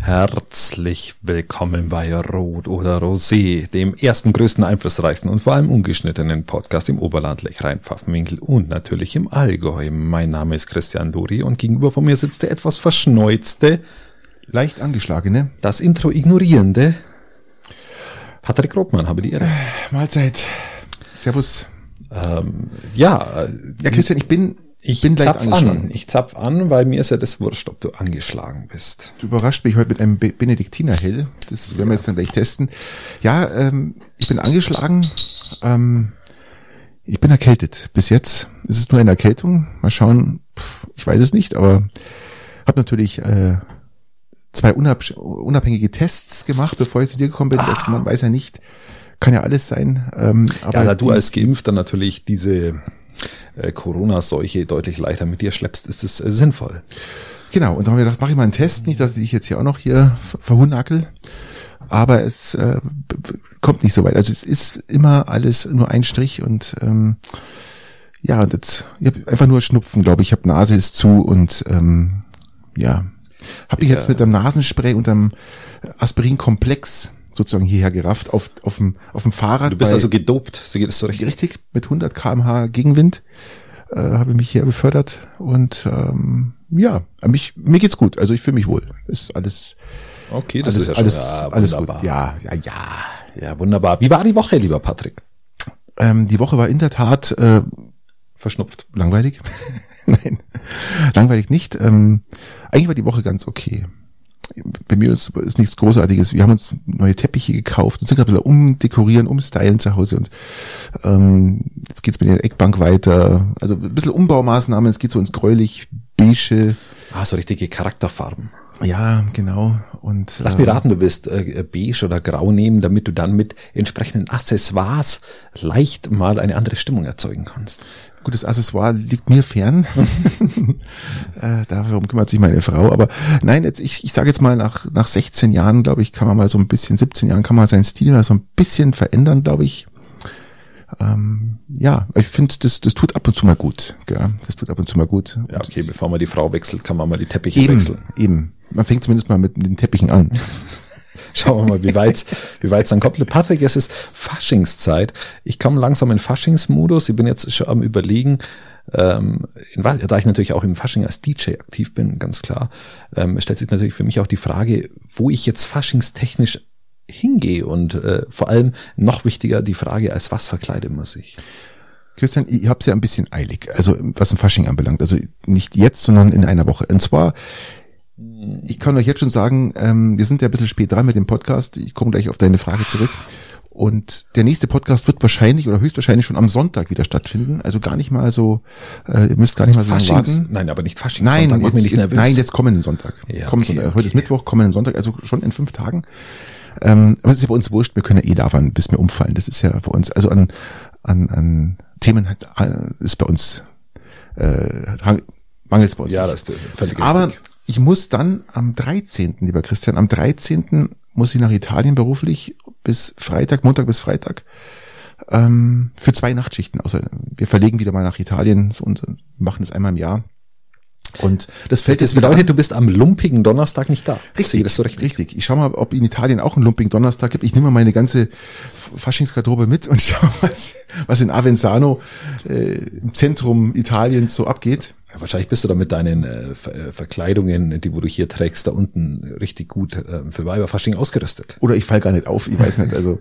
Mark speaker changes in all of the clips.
Speaker 1: Herzlich willkommen bei Rot oder Rosé, dem ersten, größten, einflussreichsten und vor allem ungeschnittenen Podcast im Oberland, Lech, Rhein, Pfaffenwinkel und natürlich im Allgäu. Mein Name ist Christian Duri und gegenüber von mir sitzt der etwas verschneuzte,
Speaker 2: Leicht angeschlagene.
Speaker 1: das Intro ignorierende Patrick Grobmann, habe die Ehre.
Speaker 2: Mahlzeit. Servus.
Speaker 1: Ja, äh,
Speaker 2: Ja, Christian, ich bin,
Speaker 1: ich
Speaker 2: bin leicht
Speaker 1: zapf
Speaker 2: angeschlagen.
Speaker 1: an. Ich zapf an, weil mir ist ja das wurscht, ob du angeschlagen bist.
Speaker 2: Du überrascht mich heute mit einem Be- Benediktinerhell. Das werden wir jetzt dann gleich testen. Ja, ähm, ich bin angeschlagen. Ähm, ich bin erkältet. Bis jetzt ist es nur eine Erkältung. Mal schauen. Pff, Ich weiß es nicht, aber habe natürlich äh, zwei unab unabhängige Tests gemacht, bevor ich zu dir gekommen bin. Das, man weiß ja nicht. Kann ja alles sein. Ähm, aber
Speaker 1: Ja, da du
Speaker 2: die-
Speaker 1: als Geimpfter natürlich diese äh, Corona-Seuche deutlich leichter mit dir schleppst, ist es äh, sinnvoll.
Speaker 2: Genau, und dann haben wir gedacht, mache ich mal einen Test, nicht, dass ich jetzt hier auch noch hier ver- verhunnakel. Aber es äh, b- b- kommt nicht so weit. Also es ist immer alles nur ein Strich und ähm, ja, und jetzt, ich habe einfach nur Schnupfen, glaube ich. Ich habe Nase ist zu und ähm, ja, habe ich jetzt mit dem Nasenspray und dem Aspirinkomplex sozusagen hierher gerafft auf auf dem auf dem Fahrrad.
Speaker 1: Du bist
Speaker 2: bei-
Speaker 1: also gedopt, so geht es so richtig.
Speaker 2: richtig mit 100 km/h Gegenwind äh, habe ich mich hier befördert und ähm, ja, mich, mir geht's gut. Also ich fühle mich wohl. Ist alles
Speaker 1: Okay,
Speaker 2: alles alles alles gut.
Speaker 1: wunderbar.
Speaker 2: Ja, ja, ja.
Speaker 1: ja. ja, wunderbar. Wie war die Woche, lieber Patrick?
Speaker 2: Ähm, die Woche war in der Tat äh,
Speaker 1: Verschnupft.
Speaker 2: langweilig. Nein, langweilig nicht. Ähm, eigentlich war die Woche ganz okay. Bei mir ist, ist nichts Großartiges. Wir haben uns neue Teppiche gekauft und sind gerade ein bisschen umdekorieren, umstylen zu Hause und ähm, jetzt geht's mit der Eckbank weiter. Also ein bisschen Umbaumaßnahmen, es geht so ins gräulich, beige.
Speaker 1: Ah, so richtige Charakterfarben.
Speaker 2: Ja, genau. Und
Speaker 1: Lass
Speaker 2: äh,
Speaker 1: mir raten, du wirst äh, beige oder grau nehmen, damit du dann mit entsprechenden Accessoires leicht mal eine andere Stimmung erzeugen kannst.
Speaker 2: Gutes Accessoire liegt mir fern. äh, darum kümmert sich meine Frau. Aber nein, jetzt, ich, ich sage jetzt mal, nach, nach 16 Jahren, glaube ich, kann man mal so ein bisschen, 17 Jahren, kann man seinen Stil mal so ein bisschen verändern, glaube ich. Ähm, ja, ich finde, das, das tut ab und zu mal gut. Gell? Das tut ab und zu mal gut.
Speaker 1: Ja, okay, bevor man die Frau wechselt, kann man mal die Teppiche
Speaker 2: eben,
Speaker 1: wechseln.
Speaker 2: eben. Man fängt zumindest mal mit den Teppichen an.
Speaker 1: Schauen wir mal, wie weit wie weit's dann kommt. Patrick, es ist Faschingszeit. Ich komme langsam in Faschingsmodus. Ich bin jetzt schon am überlegen, ähm, in, was- da ich natürlich auch im Fasching als DJ aktiv bin, ganz klar, ähm, stellt sich natürlich für mich auch die Frage, wo ich jetzt faschingstechnisch hingehe und äh, vor allem noch wichtiger die Frage, als was verkleide man sich.
Speaker 2: Christian, ihr habt ja ein bisschen eilig, also was ein Fasching anbelangt. Also nicht jetzt, sondern in einer Woche. Und zwar, ich kann euch jetzt schon sagen, ähm, wir sind ja ein bisschen spät dran mit dem Podcast. Ich komme gleich auf deine Frage zurück. Und der nächste Podcast wird wahrscheinlich oder höchstwahrscheinlich schon am Sonntag wieder stattfinden. Also gar nicht mal so, äh, ihr müsst gar nicht mal so lange warten.
Speaker 1: Nein, aber nicht Faschings.
Speaker 2: Nein,
Speaker 1: Sonntag, mach mich
Speaker 2: jetzt,
Speaker 1: nicht nervös.
Speaker 2: nein, jetzt kommenden Sonntag.
Speaker 1: Ja,
Speaker 2: kommenden
Speaker 1: okay,
Speaker 2: Sonntag. Heute ist
Speaker 1: okay.
Speaker 2: Mittwoch, kommenden Sonntag, also schon in fünf Tagen. Ähm, aber es ist ja bei uns wurscht, wir können ja eh labern, bis wir umfallen. Das ist ja bei uns, also an, an, an Themen hat, äh, ist bei uns, äh, mangelt es bei uns
Speaker 1: Ja,
Speaker 2: nicht.
Speaker 1: das ist völlig
Speaker 2: Aber
Speaker 1: richtig.
Speaker 2: ich muss dann am 13., lieber Christian, am 13. muss ich nach Italien beruflich bis Freitag, Montag bis Freitag ähm, für zwei Nachtschichten. Außer wir verlegen wieder mal nach Italien so und machen das einmal im Jahr. Und das fällt
Speaker 1: das
Speaker 2: jetzt wieder an.
Speaker 1: bedeutet, du bist am lumpigen Donnerstag nicht da. Sehe
Speaker 2: Richtig,
Speaker 1: ich das so richtig.
Speaker 2: Ich schau mal, ob in Italien auch einen lumpigen Donnerstag gibt. Ich nehme mal meine ganze F- Faschingsgarderobe mit und schau, was, was in Avenzano äh, im Zentrum Italiens so abgeht.
Speaker 1: Ja, wahrscheinlich bist du da mit deinen äh, Ver äh, Verkleidungen, die wo du hier trägst, da unten richtig gut ähm, für Weiberfasching ausgerüstet.
Speaker 2: Oder ich fall gar nicht auf, ich weiß nicht. Also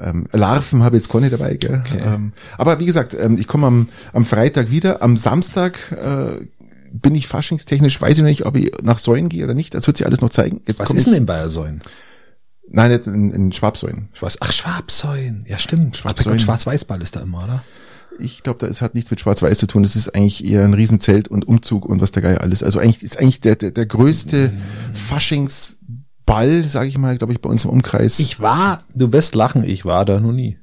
Speaker 2: ähm, Larven habe ich jetzt keine dabei, gell? Ähm, aber wie gesagt, ähm, ich komme am, am Freitag wieder. Am Samstag äh, bin ich faschingstechnisch, weiß ich noch nicht, ob ich nach Säulen gehe oder nicht. Das wird sich alles noch zeigen. Jetzt
Speaker 1: Was
Speaker 2: komm
Speaker 1: ist
Speaker 2: ich,
Speaker 1: denn in Bayersäulen?
Speaker 2: Nein, jetzt in, in Schwabsäulen.
Speaker 1: Ich weiß, ach, Schwabsäulen. Ja, stimmt. Schwabsäulen.
Speaker 2: Schwabsäulen.
Speaker 1: Und Schwarz-Weißball ist da immer, oder?
Speaker 2: Ich glaube, da ist hat nichts mit Schwarz-Weiß zu tun. Das ist eigentlich eher ein Riesenzelt und Umzug und was der Geier alles. Also eigentlich ist eigentlich der, der, der größte
Speaker 1: Mhm.
Speaker 2: Faschingsball, sage ich mal, glaube ich, bei uns im Umkreis.
Speaker 1: Ich war, du wirst lachen, ich war da noch nie.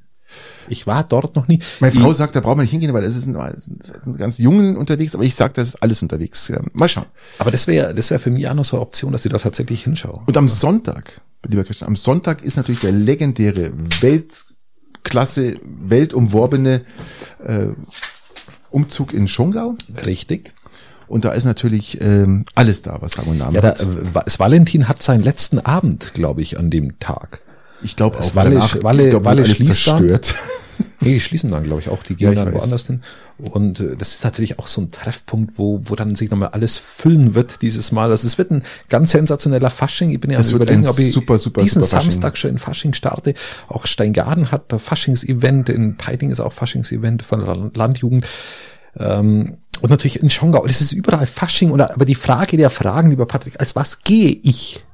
Speaker 1: Ich war dort noch nie.
Speaker 2: Meine
Speaker 1: Ich-
Speaker 2: Frau sagt, da braucht man nicht hingehen, weil es ist ein, es sind- es sind ganz Jungen unterwegs, aber ich sage, das ist alles unterwegs. Ja, mal schauen.
Speaker 1: Aber das wäre das wäre für mich auch noch so eine Option, dass ich da tatsächlich hinschaue.
Speaker 2: Und am Sonntag, lieber Christian, am Sonntag ist natürlich der legendäre Weltklasse, weltumworbene äh, Umzug in Schongau.
Speaker 1: Richtig.
Speaker 2: Und da ist natürlich ähm, alles da, was Rang und Namen
Speaker 1: Ja, da,
Speaker 2: hat.
Speaker 1: äh, Wa- Valentin hat seinen letzten Abend, glaube ich, an dem Tag.
Speaker 2: Ich glaube
Speaker 1: es
Speaker 2: auch,
Speaker 1: Walle-
Speaker 2: danach-
Speaker 1: Walle-
Speaker 2: ich glaub,
Speaker 1: Walle
Speaker 2: alles
Speaker 1: schließt dann.
Speaker 2: zerstört.
Speaker 1: Nee, die schließen dann, glaube ich, auch. Die gehen
Speaker 2: Ja, ich
Speaker 1: dann
Speaker 2: weiß.
Speaker 1: woanders hin. Und äh, das ist natürlich auch so ein Treffpunkt, wo, wo dann sich nochmal alles füllen wird dieses Mal. Also es wird ein ganz sensationeller Fasching. Ich bin ja
Speaker 2: Das
Speaker 1: am
Speaker 2: wird
Speaker 1: überlegen,
Speaker 2: ein
Speaker 1: ob ich
Speaker 2: super, super,
Speaker 1: diesen
Speaker 2: super Fasching.
Speaker 1: Samstag schon in Fasching starte. Auch Steingaden hat ein Faschings-Event. In Peiting ist auch Faschings-Event von der Land- Landjugend. Ähm, und natürlich in Schongau. Das ist überall Fasching. Oder, aber die Frage der Fragen, lieber Patrick, als was gehe ich?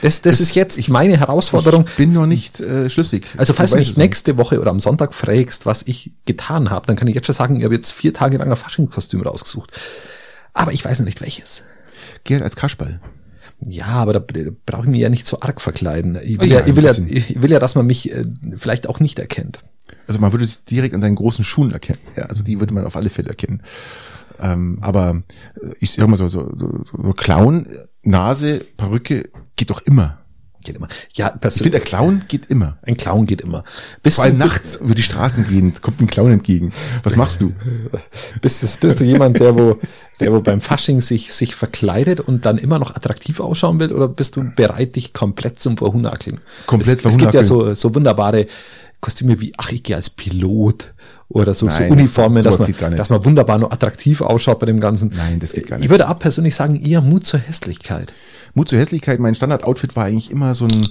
Speaker 1: Das, das, ist jetzt ich, meine Herausforderung.
Speaker 2: Ich bin noch nicht äh, schlüssig.
Speaker 1: Also falls
Speaker 2: Ich
Speaker 1: du
Speaker 2: weiß
Speaker 1: mich
Speaker 2: es noch nicht.
Speaker 1: nächste Woche oder am Sonntag fragst, was ich getan habe, dann kann ich jetzt schon sagen, ich habe jetzt vier Tage lang ein Faschingskostüm rausgesucht. Aber ich weiß noch nicht welches.
Speaker 2: Geh halt als Kaschball.
Speaker 1: Ja, aber da br- brauche ich mich ja nicht so arg verkleiden. Ich will
Speaker 2: Ah Ja,
Speaker 1: ja, ich will ja,
Speaker 2: ein bisschen.
Speaker 1: ich will ja, dass man mich äh, vielleicht auch nicht erkennt.
Speaker 2: Also man würde es direkt an deinen großen Schuhen erkennen. Ja, also die würde man auf alle Fälle erkennen. Ähm, aber äh, ich sag mal so, so, so, so Clown, Nase, Perücke geht doch immer.
Speaker 1: Geht immer. Ja,
Speaker 2: Ich finde,
Speaker 1: persönlich.
Speaker 2: der Clown geht immer.
Speaker 1: Ein Clown geht immer. Bist
Speaker 2: Vor allem
Speaker 1: du,
Speaker 2: nachts über die Straßen gehend kommt ein Clown entgegen. Was machst du?
Speaker 1: Bist, bist du jemand, der wo, der wo beim Fasching sich, sich verkleidet und dann immer noch attraktiv ausschauen will oder bist du bereit, dich komplett zum Verhunakeln?
Speaker 2: Komplett
Speaker 1: es, es gibt ja
Speaker 2: verhunakeln.
Speaker 1: so, so wunderbare Kostüme wie, ach, ich gehe als Pilot oder so,
Speaker 2: Nein,
Speaker 1: so Uniformen,
Speaker 2: sowas
Speaker 1: dass, man,
Speaker 2: geht gar nicht.
Speaker 1: dass man wunderbar nur attraktiv ausschaut bei dem Ganzen.
Speaker 2: Nein, das geht gar
Speaker 1: Ich
Speaker 2: nicht.
Speaker 1: würde ab persönlich sagen, ihr Mut zur Hässlichkeit.
Speaker 2: Mut zur Hässlichkeit, mein Standard-Outfit war eigentlich immer so ein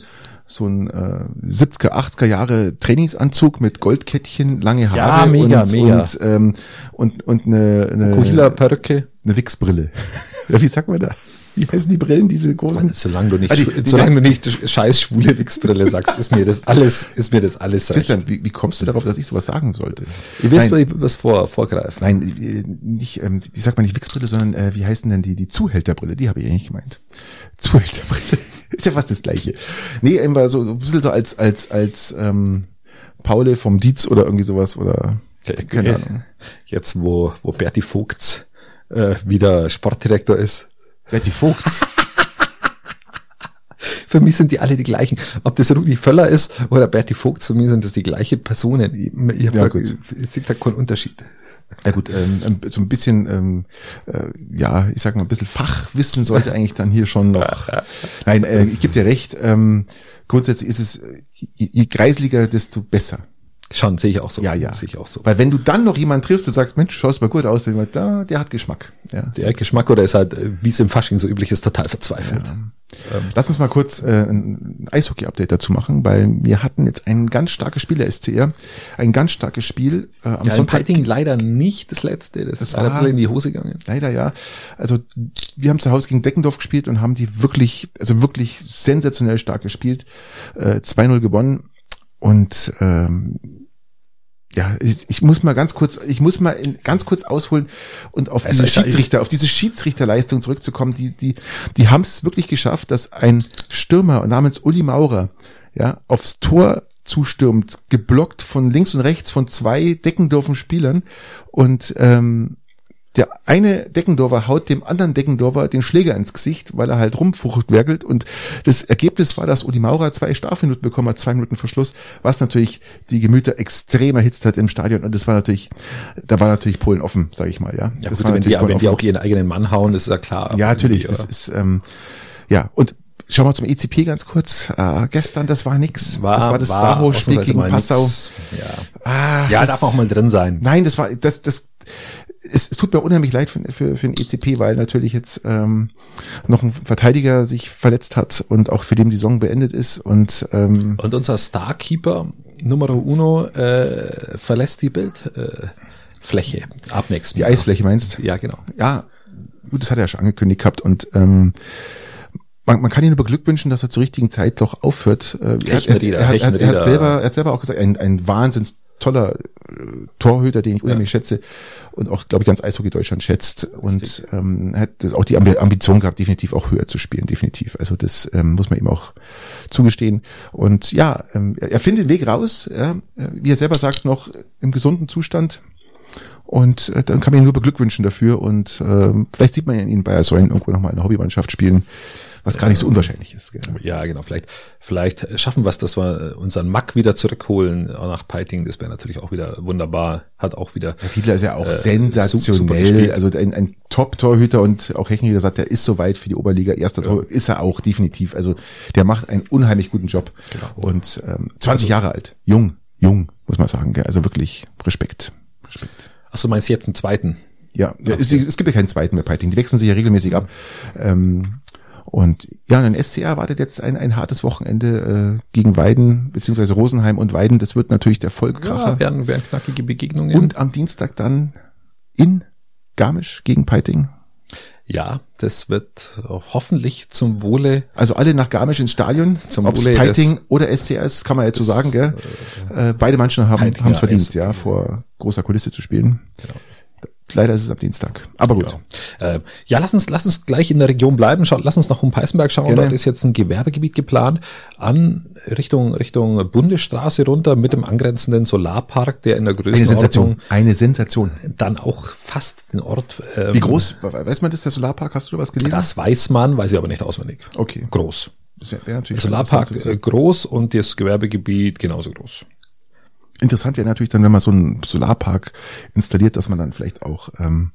Speaker 2: so ein äh, 70er, 80er Jahre Trainingsanzug mit Goldkettchen, lange
Speaker 1: Ja,
Speaker 2: Haare
Speaker 1: mega,
Speaker 2: und,
Speaker 1: mega.
Speaker 2: Und, ähm, und und eine
Speaker 1: Kohila
Speaker 2: eine,
Speaker 1: Perücke.
Speaker 2: eine Wichsbrille. Wie sagt man da? Wie heißen die Brillen, diese großen?
Speaker 1: Solange du nicht,
Speaker 2: Ah, die- die-
Speaker 1: solange du nicht scheiß schwule Wichsbrille sagst, ist mir das alles, ist mir das alles. recht.
Speaker 2: Christian, wie, wie kommst du darauf, dass ich sowas sagen sollte?
Speaker 1: Ihr wisst, ich was vor, vorgreifen.
Speaker 2: Nein, äh, nicht, ähm, wie sagt man nicht Wichsbrille, sondern äh, wie heißen denn die, die Zuhälterbrille? Die habe ich eigentlich gemeint. Zuhälterbrille. Ist ja fast das Gleiche. Nee, eben war so so ein bisschen so als, als, als ähm, Paule vom Dietz oder irgendwie sowas oder keine Ahnung.
Speaker 1: Jetzt, wo, wo Berti Vogts äh, wieder Sportdirektor ist.
Speaker 2: Betty Vogt.
Speaker 1: Für mich sind die alle die gleichen. Ob das Rudi Völler ist oder Berti Vogts, für mich sind das die gleichen Personen. Ich, ich, hab
Speaker 2: Ja,
Speaker 1: da-
Speaker 2: gut.
Speaker 1: ich sehe da keinen Unterschied.
Speaker 2: Ja gut, ähm, ähm, so ein bisschen, ähm, äh, ja, ich sag mal, ein bisschen Fachwissen sollte eigentlich dann hier schon noch. Nein, äh, ich geb dir recht, ähm, grundsätzlich ist es, äh, je, je kreisliger, desto besser.
Speaker 1: Schon, sehe ich auch so.
Speaker 2: Ja, ja.
Speaker 1: Sehe ich auch so.
Speaker 2: Weil wenn du dann noch jemanden triffst und sagst, Mensch, schaust mal gut aus, dann jemand, da, der hat Geschmack. Ja.
Speaker 1: Der Geschmack oder ist halt, äh, wie es im Fasching so üblich ist, total verzweifelt.
Speaker 2: Lass uns mal kurz äh, ein ein Eishockey-Update dazu machen, weil wir hatten jetzt ein ganz starkes Spiel der SCR, ein ganz starkes Spiel äh, am
Speaker 1: Ja, in
Speaker 2: Sonntag.
Speaker 1: Peiting leider nicht das letzte. Das, ist
Speaker 2: war-
Speaker 1: leider ein bisschen in die Hose gegangen.
Speaker 2: Leider ja. Also wir haben zu Hause gegen Deckendorf gespielt und haben die wirklich, also wirklich sensationell stark gespielt. Äh, 2-0 gewonnen. Und ähm, ja, ich, ich muss mal ganz kurz, ich muss mal in, ganz kurz ausholen und auf
Speaker 1: Es
Speaker 2: diese
Speaker 1: ist ja-
Speaker 2: Schiedsrichter, auf diese Schiedsrichterleistung zurückzukommen, die, die, die haben es wirklich geschafft, dass ein Stürmer namens Uli Maurer ja, aufs Tor zustürmt, geblockt von links und rechts von zwei Deckendorfen Spielern und ähm, der eine Deckendorfer haut dem anderen Deckendorfer den Schläger ins Gesicht, weil er halt rumfuchtwerkelt. Und das Ergebnis war, dass Uli Maurer zwei Strafminuten bekommen hat, zwei Minuten Verschluss, was natürlich die Gemüter extrem erhitzt hat im Stadion. Und das war natürlich, da war natürlich Polen offen, sage ich mal, ja.
Speaker 1: Ja,
Speaker 2: das
Speaker 1: gut,
Speaker 2: war
Speaker 1: wenn, die,
Speaker 2: natürlich Polen
Speaker 1: wenn die
Speaker 2: offen.
Speaker 1: auch ihren eigenen Mann hauen, ist ja klar.
Speaker 2: Ja, natürlich.
Speaker 1: Ja.
Speaker 2: Das ist, ähm, ja. Und schauen wir zum ECP ganz kurz. Äh, gestern, das war nix. das war das Saho-Spiel
Speaker 1: ausnahmsweise
Speaker 2: gegen
Speaker 1: mal nix.
Speaker 2: Passau.
Speaker 1: Ja.
Speaker 2: Ah,
Speaker 1: Ja,
Speaker 2: das-
Speaker 1: darf auch mal drin sein.
Speaker 2: Nein, das war das das es, es tut mir unheimlich leid für, für, für den ECP, weil natürlich jetzt ähm, noch ein Verteidiger sich verletzt hat und auch für den die Saison beendet ist und ähm,
Speaker 1: Und unser Starkeeper Numero Uno äh, verlässt die Bildfläche äh, Fläche ab nächsten
Speaker 2: die Eisfläche meinst?
Speaker 1: Ja, genau.
Speaker 2: Ja, gut, das hat er ja schon angekündigt gehabt und ähm, man, man kann ihn nur beglückwünschen, dass er zur richtigen Zeit doch aufhört. Äh, er, hat-
Speaker 1: Hechenrieder,
Speaker 2: er, hat- er, hat- er,
Speaker 1: Hechenrieder.
Speaker 2: hat selber, er hat selber auch gesagt, ein, ein wahnsinns toller äh, Torhüter, den ich unheimlich schätze und auch, glaube ich, ganz Eishockey Deutschland schätzt und ähm, er hat das auch die Ambi- Ambition gehabt, definitiv auch höher zu spielen, definitiv. Also das ähm, muss man ihm auch zugestehen. Und ja, ähm, er, er findet den Weg raus, ja, äh, wie er selber sagt, noch im gesunden Zustand. Und äh, dann kann man ihn nur beglückwünschen dafür und ähm, vielleicht sieht man ihn bei Säulen irgendwo nochmal in der Hobbymannschaft spielen. was gar nicht so unwahrscheinlich ist. Genau.
Speaker 1: Ja, genau. Vielleicht, vielleicht schaffen wir es, dass wir unseren Mack wieder zurückholen nach Peiting. Das wäre natürlich auch wieder wunderbar. Hat auch wieder.
Speaker 2: Herr Fiedler ist ja auch
Speaker 1: äh, su- super
Speaker 2: sensationell.
Speaker 1: gespielt.
Speaker 2: Also ein, ein Top-Torhüter und auch Hechenrieder sagt, der ist soweit für die Oberliga. Erster Tor ist er auch definitiv. Also der macht einen unheimlich guten Job.
Speaker 1: Genau.
Speaker 2: Und ähm, 20 Jahre alt. Jung, jung, muss man sagen. Gell? Also wirklich Respekt. Respekt.
Speaker 1: Ach so, also meinst du jetzt einen zweiten?
Speaker 2: Ja, ja, es, es gibt ja keinen zweiten mehr Peiting. Die wechseln sich ja regelmäßig ab. Ähm, und ja, und den SCR erwartet jetzt ein, ein hartes Wochenende äh, gegen Weiden beziehungsweise Rosenheim und Weiden. Das wird natürlich der Vollkracher.
Speaker 1: Ja, werden, werden knackige Begegnungen.
Speaker 2: Und am Dienstag dann in Garmisch gegen Peiting.
Speaker 1: ja, das wird hoffentlich zum Wohle
Speaker 2: Also alle nach Garmisch ins Stadion,
Speaker 1: Zum
Speaker 2: ob
Speaker 1: Ole,
Speaker 2: Peiting oder SCR ist, kann man jetzt so sagen, gell? Äh, beide Mannschaften haben
Speaker 1: Peitinger
Speaker 2: es verdient,
Speaker 1: ist-
Speaker 2: ja, vor großer Kulisse zu spielen.
Speaker 1: Genau.
Speaker 2: Leider ist es am Dienstag. Aber gut.
Speaker 1: Äh, ja, lass uns, lass uns gleich in der Region bleiben. Schau, lass uns nach Humpeisenberg schauen.
Speaker 2: Gerne.
Speaker 1: Dort ist jetzt ein Gewerbegebiet geplant an Richtung, Richtung Bundesstraße runter mit dem angrenzenden Solarpark, der in der
Speaker 2: Eine
Speaker 1: Größenordnung
Speaker 2: Sensation. Eine Sensation.
Speaker 1: dann auch fast den Ort. ähm,
Speaker 2: Wie groß, weiß man das, der Solarpark, hast du da was gelesen?
Speaker 1: Das weiß man, weiß ich aber nicht auswendig.
Speaker 2: Okay.
Speaker 1: Groß.
Speaker 2: Das wäre wär natürlich
Speaker 1: Der Solarpark
Speaker 2: interessant zu
Speaker 1: äh,
Speaker 2: wissen.
Speaker 1: groß und das Gewerbegebiet genauso groß.
Speaker 2: Interessant wäre natürlich dann, wenn man so einen Solarpark installiert, dass man dann vielleicht auch ähm,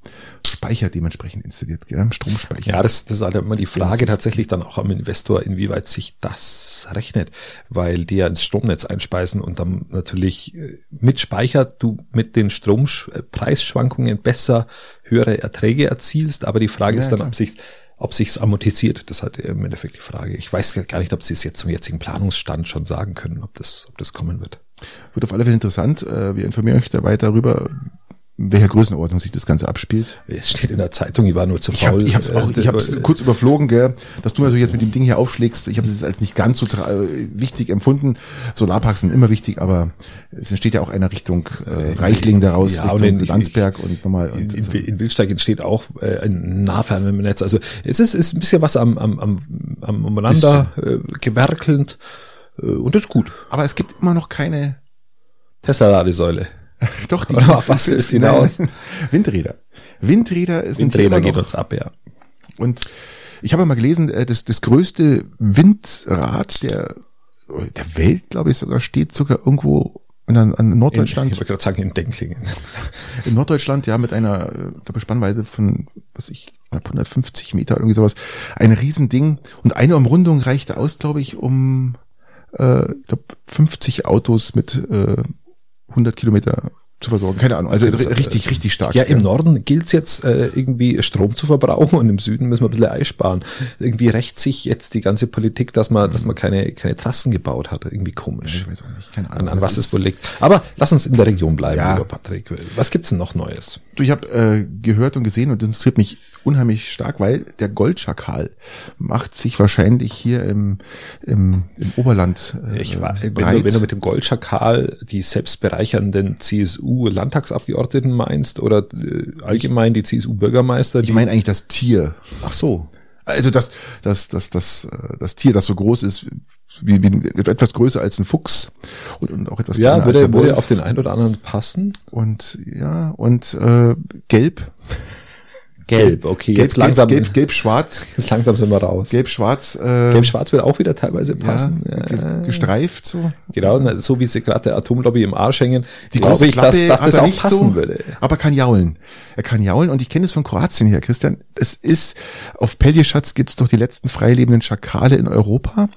Speaker 2: Speicher dementsprechend installiert, gell? Stromspeicher.
Speaker 1: Ja, das, das ist halt immer die Frage tatsächlich dann auch am Investor, inwieweit sich das rechnet, weil die ja ins Stromnetz einspeisen und dann natürlich äh, mit Speicher du mit den Strompreisschwankungen besser höhere Erträge erzielst, aber die Frage
Speaker 2: Ja,
Speaker 1: ist dann,
Speaker 2: klar.
Speaker 1: ob sich's ob sich's amortisiert, das hat im Endeffekt die Frage. Ich weiß gar nicht, ob sie es jetzt zum jetzigen Planungsstand schon sagen können, ob das, ob das kommen wird.
Speaker 2: Wird auf alle Fälle interessant. Äh, Wir informieren euch da weiter darüber, in welcher Größenordnung sich das Ganze abspielt.
Speaker 1: Es steht in der Zeitung, ich war nur zu
Speaker 2: Ich habe
Speaker 1: faul.
Speaker 2: es ich hab's auch,
Speaker 1: äh,
Speaker 2: ich hab's kurz überflogen, gell, dass du natürlich jetzt mit dem Ding hier aufschlägst. Ich habe es als nicht ganz so tra- äh, wichtig empfunden. Solarparks sind immer wichtig, aber es entsteht ja auch einer Richtung äh, Reichling daraus,
Speaker 1: Ja, und
Speaker 2: Richtung
Speaker 1: in- ich-
Speaker 2: Landsberg und nochmal.
Speaker 1: In,
Speaker 2: Und,
Speaker 1: in, in Wildsteig entsteht auch äh, ein Nahfernetz. Also es ist, ist ein bisschen was am, am, am, am umeinander äh, gewerkelnd äh, und das ist gut.
Speaker 2: aber es gibt immer noch keine.
Speaker 1: Tesla-Ladesäule.
Speaker 2: Doch, die
Speaker 1: Oder auf was willst du hinaus?
Speaker 2: Nein, Windräder. Windräder ist ein
Speaker 1: Windräder
Speaker 2: Thema
Speaker 1: geht
Speaker 2: noch.
Speaker 1: uns ab, ja.
Speaker 2: Und ich habe mal gelesen, äh, das, das größte Windrad der, der Welt, glaube ich, sogar steht sogar irgendwo an, an
Speaker 1: In,
Speaker 2: Norddeutschland.
Speaker 1: ich wollte gerade sagen, in Denklingen.
Speaker 2: In Norddeutschland, ja, mit einer äh, glaube ich, Spannweite von, was ich, knapp 150 Meter oder irgendwie sowas. Ein Riesending. Und eine Umrundung reichte aus, glaube ich, um äh, ich glaub, 50 Autos mit äh, 100 Kilometer zu versorgen. Keine Ahnung. Also ri- richtig, richtig stark.
Speaker 1: äh, Ja, im Norden gilt's jetzt äh, irgendwie Strom zu verbrauchen und im Süden müssen wir ein bisschen Eis sparen. Irgendwie rächt sich jetzt die ganze Politik, dass man, dass man keine, keine Trassen gebaut hat. Irgendwie komisch.
Speaker 2: Ich weiß auch nicht. Keine
Speaker 1: An,
Speaker 2: Ahnung.
Speaker 1: an
Speaker 2: Das
Speaker 1: was
Speaker 2: ist-
Speaker 1: es wohl liegt. Aber lass uns in der Region bleiben,
Speaker 2: Ja.
Speaker 1: lieber Patrick. Was gibt's denn noch Neues?
Speaker 2: Du, ich habe äh, gehört und gesehen und das interessiert mich unheimlich stark, weil der Goldschakal macht sich wahrscheinlich hier im, im, im Oberland äh,
Speaker 1: Ich war, Ähm, wenn,
Speaker 2: breit.
Speaker 1: du, wenn du mit dem Goldschakal die selbstbereichernden CSU-Landtagsabgeordneten meinst oder äh, allgemein die CSU-Bürgermeister, die
Speaker 2: ich meine eigentlich das Tier.
Speaker 1: ach so,
Speaker 2: Also das, das, das, das, äh, das Tier, das so groß ist, wie, wie, etwas größer als ein Fuchs und, und auch etwas
Speaker 1: ja,
Speaker 2: kleiner als
Speaker 1: würde,
Speaker 2: ein
Speaker 1: würde
Speaker 2: Wolf.
Speaker 1: auf den einen oder anderen passen.
Speaker 2: und ja und äh, gelb,
Speaker 1: Gelb, okay,
Speaker 2: gelb,
Speaker 1: jetzt langsam,
Speaker 2: gelb, gelb, gelb, schwarz,
Speaker 1: jetzt langsam sind wir raus.
Speaker 2: gelb, schwarz, äh,
Speaker 1: Gelb-Schwarz wird auch wieder teilweise
Speaker 2: ja,
Speaker 1: passen. Ja.
Speaker 2: ge- gestreift so.
Speaker 1: Genau, na, so wie sie gerade der Atomlobby im Arsch hängen,
Speaker 2: Die
Speaker 1: glaub
Speaker 2: große
Speaker 1: ich, dass,
Speaker 2: Klappe
Speaker 1: dass
Speaker 2: hat
Speaker 1: das
Speaker 2: er
Speaker 1: auch
Speaker 2: nicht
Speaker 1: passen
Speaker 2: so,
Speaker 1: würde.
Speaker 2: Aber kann jaulen. Er kann jaulen und ich kenne das von Kroatien her, Christian. Es ist, auf Peljeschatz gibt es doch die letzten freilebenden Schakale in Europa,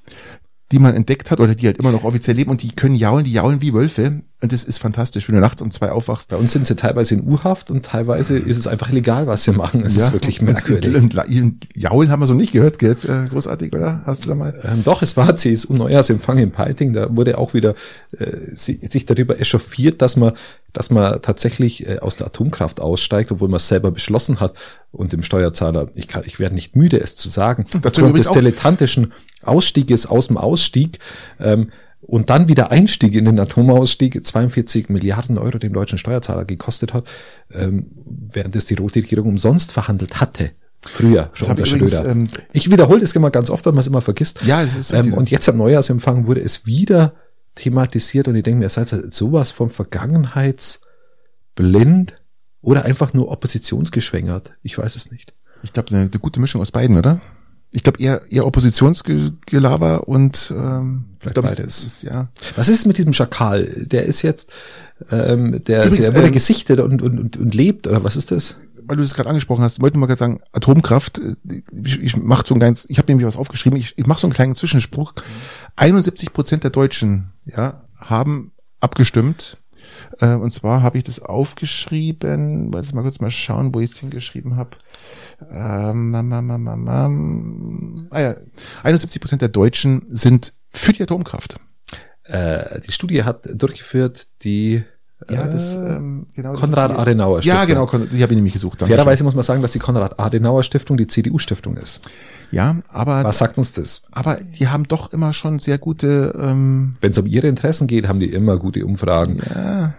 Speaker 2: die man entdeckt hat oder die halt immer noch offiziell leben und die können jaulen, die jaulen wie Wölfe. Und das ist fantastisch, wenn du nachts um zwei aufwachst.
Speaker 1: Bei uns sind sie teilweise in U-Haft und teilweise ist es einfach legal, was sie machen. Es ist wirklich merkwürdig.
Speaker 2: Und, und, und jaulen haben wir so nicht gehört, gell? Äh, Großartig, oder? Hast du da mal?
Speaker 1: Ähm, doch, es war CSU Neujahrsempfang in Peiting, da wurde auch wieder äh, si- sich darüber echauffiert, dass man, dass man tatsächlich äh, aus der Atomkraft aussteigt, obwohl man es selber beschlossen hat und dem Steuerzahler, ich, kann, ich werde nicht müde, es zu sagen,
Speaker 2: Dazu
Speaker 1: aufgrund
Speaker 2: Hm, übrigens
Speaker 1: des
Speaker 2: auch-
Speaker 1: dilettantischen Ausstieges aus dem Ausstieg ähm, und dann wieder Einstieg in den Atomausstieg, 42 Milliarden Euro dem deutschen Steuerzahler gekostet hat, ähm, während es die rote Regierung umsonst verhandelt hatte. Früher, schon
Speaker 2: habe
Speaker 1: unter
Speaker 2: ich übrigens,
Speaker 1: Schröder.
Speaker 2: ähm,
Speaker 1: ich wiederhole das immer ganz oft, weil man es immer vergisst.
Speaker 2: Ja, es ist so
Speaker 1: ähm,
Speaker 2: dieses-
Speaker 1: und jetzt am Neujahrsempfang wurde es wieder thematisiert und ich denke mir, ihr seid sowas von vergangenheitsblind oder einfach nur oppositionsgeschwängert. Ich weiß es nicht.
Speaker 2: Ich glaube, eine, eine gute Mischung aus beiden, oder? ich glaube eher eher Oppositionsgelaber und ähm, ich
Speaker 1: Vielleicht
Speaker 2: glaub,
Speaker 1: beides.
Speaker 2: es ist ja
Speaker 1: Was ist mit diesem Schakal? Der ist jetzt, ähm, der,
Speaker 2: Übrigens,
Speaker 1: der wurde
Speaker 2: ähm,
Speaker 1: gesichtet und, und, und, und lebt, oder was ist das?
Speaker 2: weil du das gerade angesprochen hast, wollte ich mal gerade sagen, Atomkraft, äh, ich, ich mache so ein ganz, ich habe nämlich was aufgeschrieben, ich, ich mache so einen kleinen Zwischenspruch. 71 Prozent der Deutschen ja, haben abgestimmt. Äh, Und zwar habe ich das aufgeschrieben, warte mal kurz mal schauen, wo ich es hingeschrieben habe. Ähm, mam, mam, mam, mam, mam. ah ja, 71 Prozent der Deutschen sind für die Atomkraft.
Speaker 1: Äh, die Studie hat durchgeführt, die
Speaker 2: Ja,
Speaker 1: äh,
Speaker 2: das, ähm, genau. das-
Speaker 1: Konrad Adenauer
Speaker 2: Ja,
Speaker 1: Stiftung.
Speaker 2: genau, Konrad- die habe ich nämlich gesucht. Dankeschön.
Speaker 1: Fairerweise muss man sagen, dass die Konrad-Adenauer-Stiftung die CDU-Stiftung ist.
Speaker 2: Ja, aber
Speaker 1: Was sagt uns das?
Speaker 2: Aber die haben doch immer schon sehr gute, ähm,
Speaker 1: Wenn es um ihre Interessen geht, haben die immer gute Umfragen.
Speaker 2: ja,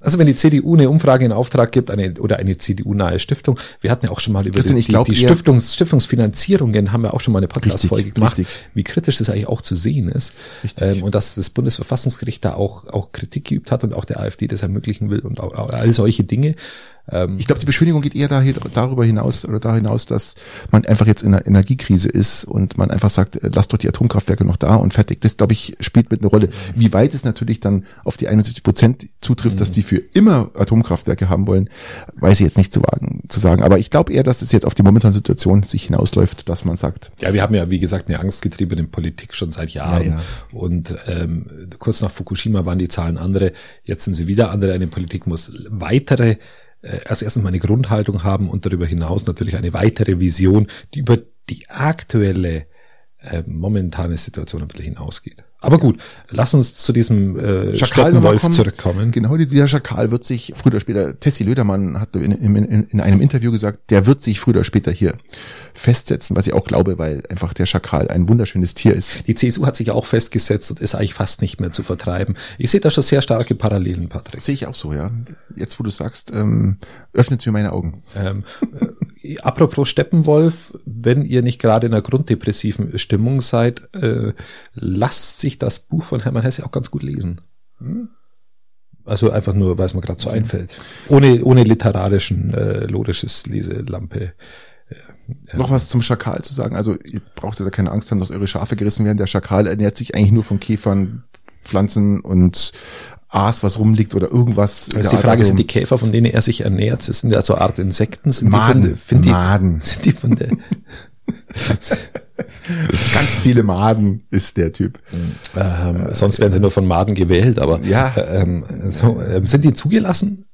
Speaker 1: Also wenn die CDU eine Umfrage in Auftrag gibt eine, oder eine CDU-nahe Stiftung, wir hatten ja auch schon mal über
Speaker 2: Christian,
Speaker 1: die,
Speaker 2: ich glaub,
Speaker 1: die
Speaker 2: ihr-
Speaker 1: Stiftungs, Stiftungsfinanzierungen haben wir auch schon mal eine Podcast-Folge
Speaker 2: Richtig,
Speaker 1: gemacht,
Speaker 2: richtig.
Speaker 1: wie kritisch das eigentlich auch zu sehen ist.
Speaker 2: Richtig.
Speaker 1: Ähm, und dass das Bundesverfassungsgericht da auch, auch Kritik geübt hat und auch der AfD das ermöglichen will und auch, auch all solche Dinge. Ähm,
Speaker 2: ich glaube, die Beschönigung geht eher dahin, darüber hinaus oder da hinaus, dass man einfach jetzt in einer Energiekrise ist und man einfach sagt, äh, lasst doch die Atomkraftwerke noch da und fertig. Das, glaube ich, spielt mit eine Rolle. Wie weit es natürlich dann auf die 71 Prozent zutrifft, dass die für immer Atomkraftwerke haben wollen, weiß ich jetzt nicht zu wagen, zu sagen. Aber ich glaube eher, dass es jetzt auf die momentane Situation sich hinausläuft, dass man sagt,
Speaker 1: Ja, wir haben ja, wie gesagt, eine angstgetriebene Politik schon seit Jahren.
Speaker 2: Ja, ja.
Speaker 1: Und ähm, kurz nach Fukushima waren die Zahlen andere. Jetzt sind sie wieder andere. Eine Politik muss weitere, äh, also erstens mal eine Grundhaltung haben und darüber hinaus natürlich eine weitere Vision, die über die aktuelle äh, momentane Situation ein bisschen hinausgeht. Aber gut, lass uns zu diesem äh,
Speaker 2: nochmal
Speaker 1: Steppenwolf
Speaker 2: kommen.
Speaker 1: zurückkommen.
Speaker 2: Genau, die- dieser Schakal wird sich früher oder später, Tessie Lödermann hat in, in, in, in einem Interview gesagt, der wird sich früher oder später hier festsetzen, was ich auch glaube, weil einfach der Schakal ein wunderschönes Tier ist.
Speaker 1: Die CSU hat sich ja auch festgesetzt und ist eigentlich fast nicht mehr zu vertreiben. Ich sehe da schon sehr starke Parallelen, Patrick.
Speaker 2: Das sehe ich auch so, ja. Jetzt, wo du sagst, ähm, öffnet mir meine Augen.
Speaker 1: Ähm, äh, apropos Steppenwolf, wenn ihr nicht gerade in einer grunddepressiven Stimmung seid, äh, lasst sich das Buch von Hermann Hesse auch ganz gut lesen. Also einfach nur, weil es mir gerade so einfällt. Ohne, ohne literarischen, äh, logisches Leselampe.
Speaker 2: Noch was zum Schakal zu sagen. Also ihr braucht ja da keine Angst haben, dass eure Schafe gerissen werden. Der Schakal ernährt sich eigentlich nur von Käfern, Pflanzen und Aas, was rumliegt oder
Speaker 1: Das
Speaker 2: irgendwas.
Speaker 1: ist die
Speaker 2: Also
Speaker 1: Frage, sind die Käfer, von denen er sich ernährt, das sind ja so Art Insekten, sind die
Speaker 2: Maden,
Speaker 1: von, sind die,
Speaker 2: Maden.
Speaker 1: sind die von der,
Speaker 2: ganz viele Maden ist der Typ.
Speaker 1: ähm, sonst werden sie nur von Maden gewählt, aber
Speaker 2: Ja.
Speaker 1: ähm, so, ähm, sind die zugelassen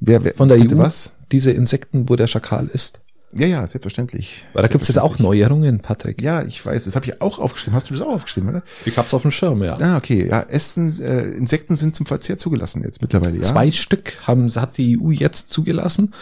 Speaker 2: Wer, wer,
Speaker 1: von der E
Speaker 2: hatte
Speaker 1: EU?
Speaker 2: Was?
Speaker 1: Diese Insekten, wo der Schakal ist?
Speaker 2: Ja, ja, selbstverständlich.
Speaker 1: Weil da gibt's jetzt auch
Speaker 2: Selbstverständlich.
Speaker 1: Neuerungen, Patrick.
Speaker 2: Ja, ich weiß, das habe ich auch aufgeschrieben. Hast du das auch aufgeschrieben, oder?
Speaker 1: Ich hab's auf dem Schirm, ja.
Speaker 2: Ah, okay. Ja, Essen, äh, Insekten sind zum Verzehr zugelassen jetzt mittlerweile, ja.
Speaker 1: Zwei Stück haben, hat die EU jetzt zugelassen.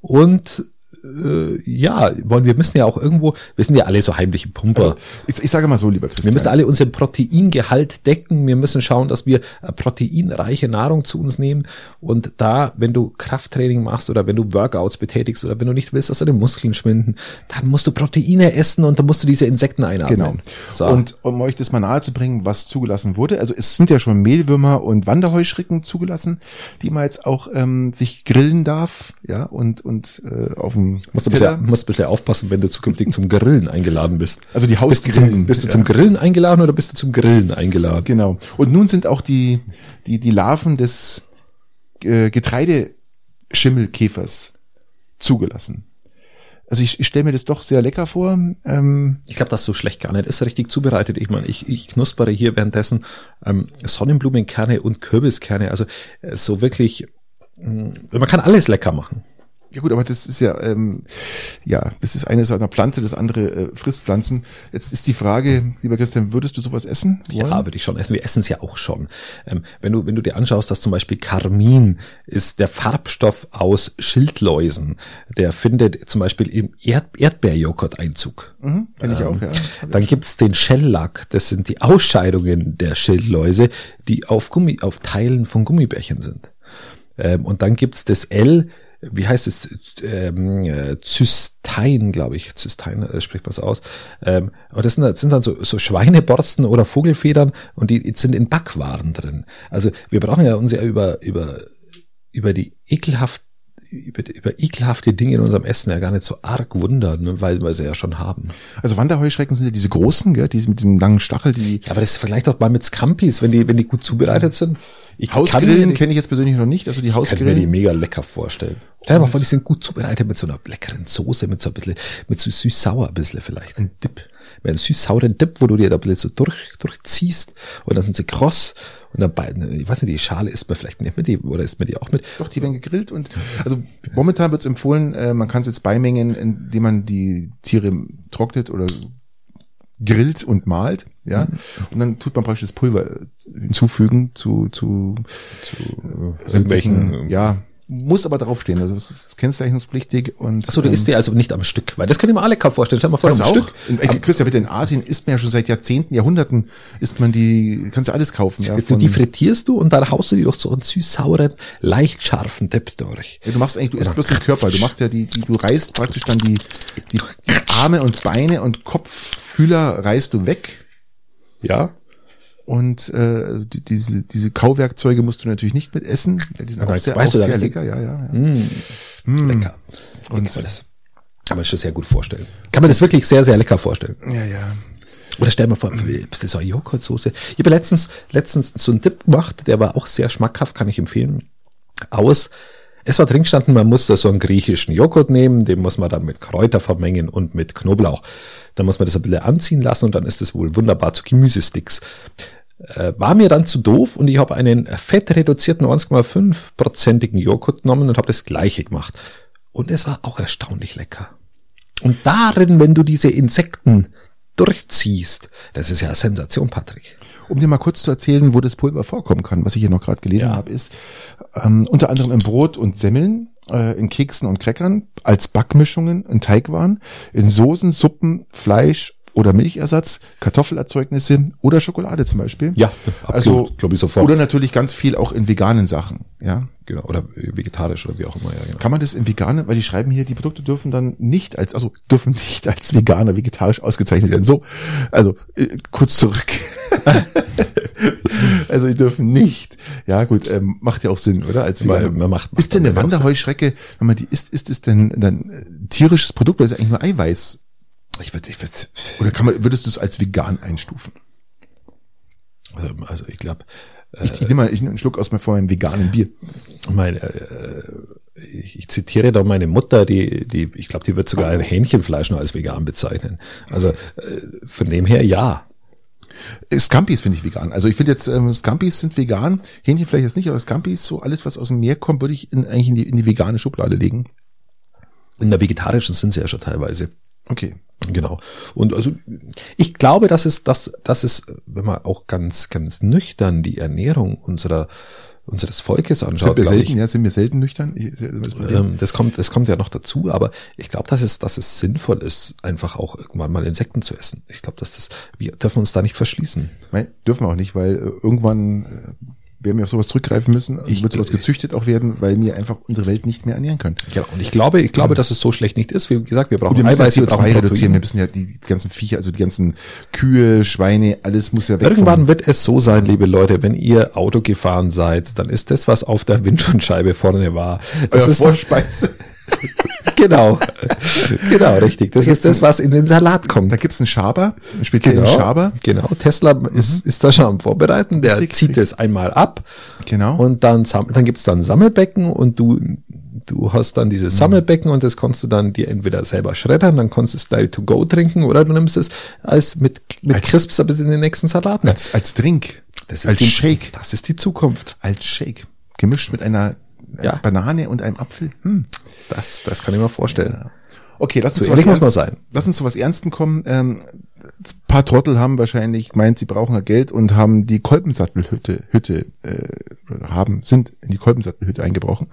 Speaker 1: Und äh, ja, wollen wir müssen ja auch irgendwo, wir sind ja alle so heimliche Pumper.
Speaker 2: Also, Ich, ich sage mal so, lieber
Speaker 1: wir
Speaker 2: Christian.
Speaker 1: müssen alle unseren Proteingehalt decken. Wir müssen schauen, dass wir äh, proteinreiche Nahrung zu uns nehmen. Und da, wenn du Krafttraining machst oder wenn du Workouts betätigst oder wenn du nicht willst, dass deine Muskeln schwinden, dann musst du Proteine essen und dann musst du diese Insekten einatmen.
Speaker 2: Genau.
Speaker 1: So.
Speaker 2: Und um euch das mal nahe zu bringen, was zugelassen wurde, also es sind ja schon Mehlwürmer und Wanderheuschrecken zugelassen, die man jetzt auch ähm, sich grillen darf, ja, und und äh, auf dem
Speaker 1: Musst du bisschen, musst ein bisschen aufpassen, wenn du zukünftig zum Grillen eingeladen bist.
Speaker 2: Also die
Speaker 1: bist du,
Speaker 2: Hausgrillen,
Speaker 1: zum, bist du
Speaker 2: ja.
Speaker 1: zum Grillen eingeladen oder bist du zum Grillen eingeladen?
Speaker 2: Genau. Und nun sind auch die, die, die Larven des äh, Getreideschimmelkäfers zugelassen. Also ich, ich stelle mir das doch sehr lecker vor. Ähm,
Speaker 1: Ich glaube, das so schlecht gar nicht. Ist richtig zubereitet. Ich meine, ich, ich knuspere hier währenddessen ähm, Sonnenblumenkerne und Kürbiskerne. Also äh, so wirklich, mh, man kann alles lecker machen.
Speaker 2: ja gut, aber das ist ja, ähm, ja, das ist eine so einer Pflanze, das andere äh, frisst Pflanzen. Jetzt ist die Frage, lieber Christian, würdest du sowas essen? wollen?
Speaker 1: Ja, würde ich schon essen. Wir essen es ja auch schon. Ähm, wenn du, wenn du dir anschaust, dass zum Beispiel Karmin ist der Farbstoff aus Schildläusen. Der findet zum Beispiel im Erd Erdbeerjoghurt Einzug.
Speaker 2: Mhm, kenn ich
Speaker 1: ähm,
Speaker 2: auch, ja.
Speaker 1: Dann gibt's den Shellack, das sind die Ausscheidungen der Schildläuse, die auf, Gummi, auf Teilen von Gummibärchen sind. Ähm, und dann gibt's das L, wie heißt es, ähm, äh, Zystein, glaube ich, Zystein äh, spricht man so aus. Ähm, und das sind, das sind dann so, so Schweineborsten oder Vogelfedern und die, die sind in Backwaren drin. Also wir brauchen ja uns ja über, über, über die ekelhaft über, über ekelhafte Dinge in unserem Essen ja gar nicht so arg wundern, ne, weil wir sie ja schon haben.
Speaker 2: Also Wanderheuschrecken sind ja diese großen, gell, diese mit dem langen Stachel, die
Speaker 1: Ja, aber das vergleicht doch mal mit Scampis, wenn die, wenn die gut zubereitet sind. Mhm. Ich
Speaker 2: Hausgrillen
Speaker 1: kann
Speaker 2: kenne ich jetzt persönlich noch nicht. Also die
Speaker 1: mir, kann mir die
Speaker 2: Hausgrillen.
Speaker 1: mega lecker vorstellen. Stell dir mal vor, die sind gut zubereitet mit so einer leckeren Soße, mit so ein bisschen, mit so süß-sauer ein bisschen vielleicht. Ein Dip. Mit einem süß-sauren Dip, wo du dir da ein bisschen so durch, durchziehst und dann sind sie kross und dann beiden, ich weiß nicht, die Schale isst man vielleicht nicht mit, die, oder isst man die auch mit.
Speaker 2: Doch, die werden gegrillt und also momentan wird es empfohlen, äh, man kann es jetzt beimengen, indem man die Tiere trocknet oder grillt und malt, ja.
Speaker 1: Mhm.
Speaker 2: Und dann tut man praktisch das Pulver äh, hinzufügen zu, zu, zu äh,
Speaker 1: irgendwelchen,
Speaker 2: irgendwelchen, ja, muss aber draufstehen. Also es ist kennzeichnungspflichtig und ähm,
Speaker 1: Achso, du isst die also nicht am Stück, weil das könnte ich mir auch lecker vorstellen. Stell dir mal vor,
Speaker 2: Pass
Speaker 1: am
Speaker 2: auf,
Speaker 1: Stück.
Speaker 2: in, äh, Christian, bitte, in Asien isst man ja schon seit Jahrzehnten, Jahrhunderten, isst man die, kannst du alles kaufen. Ja,
Speaker 1: Du,
Speaker 2: von-
Speaker 1: die frittierst du und dann haust du die durch so einen süß-sauren, leicht scharfen Dip durch.
Speaker 2: Ja, du machst eigentlich, du isst bloß den Körper. Du machst ja die, die du reißt praktisch dann die, die, die Arme und Beine und Kopffühler reißt du weg.
Speaker 1: Ja?
Speaker 2: Und äh, die, diese, diese Kauwerkzeuge musst du natürlich nicht mit essen. Ja, die sind auch
Speaker 1: Aber
Speaker 2: sehr,
Speaker 1: weißt
Speaker 2: auch
Speaker 1: du, da-
Speaker 2: sehr lecker, ja, ja. ja.
Speaker 1: Lecker. Und kann man das kann man sich das sehr gut vorstellen. Kann man das wirklich sehr, sehr lecker vorstellen.
Speaker 2: ja, ja.
Speaker 1: Oder stell dir mal vor, ein bisschen so eine Joghurtsoße. Ich habe letztens, letztens so einen Dip gemacht, der war auch sehr schmackhaft, kann ich empfehlen. Aus, es war drin gestanden, man muss da so einen griechischen Joghurt nehmen, den muss man dann mit Kräuter vermengen und mit Knoblauch. Dann muss man das ein bisschen anziehen lassen und dann ist es wohl wunderbar zu Gemüsesticks. Äh, War mir dann zu doof und ich habe einen fettreduzierten 1,5-prozentigen Joghurt genommen und habe das gleiche gemacht. Und es war auch erstaunlich lecker. Und darin, wenn du diese Insekten durchziehst, das ist ja eine Sensation, Patrick.
Speaker 2: Um dir mal kurz zu erzählen, wo das Pulver vorkommen kann, was ich hier noch gerade gelesen
Speaker 1: Ja.
Speaker 2: habe, ist ähm, unter anderem im Brot und Semmeln, äh, in Keksen und Crackern, als Backmischungen in Teigwaren, in Soßen, Suppen, Fleisch oder Milchersatz, Kartoffelerzeugnisse oder Schokolade zum Beispiel.
Speaker 1: Ja, absolut,
Speaker 2: also
Speaker 1: glaub ich sofort.
Speaker 2: Oder natürlich ganz viel auch in veganen Sachen. Ja,
Speaker 1: Genau, oder vegetarisch oder wie auch immer, ja, genau.
Speaker 2: kann man das in veganen, weil die schreiben hier, die Produkte dürfen dann nicht als, also dürfen nicht als veganer, vegetarisch ausgezeichnet werden. So, also äh, kurz zurück. also die dürfen nicht. Ja gut, ähm, macht ja auch Sinn, oder? Als
Speaker 1: Weil
Speaker 2: Veganer.
Speaker 1: man macht- macht
Speaker 2: ist denn eine
Speaker 1: dann ja auch
Speaker 2: Wanderheuschrecke, wenn man die isst, ist es denn dann äh, tierisches Produkt oder ist es eigentlich nur Eiweiß?
Speaker 1: Ich würde, ich würde,
Speaker 2: Oder kann man, würdest du es als vegan einstufen?
Speaker 1: ähm, also ich glaube,
Speaker 2: Ich,
Speaker 1: Äh.
Speaker 2: ich nehme mal ich nehme einen Schluck aus meinem vorher veganen Bier.
Speaker 1: meine, äh, ich, ich zitiere da meine Mutter, die, die, ich glaube, die wird sogar ein Hähnchenfleisch noch als vegan bezeichnen. Also äh, von dem her ja.
Speaker 2: Äh, Scampis finde ich vegan. Also ich finde jetzt, ähm, Scampis sind vegan. Hähnchen vielleicht jetzt nicht, aber Scampis, so alles, was aus dem Meer kommt, würde ich in, eigentlich in die, in die vegane Schublade legen.
Speaker 1: In der vegetarischen sind sie ja schon teilweise.
Speaker 2: Okay.
Speaker 1: Genau. Und also ich glaube, dass es, dass, dass es, wenn man auch ganz, ganz nüchtern die Ernährung unserer, unseres Volkes anschaut,
Speaker 2: Sind wir
Speaker 1: glaube ich,
Speaker 2: selten, ja, sind wir selten nüchtern. Ich, ist ja immer das Problem.
Speaker 1: Ähm, das kommt, das kommt ja noch dazu, aber ich glaube, dass es, dass es sinnvoll ist, einfach auch irgendwann mal Insekten zu essen. Ich glaube, dass das, wir dürfen uns da nicht verschließen.
Speaker 2: Nein, dürfen wir auch nicht, weil äh, irgendwann äh, werden wir auf sowas zurückgreifen müssen und
Speaker 1: Ich-
Speaker 2: wird sowas gezüchtet auch werden, weil wir einfach unsere Welt nicht mehr ernähren können.
Speaker 1: Genau. Und ich glaube, ich glaube, dass es so schlecht nicht ist. Wie gesagt, wir brauchen
Speaker 2: Mhm. Gut, wir müssen ja
Speaker 1: Eiweiß, wir brauchen
Speaker 2: CO2 reduzieren, wir
Speaker 1: Protein.
Speaker 2: müssen ja die ganzen Viecher, also die ganzen Kühe, Schweine, alles muss ja weg.
Speaker 1: Irgendwann wird es so sein, liebe Leute, wenn ihr Auto gefahren seid, dann ist das, was auf der Windschutzscheibe vorne war. Das
Speaker 2: euer
Speaker 1: ist das,
Speaker 2: Vorspeise.
Speaker 1: genau. genau, richtig. Das ist das, was in den Salat kommt.
Speaker 2: Da gibt's einen Schaber, einen speziellen Schaber. Mhm.
Speaker 1: Genau, Tesla ist, ist da schon am Vorbereiten, der
Speaker 2: Richtig,
Speaker 1: zieht
Speaker 2: richtig.
Speaker 1: es einmal ab.
Speaker 2: Genau.
Speaker 1: Und dann, sam- dann gibt's dann Sammelbecken und du, du hast dann
Speaker 2: Mhm.
Speaker 1: dieses Sammelbecken und das kannst du dann dir entweder selber schreddern, dann kannst du es gleich to go trinken oder du nimmst es als mit, mit
Speaker 2: Als-
Speaker 1: Crisps aber in den nächsten Salat. mit.
Speaker 2: Als, als Drink. als
Speaker 1: die,
Speaker 2: Shake.
Speaker 1: Das ist die Zukunft.
Speaker 2: Als Shake. Gemischt mit einer äh,
Speaker 1: Ja.
Speaker 2: Banane und einem Apfel. Hm.
Speaker 1: Das, das kann ich mir vorstellen.
Speaker 2: Okay, lass uns
Speaker 1: So ehrlich muss man
Speaker 2: Ernst-
Speaker 1: sein.
Speaker 2: Lass uns zu was Ernsten kommen. Ähm, ein paar Trottel haben wahrscheinlich gemeint, sie brauchen ja Geld und haben die Kolbensattelhütte Hütte äh, oder haben sind in die Kolbensattelhütte eingebrochen.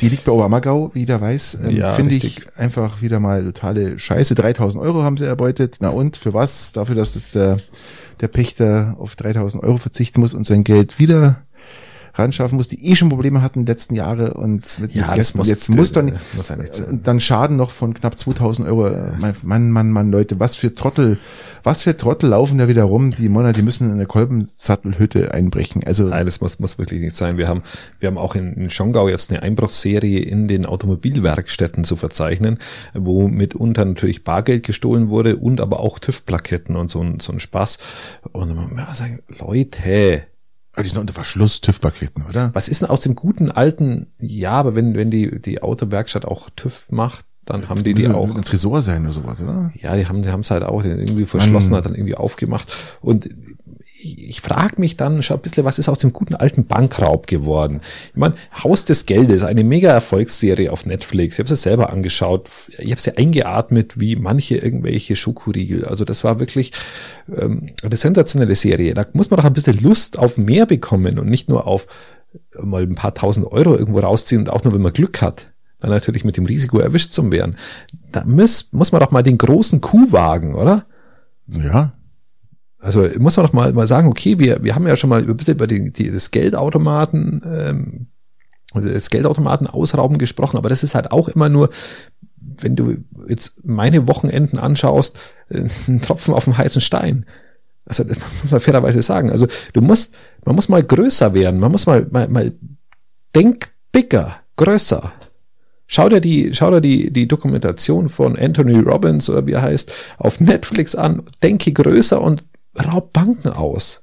Speaker 2: Die liegt bei Obermagau, wie jeder weiß. Ähm,
Speaker 1: Ja,
Speaker 2: Finde ich
Speaker 1: richtig.
Speaker 2: einfach wieder mal totale Scheiße. 3000 Euro haben sie erbeutet. Na und für was? Dafür, dass jetzt der der Pächter auf 3000 Euro verzichten muss und sein Geld wieder ran schaffen muss, die eh schon Probleme hatten in den letzten Jahren und mit
Speaker 1: Ja,
Speaker 2: mit
Speaker 1: das
Speaker 2: Gästen.
Speaker 1: muss-
Speaker 2: jetzt muss dann,
Speaker 1: muss ja nicht sein.
Speaker 2: und dann Schaden noch von knapp 2000 Euro. Mein- Mann, Mann, Mann, Leute, was für Trottel, was für Trottel laufen da wieder rum. Die Monner, die müssen in eine Kolbensattelhütte einbrechen. Also,
Speaker 1: Nein, das muss, muss wirklich nicht sein. Wir haben, wir haben auch in, in Schongau jetzt eine Einbruchsserie in den Automobilwerkstätten zu verzeichnen, wo mitunter natürlich Bargeld gestohlen wurde und aber auch TÜV-Plaketten und so ein, so ein Spaß. Und man muss sagen, Leute,
Speaker 2: aber die sind unter Verschluss, TÜV-Paketen, oder?
Speaker 1: was ist denn aus dem guten alten, ja, aber wenn, wenn die, die Autowerkstatt auch TÜV macht, dann haben die die auch.
Speaker 2: ein Tresor sein oder sowas, oder?
Speaker 1: Ja, die haben die haben's halt auch irgendwie verschlossen, hat dann irgendwie aufgemacht. Und ich, ich frage mich dann schon ein bisschen, was ist aus dem guten alten Bankraub geworden? Ich meine, Haus des Geldes, eine Mega-Erfolgsserie auf Netflix. Ich habe es selber angeschaut. Ich habe sie eingeatmet wie manche irgendwelche Schokoriegel. Also das war wirklich ähm, eine sensationelle Serie. Da muss man doch ein bisschen Lust auf mehr bekommen und nicht nur auf mal ein paar tausend Euro irgendwo rausziehen und auch nur, wenn man Glück hat, dann natürlich mit dem Risiko erwischt zu werden. Da muss, muss man doch mal den großen Kuh wagen, oder?
Speaker 2: Ja.
Speaker 1: Also muss man doch mal, mal sagen, okay, wir, wir haben ja schon mal ein bisschen über die, die, das Geldautomaten, ähm, also das Geldautomaten ausrauben gesprochen, aber das ist halt auch immer nur, wenn du jetzt meine Wochenenden anschaust, äh, ein Tropfen auf dem heißen Stein. Also das muss man fairerweise sagen. Also du musst, man muss mal größer werden, man muss mal, mal, mal denk bigger, größer. Schau dir die, schau dir die, die Dokumentation von Anthony Robbins oder wie er heißt auf Netflix an. Denke größer und raub Banken aus.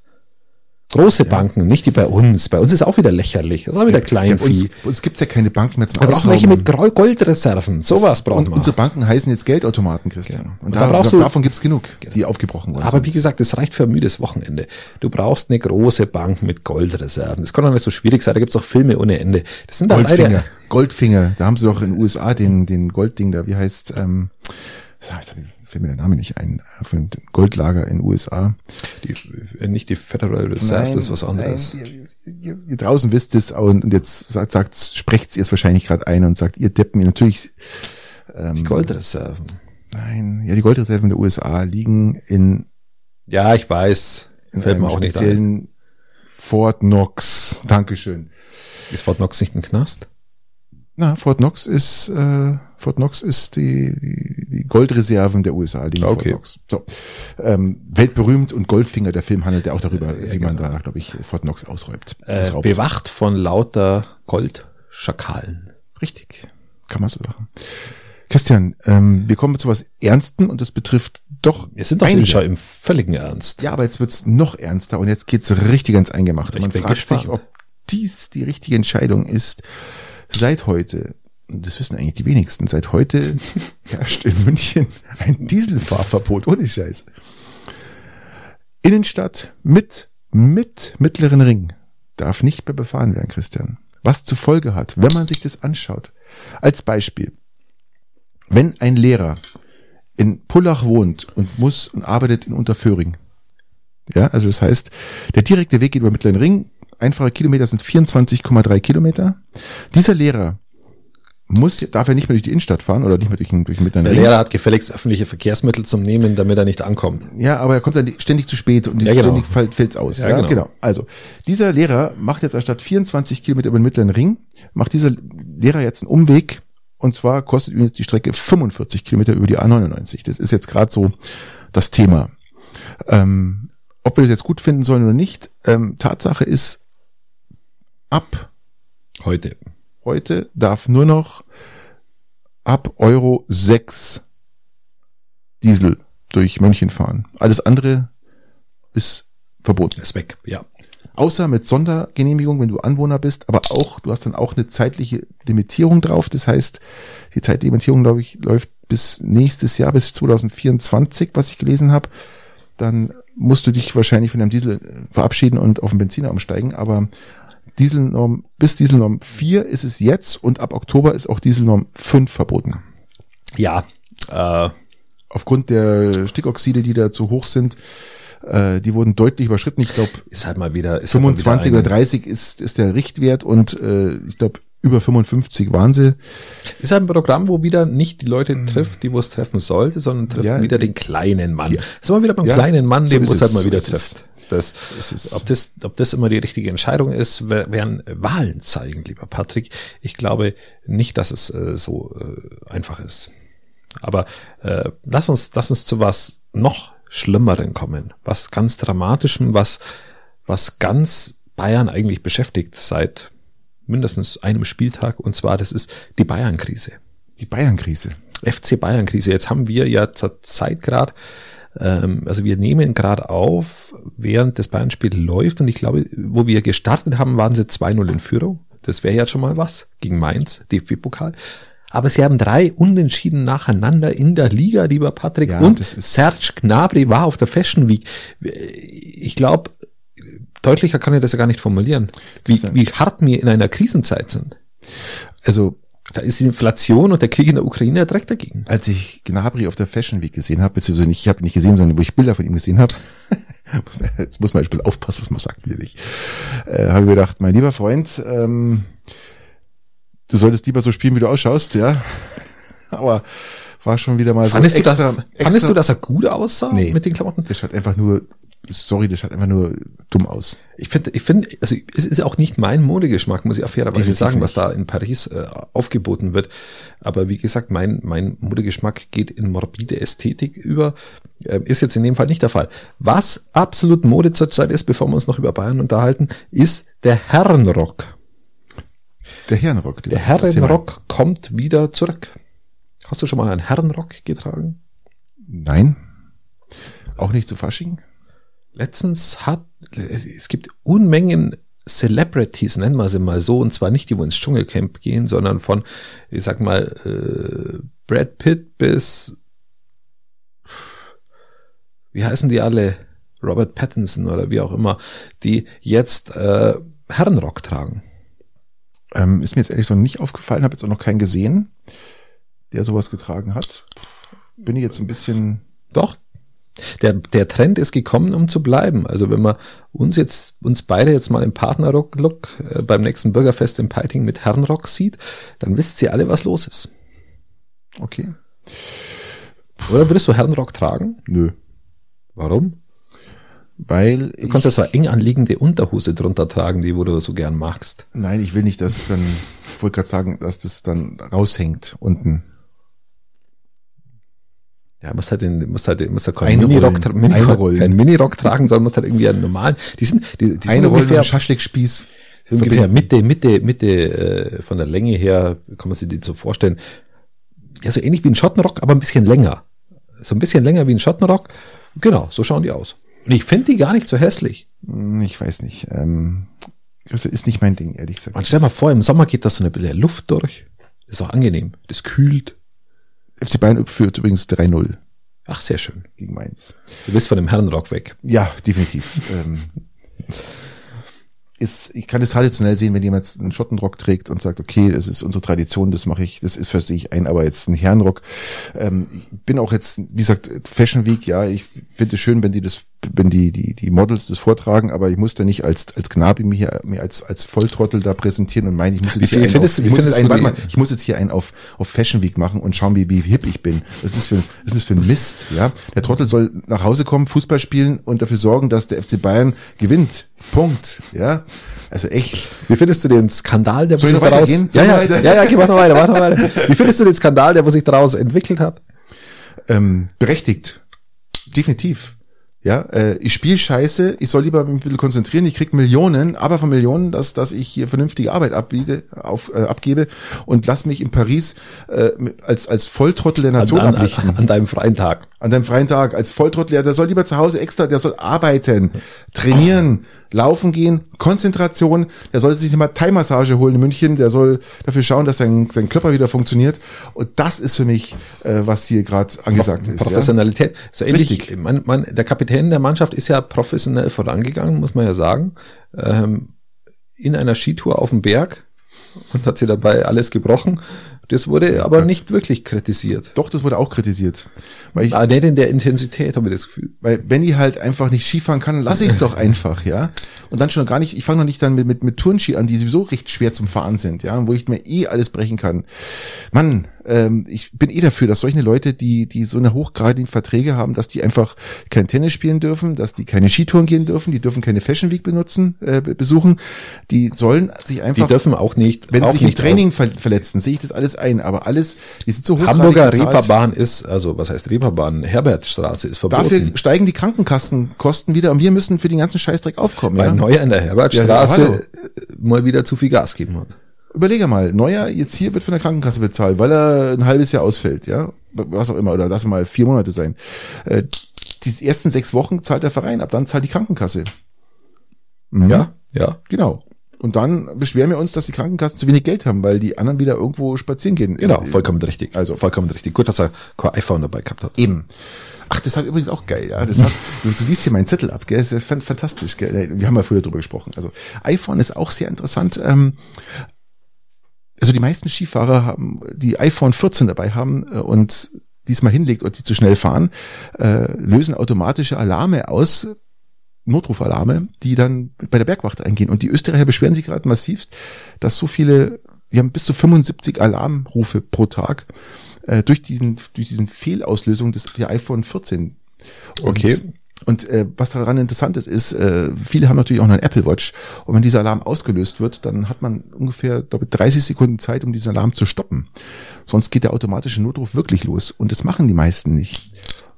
Speaker 1: Große Banken, nicht die bei uns. Bei uns ist auch wieder lächerlich. Das ist auch wieder
Speaker 2: ja uns
Speaker 1: Kleinvieh.
Speaker 2: uns gibt's ja keine Banken mehr zum
Speaker 1: Wir brauchen welche mit Grau- Goldreserven. Sowas brauchen
Speaker 2: Und
Speaker 1: wir.
Speaker 2: unsere Banken heißen jetzt Geldautomaten, Christian.
Speaker 1: Genau.
Speaker 2: Und,
Speaker 1: da
Speaker 2: da,
Speaker 1: brauchst du- Genau.
Speaker 2: davon gibt's genug, die aufgebrochen worden
Speaker 1: Aber
Speaker 2: sind.
Speaker 1: wie gesagt, es reicht für ein müdes Wochenende. Du brauchst eine große Bank mit Goldreserven. Das kann doch nicht so schwierig sein. Da gibt's doch Filme ohne Ende. Das sind doch
Speaker 2: Goldfinger,
Speaker 1: leider
Speaker 2: Goldfinger, da haben sie doch in den USA den, den Goldding da, wie heißt, ähm, was heißt, das? fällt mir der Name nicht ein, von dem Goldlager in den USA.
Speaker 1: die, äh, nicht die Federal Reserve, das ist was anderes.
Speaker 2: Nein, ihr, ihr, ihr draußen wisst es und, und jetzt sagt, sagt, sprecht ihr es wahrscheinlich gerade ein und sagt, ihr Deppen, ihr natürlich,
Speaker 1: Die Goldreserven.
Speaker 2: nein, ja, die Goldreserven der USA liegen in,
Speaker 1: Ja, ich weiß.
Speaker 2: in
Speaker 1: Fällt
Speaker 2: einem
Speaker 1: mir auch nicht ein.
Speaker 2: speziellen Fort Knox. Dankeschön.
Speaker 1: Ist Fort Knox nicht ein Knast?
Speaker 2: Na, Fort Knox ist äh, Fort Knox ist die, die, die Goldreserven der USA, die
Speaker 1: Okay.
Speaker 2: Fort Knox. So. Ähm, weltberühmt und Goldfinger, der Film handelt ja auch darüber, wie man da, glaube ich, Fort Knox ausräubt.
Speaker 1: genau. Äh,
Speaker 2: ausraubt.
Speaker 1: bewacht von lauter Goldschakalen.
Speaker 2: Richtig. Kann man so sagen. Christian, ähm, wir kommen zu was Ernstem und das betrifft doch
Speaker 1: Wir sind doch
Speaker 2: einige.
Speaker 1: eben schon im völligen Ernst.
Speaker 2: Ja, aber jetzt wird's noch ernster und jetzt geht's richtig ans Eingemachte.
Speaker 1: Ich
Speaker 2: Man
Speaker 1: bin
Speaker 2: fragt sich,
Speaker 1: gespannt.
Speaker 2: ob dies die richtige Entscheidung ist. Seit heute, und das wissen eigentlich die wenigsten, seit heute herrscht in München ein Dieselfahrverbot, ohne Scheiß. Innenstadt mit, mit mittleren Ring darf nicht mehr befahren werden, Christian. Was zur Folge hat, wenn man sich das anschaut. Als Beispiel, wenn ein Lehrer in Pullach wohnt und muss und arbeitet in Unterföhring, ja, also das heißt, der direkte Weg geht über Mittleren Ring. Einfache Kilometer sind 24,3 Kilometer. Dieser Lehrer muss, darf er nicht mehr durch die Innenstadt fahren oder nicht mehr durch den, durch den Mittleren
Speaker 1: Der
Speaker 2: Ring.
Speaker 1: Lehrer hat gefälligst öffentliche Verkehrsmittel zum Nehmen, damit er nicht ankommt.
Speaker 2: Ja, aber er kommt dann ständig zu spät und
Speaker 1: Ja, genau.
Speaker 2: ständig fällt, fällt's aus.
Speaker 1: Ja,
Speaker 2: Ja,
Speaker 1: genau.
Speaker 2: genau. Also, dieser Lehrer macht jetzt anstatt 24 Kilometer über den mittleren Ring, macht dieser Lehrer jetzt einen Umweg und zwar kostet ihm jetzt die Strecke 45 Kilometer über die A99. Das ist jetzt gerade so das Thema. Ähm, ob wir das jetzt gut finden sollen oder nicht, ähm, Tatsache ist, ab
Speaker 1: Heute.
Speaker 2: heute darf nur noch ab Euro 6 Diesel durch München fahren. Alles andere ist verboten.
Speaker 1: Ist weg, ja.
Speaker 2: Außer mit Sondergenehmigung, wenn du Anwohner bist, aber auch, du hast dann auch eine zeitliche Limitierung drauf. Das heißt, die Zeitlimitierung, glaube ich, läuft bis nächstes Jahr, bis 2024, was ich gelesen habe. Dann musst du dich wahrscheinlich von deinem Diesel äh, verabschieden und auf den Benziner umsteigen. Aber Dieselnorm, bis Dieselnorm 4 ist es jetzt und ab Oktober ist auch Dieselnorm 5 verboten.
Speaker 1: Ja. Äh,
Speaker 2: Aufgrund der Stickoxide, die da zu hoch sind, äh, die wurden deutlich überschritten. Ich glaube,
Speaker 1: ist halt mal wieder. Ist
Speaker 2: 25
Speaker 1: halt mal
Speaker 2: oder
Speaker 1: wieder
Speaker 2: 30 ist, ist der Richtwert und äh, ich glaube über 55 waren sie.
Speaker 1: ein, Ist halt ein Programm, wo wieder nicht die Leute trifft, die wo es treffen sollte, sondern trifft
Speaker 2: Mm. Ja,
Speaker 1: wieder
Speaker 2: die-
Speaker 1: den kleinen Mann. Ist mal wieder beim
Speaker 2: Ja,
Speaker 1: kleinen Mann,
Speaker 2: so
Speaker 1: den
Speaker 2: ist
Speaker 1: wo es halt
Speaker 2: es,
Speaker 1: mal
Speaker 2: so
Speaker 1: wieder
Speaker 2: ist es.
Speaker 1: trifft. Das, ob, das, ob das immer die richtige Entscheidung ist, wer- werden Wahlen zeigen, lieber Patrick. Ich glaube nicht, dass es äh, so äh, einfach ist. Aber äh, lass, uns, lass uns zu was noch Schlimmeren kommen. Was ganz Dramatischem, was, was ganz Bayern eigentlich beschäftigt seit mindestens einem Spieltag. Und zwar, das ist die Bayern-Krise.
Speaker 2: Die Bayern-Krise.
Speaker 1: FC Bayern Krise. Jetzt haben wir ja zur Zeit gerade, ähm, also wir nehmen gerade auf, während das Bayern Spiel läuft und ich glaube, wo wir gestartet haben, waren sie 2-0 in Führung. Das wäre ja schon mal was gegen Mainz, DFB-Pokal. Aber sie haben drei Unentschieden nacheinander in der Liga, lieber Patrick.
Speaker 2: Ja,
Speaker 1: und
Speaker 2: das ist-
Speaker 1: Serge Gnabry war auf der Fashion Week. Ich glaube, deutlicher kann ich das ja gar nicht formulieren, wie,
Speaker 2: Christian.
Speaker 1: wie hart wir in einer Krisenzeit sind.
Speaker 2: Also
Speaker 1: Da ist die Inflation und der Krieg in der Ukraine direkt dagegen.
Speaker 2: als ich Gnabry auf der Fashion Week gesehen habe, beziehungsweise nicht, ich habe ihn nicht gesehen, sondern wo ich Bilder von ihm gesehen habe, muss man, jetzt muss man ein bisschen aufpassen, was man sagt, hier nicht, äh, habe ich mir gedacht, mein lieber Freund, ähm, du solltest lieber so spielen, wie du ausschaust, ja. Aber war schon wieder mal so
Speaker 1: Fandest,
Speaker 2: extra,
Speaker 1: du, das,
Speaker 2: extra,
Speaker 1: fandest du, dass er gut aussah
Speaker 2: Nee.
Speaker 1: mit den Klamotten?
Speaker 2: Der schaut einfach nur, sorry, der schaut einfach nur dumm aus.
Speaker 1: Ich finde, ich finde, also es ist auch nicht mein Modegeschmack, muss ich auch fairerweise
Speaker 2: Definitiv
Speaker 1: sagen, was
Speaker 2: nicht.
Speaker 1: da in Paris äh, aufgeboten wird. Aber wie gesagt, mein, mein Modegeschmack geht in morbide Ästhetik über. Äh, ist jetzt in dem Fall nicht der Fall. Was absolut Mode zurzeit ist, bevor wir uns noch über Bayern unterhalten, ist der Herrenrock.
Speaker 2: Der Herrenrock. lieber
Speaker 1: Der
Speaker 2: Christian, erzähl mal.
Speaker 1: Herrenrock kommt wieder zurück. Hast du schon mal einen Herrenrock getragen?
Speaker 2: Nein. Auch nicht zu Fasching?
Speaker 1: Letztens hat, es gibt Unmengen Celebrities, nennen wir sie mal so, und zwar nicht die, die ins Dschungelcamp gehen, sondern von, ich sag mal, äh, Brad Pitt bis, wie heißen die alle? Robert Pattinson oder wie auch immer, die jetzt äh, Herrenrock tragen.
Speaker 2: Ähm, ist mir jetzt ehrlich so nicht aufgefallen, habe jetzt auch noch keinen gesehen, der sowas getragen hat. Bin ich jetzt ein bisschen.
Speaker 1: Doch. Der, der Trend ist gekommen, um zu bleiben. Also wenn wir uns jetzt, uns beide jetzt mal im Partnerrock-Look äh, beim nächsten Bürgerfest in Peiting mit Herrenrock sieht, dann wisst ihr alle, was los ist.
Speaker 2: Okay.
Speaker 1: Oder würdest du Herrenrock tragen?
Speaker 2: Nö.
Speaker 1: Warum?
Speaker 2: Weil.
Speaker 1: Du
Speaker 2: ich-
Speaker 1: kannst ja so eine eng anliegende Unterhose drunter tragen, die wo du so gern magst.
Speaker 2: nein, ich will nicht, dass dann. Ich wollte gerade sagen, dass das dann raushängt unten.
Speaker 1: Ja, musst halt den, musst halt, musst halt keinen
Speaker 2: Einrollen.
Speaker 1: Minirock, tra- Minirock,
Speaker 2: Einrollen.
Speaker 1: keinen Minirock tragen, sondern musst halt irgendwie einen normalen, die sind, die, die sind
Speaker 2: Eine Rolle
Speaker 1: ungefähr,
Speaker 2: im Schaschlikspieß.
Speaker 1: ungefähr Mitte, Mitte, Mitte, äh, von der Länge her, kann man sich die so vorstellen. Ja, so ähnlich wie ein Schottenrock, aber ein bisschen länger. So ein bisschen länger wie ein Schottenrock. Genau, so schauen die aus. Und ich finde die gar nicht so hässlich.
Speaker 2: Hm, Ich weiß nicht. Ähm, das ist nicht mein Ding, ehrlich gesagt.
Speaker 1: Man stell mal vor, im Sommer geht das so eine bisschen Luft durch. Ist auch angenehm. Das kühlt.
Speaker 2: FC Bayern führt übrigens 3-0
Speaker 1: Ach, sehr schön.
Speaker 2: gegen Mainz.
Speaker 1: Du bist von dem Herrenrock weg.
Speaker 2: Ja, definitiv. ähm, ist, ich kann es traditionell sehen, wenn jemand einen Schottenrock trägt und sagt, okay, das ist unsere Tradition, das mache ich, das ist verstehe ich ein, aber jetzt ein Herrenrock. Ähm, ich bin auch jetzt, wie gesagt, Fashion Week, ja, ich finde es schön, wenn die das, wenn die, die, die Models das vortragen, aber ich muss da nicht als, als Knabe mir, hier- mir als, als Volltrottel da präsentieren und meinen, ich muss jetzt
Speaker 1: viel
Speaker 2: hier einen
Speaker 1: findest du-
Speaker 2: auf, ich
Speaker 1: wie
Speaker 2: muss jetzt
Speaker 1: findest
Speaker 2: einen,
Speaker 1: du
Speaker 2: warte
Speaker 1: die-
Speaker 2: mal, ich muss jetzt hier einen auf, auf Fashion Week machen und schauen, wie, wie hip ich bin. Was ist das für, ein- was ist das für ein Mist? Ja? Der Trottel soll nach Hause kommen, Fußball spielen und dafür sorgen, dass der FC Bayern gewinnt. Punkt. Ja? Also echt.
Speaker 1: Wie findest du den Skandal, der
Speaker 2: Soll
Speaker 1: sich
Speaker 2: ich noch
Speaker 1: daraus,
Speaker 2: weitergehen?
Speaker 1: ja,
Speaker 2: Soll ich
Speaker 1: ja,
Speaker 2: noch weiter-
Speaker 1: ja, ja, geh, mach noch weiter, mach noch weiter. Wie findest du den Skandal, der wo sich daraus entwickelt hat?
Speaker 2: ähm, berechtigt. Definitiv. Ja, äh, ich spiele scheiße, ich soll lieber ein bisschen konzentrieren, ich krieg Millionen, aber von Millionen, dass, dass ich hier vernünftige Arbeit abbiete, auf, äh, abgebe und lass mich in Paris äh, mit- als, als Volltrottel der
Speaker 1: An,
Speaker 2: Nation
Speaker 1: an,
Speaker 2: ablichten.
Speaker 1: an deinem freien Tag.
Speaker 2: An deinem freien Tag als Volltrottel, ja, der soll lieber zu Hause extra, der soll arbeiten, trainieren, laufen gehen, Konzentration, der soll sich mal Thai-Massage holen in München, der soll dafür schauen, dass sein, sein Körper wieder funktioniert. Und das ist für mich, äh, was hier gerade angesagt ist. Ja?
Speaker 1: Professionalität. So ähnlich,
Speaker 2: Richtig.
Speaker 1: Man, man, der Kapitän der Mannschaft ist ja professionell vorangegangen, muss man ja sagen. Ähm, in einer Skitour auf dem Berg und hat sie dabei alles gebrochen. Das
Speaker 2: Oh
Speaker 1: wurde aber nicht wirklich kritisiert.
Speaker 2: Doch, das wurde auch kritisiert. Weil, ich,
Speaker 1: Ah, nicht in der Intensität, habe ich das Gefühl.
Speaker 2: weil wenn die halt einfach nicht Skifahren kann, dann lass ich es doch einfach, ja. Und dann schon gar nicht, ich fange noch nicht dann mit, mit, mit Turnski an, die sowieso recht schwer zum Fahren sind, ja, und wo ich mir eh alles brechen kann. Mann, ähm, ich bin eh dafür, dass solche Leute, die, die so eine hochgradigen Verträge haben, dass die einfach kein Tennis spielen dürfen, dass die keine Skitouren gehen dürfen, die dürfen keine Fashion Week benutzen, äh, be- besuchen, die sollen sich einfach,
Speaker 1: Die dürfen auch nicht.
Speaker 2: wenn
Speaker 1: auch
Speaker 2: sie sich im
Speaker 1: nicht
Speaker 2: Training ver verletzen, sehe ich das alles ein, aber alles, die sind so hochgradig
Speaker 1: Hamburger
Speaker 2: bezahlt.
Speaker 1: Reeperbahn ist, also was heißt Reeperbahn? Herbertstraße ist verboten.
Speaker 2: Dafür steigen die Krankenkassenkosten wieder und wir müssen für den ganzen Scheißdreck aufkommen.
Speaker 1: Weil
Speaker 2: ja?
Speaker 1: Neuer in der
Speaker 2: Ja, ja, hallo.
Speaker 1: Herbertstraße äh, mal wieder zu viel Gas gegeben hat.
Speaker 2: Überlege mal, Neuer jetzt hier wird von der Krankenkasse bezahlt, weil er ein halbes Jahr ausfällt, ja, was auch immer, oder lass mal vier Monate sein. Äh, die ersten sechs Wochen zahlt der Verein, ab dann zahlt die Krankenkasse. Mhm.
Speaker 1: Ja, ja.
Speaker 2: genau. Und dann beschweren wir uns, dass die Krankenkassen zu wenig Geld haben, weil die anderen wieder irgendwo spazieren gehen.
Speaker 1: Genau,
Speaker 2: Äh,
Speaker 1: vollkommen richtig.
Speaker 2: Also-
Speaker 1: vollkommen richtig. Gut, dass er kein iPhone dabei gehabt hat.
Speaker 2: Eben. Ach, das habe ich übrigens auch geil, ja. Das hat, du, du liest hier meinen Zettel ab, gell? Das ist ja fan- fantastisch, gell? Wir haben ja früher drüber gesprochen. Also iPhone ist auch sehr interessant. Ähm, also die meisten Skifahrer haben, die iPhone 14 dabei haben äh, und diesmal hinlegt und die zu schnell fahren, äh, lösen automatische Alarme aus, Notrufalarme, die dann bei der Bergwacht eingehen. Und die Österreicher beschweren sich gerade massivst, dass so viele, die haben bis zu 75 Alarmrufe pro Tag äh, durch diesen durch diesen Fehlauslösung des der iPhone 14. Und,
Speaker 1: Okay.
Speaker 2: Und äh, was daran interessant ist, ist, äh, viele haben natürlich auch noch einen Apple Watch. Und wenn dieser Alarm ausgelöst wird, dann hat man ungefähr glaube ich, 30 Sekunden Zeit, um diesen Alarm zu stoppen. Sonst geht der automatische Notruf wirklich los. Und das machen die meisten nicht.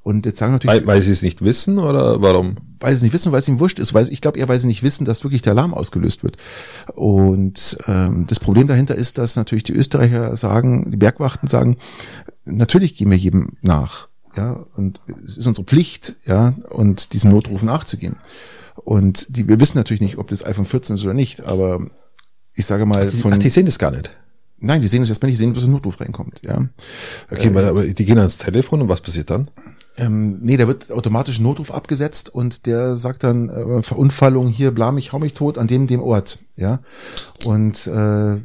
Speaker 2: Und jetzt sagen natürlich
Speaker 1: Weil, weil sie es nicht wissen oder warum?
Speaker 2: weil sie es nicht wissen, weil es ihnen wurscht ist. Weil, ich glaube eher, weil sie nicht wissen, dass wirklich der Alarm ausgelöst wird. Und ähm, das Problem dahinter ist, dass natürlich die Österreicher sagen, die Bergwachten sagen, natürlich gehen wir jedem nach. Ja, und es ist unsere Pflicht, ja, und diesen Notruf nachzugehen. Und die, wir wissen natürlich nicht, ob das iPhone 14 ist oder nicht, aber ich sage mal, von,
Speaker 1: sehen das gar nicht.
Speaker 2: nein, die sehen es erstmal nicht, die sehen, dass ein Notruf reinkommt, ja.
Speaker 1: Okay,
Speaker 2: Äh,
Speaker 1: weil- aber die gehen ans Telefon und was passiert dann?
Speaker 2: Ähm, nee, da wird automatisch ein Notruf abgesetzt und der sagt dann äh, Verunfallung hier, bla mich, hau mich tot an dem, dem Ort. Ja. Und äh,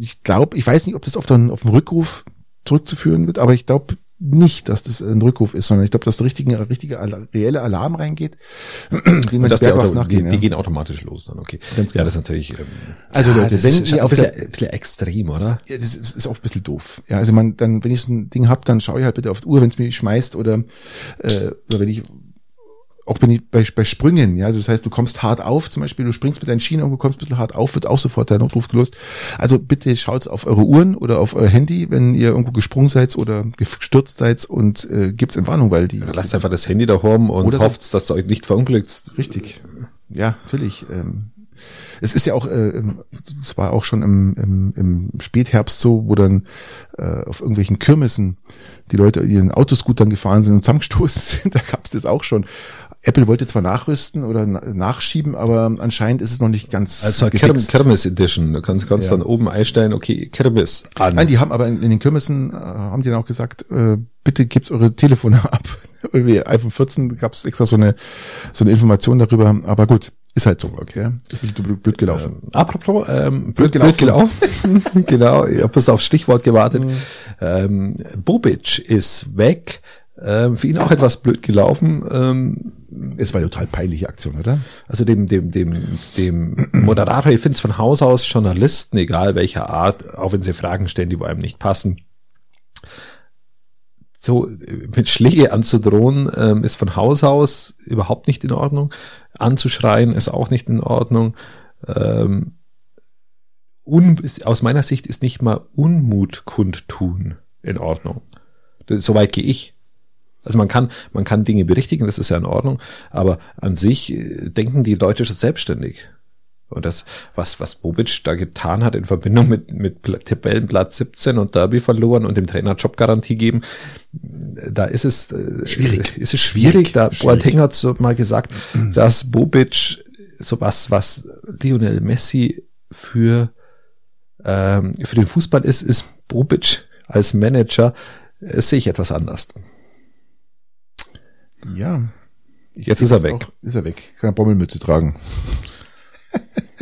Speaker 2: ich glaube, ich weiß nicht, ob das auf den, auf den Rückruf zurückzuführen wird, aber ich glaube nicht, dass das ein Rückruf ist, sondern ich glaube, dass der richtige, richtige Ala- reelle Alarm reingeht, den man
Speaker 1: dass
Speaker 2: die
Speaker 1: die,
Speaker 2: Bergwacht
Speaker 1: Auto,
Speaker 2: nachgehen,
Speaker 1: die,
Speaker 2: ja.
Speaker 1: die gehen automatisch los dann, okay.
Speaker 2: Ganz genau.
Speaker 1: Ja, das ist natürlich. Ähm,
Speaker 2: Also Leute,
Speaker 1: das
Speaker 2: wenn
Speaker 1: ist schon
Speaker 2: ihr
Speaker 1: ein
Speaker 2: auf
Speaker 1: bisschen,
Speaker 2: der-
Speaker 1: ein bisschen extrem, oder?
Speaker 2: ja, das ist, ist auch ein bisschen doof. Ja, also man, dann, wenn ich so ein Ding hab, dann schaue ich halt bitte auf die Uhr, wenn es mich schmeißt oder, äh, oder wenn ich auch wenn ich bei, bei Sprüngen, ja, also das heißt, du kommst hart auf, zum Beispiel, du springst mit deinen Schienen irgendwo, kommst ein bisschen hart auf, wird auch sofort der Notruf gelöst. Also bitte schaut auf eure Uhren oder auf euer Handy, wenn ihr irgendwo gesprungen seid oder gestürzt seid und äh, gibt's in Warnung, weil die
Speaker 1: Lasst einfach das Handy daheim und
Speaker 2: Oder so.
Speaker 1: hofft, dass ihr euch nicht verunglückt.
Speaker 2: Richtig. Ja, natürlich. Ähm, es ist ja auch, äh, im- es war auch schon im, im, im Spätherbst so, wo dann äh, auf irgendwelchen Kirmessen die Leute ihren Autoscootern gefahren sind und zusammengestoßen sind. Da gab's das auch schon. Apple wollte zwar nachrüsten oder na nachschieben, aber anscheinend ist es noch nicht ganz
Speaker 1: Also Kirm,
Speaker 2: gefixt.
Speaker 1: Kirmes Edition. Du kannst, kannst
Speaker 2: Ja.
Speaker 1: dann oben einstellen, okay, Kirmes an.
Speaker 2: Nein, die haben aber in, in den Kirmessen, äh, haben die dann auch gesagt, äh, bitte gebt eure Telefone ab. Irgendwie iPhone 14 gab's extra so eine, so eine Information darüber, aber gut, ist halt so, okay. Ist ein bisschen blöd- blöd gelaufen.
Speaker 1: Äh, Apropos, ähm, blöd, blöd gelaufen. Mhm. genau, ich habe bis aufs Stichwort gewartet. Ähm, Bobic ist weg. Ähm, für ihn auch etwas blöd gelaufen. Ähm,
Speaker 2: Es war eine total peinliche Aktion, oder?
Speaker 1: also dem, dem, dem, dem Moderator, ich finde es von Haus aus Journalisten, egal welcher Art, auch wenn sie Fragen stellen, die einem nicht passen, so äh, mit Schläge anzudrohen, ähm, ist von Haus aus überhaupt nicht in Ordnung. Anzuschreien ist auch nicht in Ordnung. Ähm, un, ist, aus meiner Sicht ist nicht mal Unmut kundtun in Ordnung. Das, so weit gehe ich. Also man kann, man kann Dinge berichtigen, das ist ja in Ordnung, aber an sich äh, denken die Leute schon selbstständig. Und das, was, was Bobic da getan hat in Verbindung mit, mit Pla- Tabellenplatz 17 und Derby verloren und dem Trainer Jobgarantie geben, da ist es äh,
Speaker 2: Schwierig.
Speaker 1: Ist es schwierig. Da
Speaker 2: Schwierig. Mhm.
Speaker 1: Boateng hat so mal gesagt, dass Bobic sowas, was Lionel Messi für ähm, für den Fußball ist, ist Bobic als Manager, äh, sehe ich etwas anders.
Speaker 2: Ja. Ich
Speaker 1: Jetzt
Speaker 2: sehe
Speaker 1: ist er
Speaker 2: das
Speaker 1: weg.
Speaker 2: Auch, ist er weg. Kann eine Bommelmütze tragen.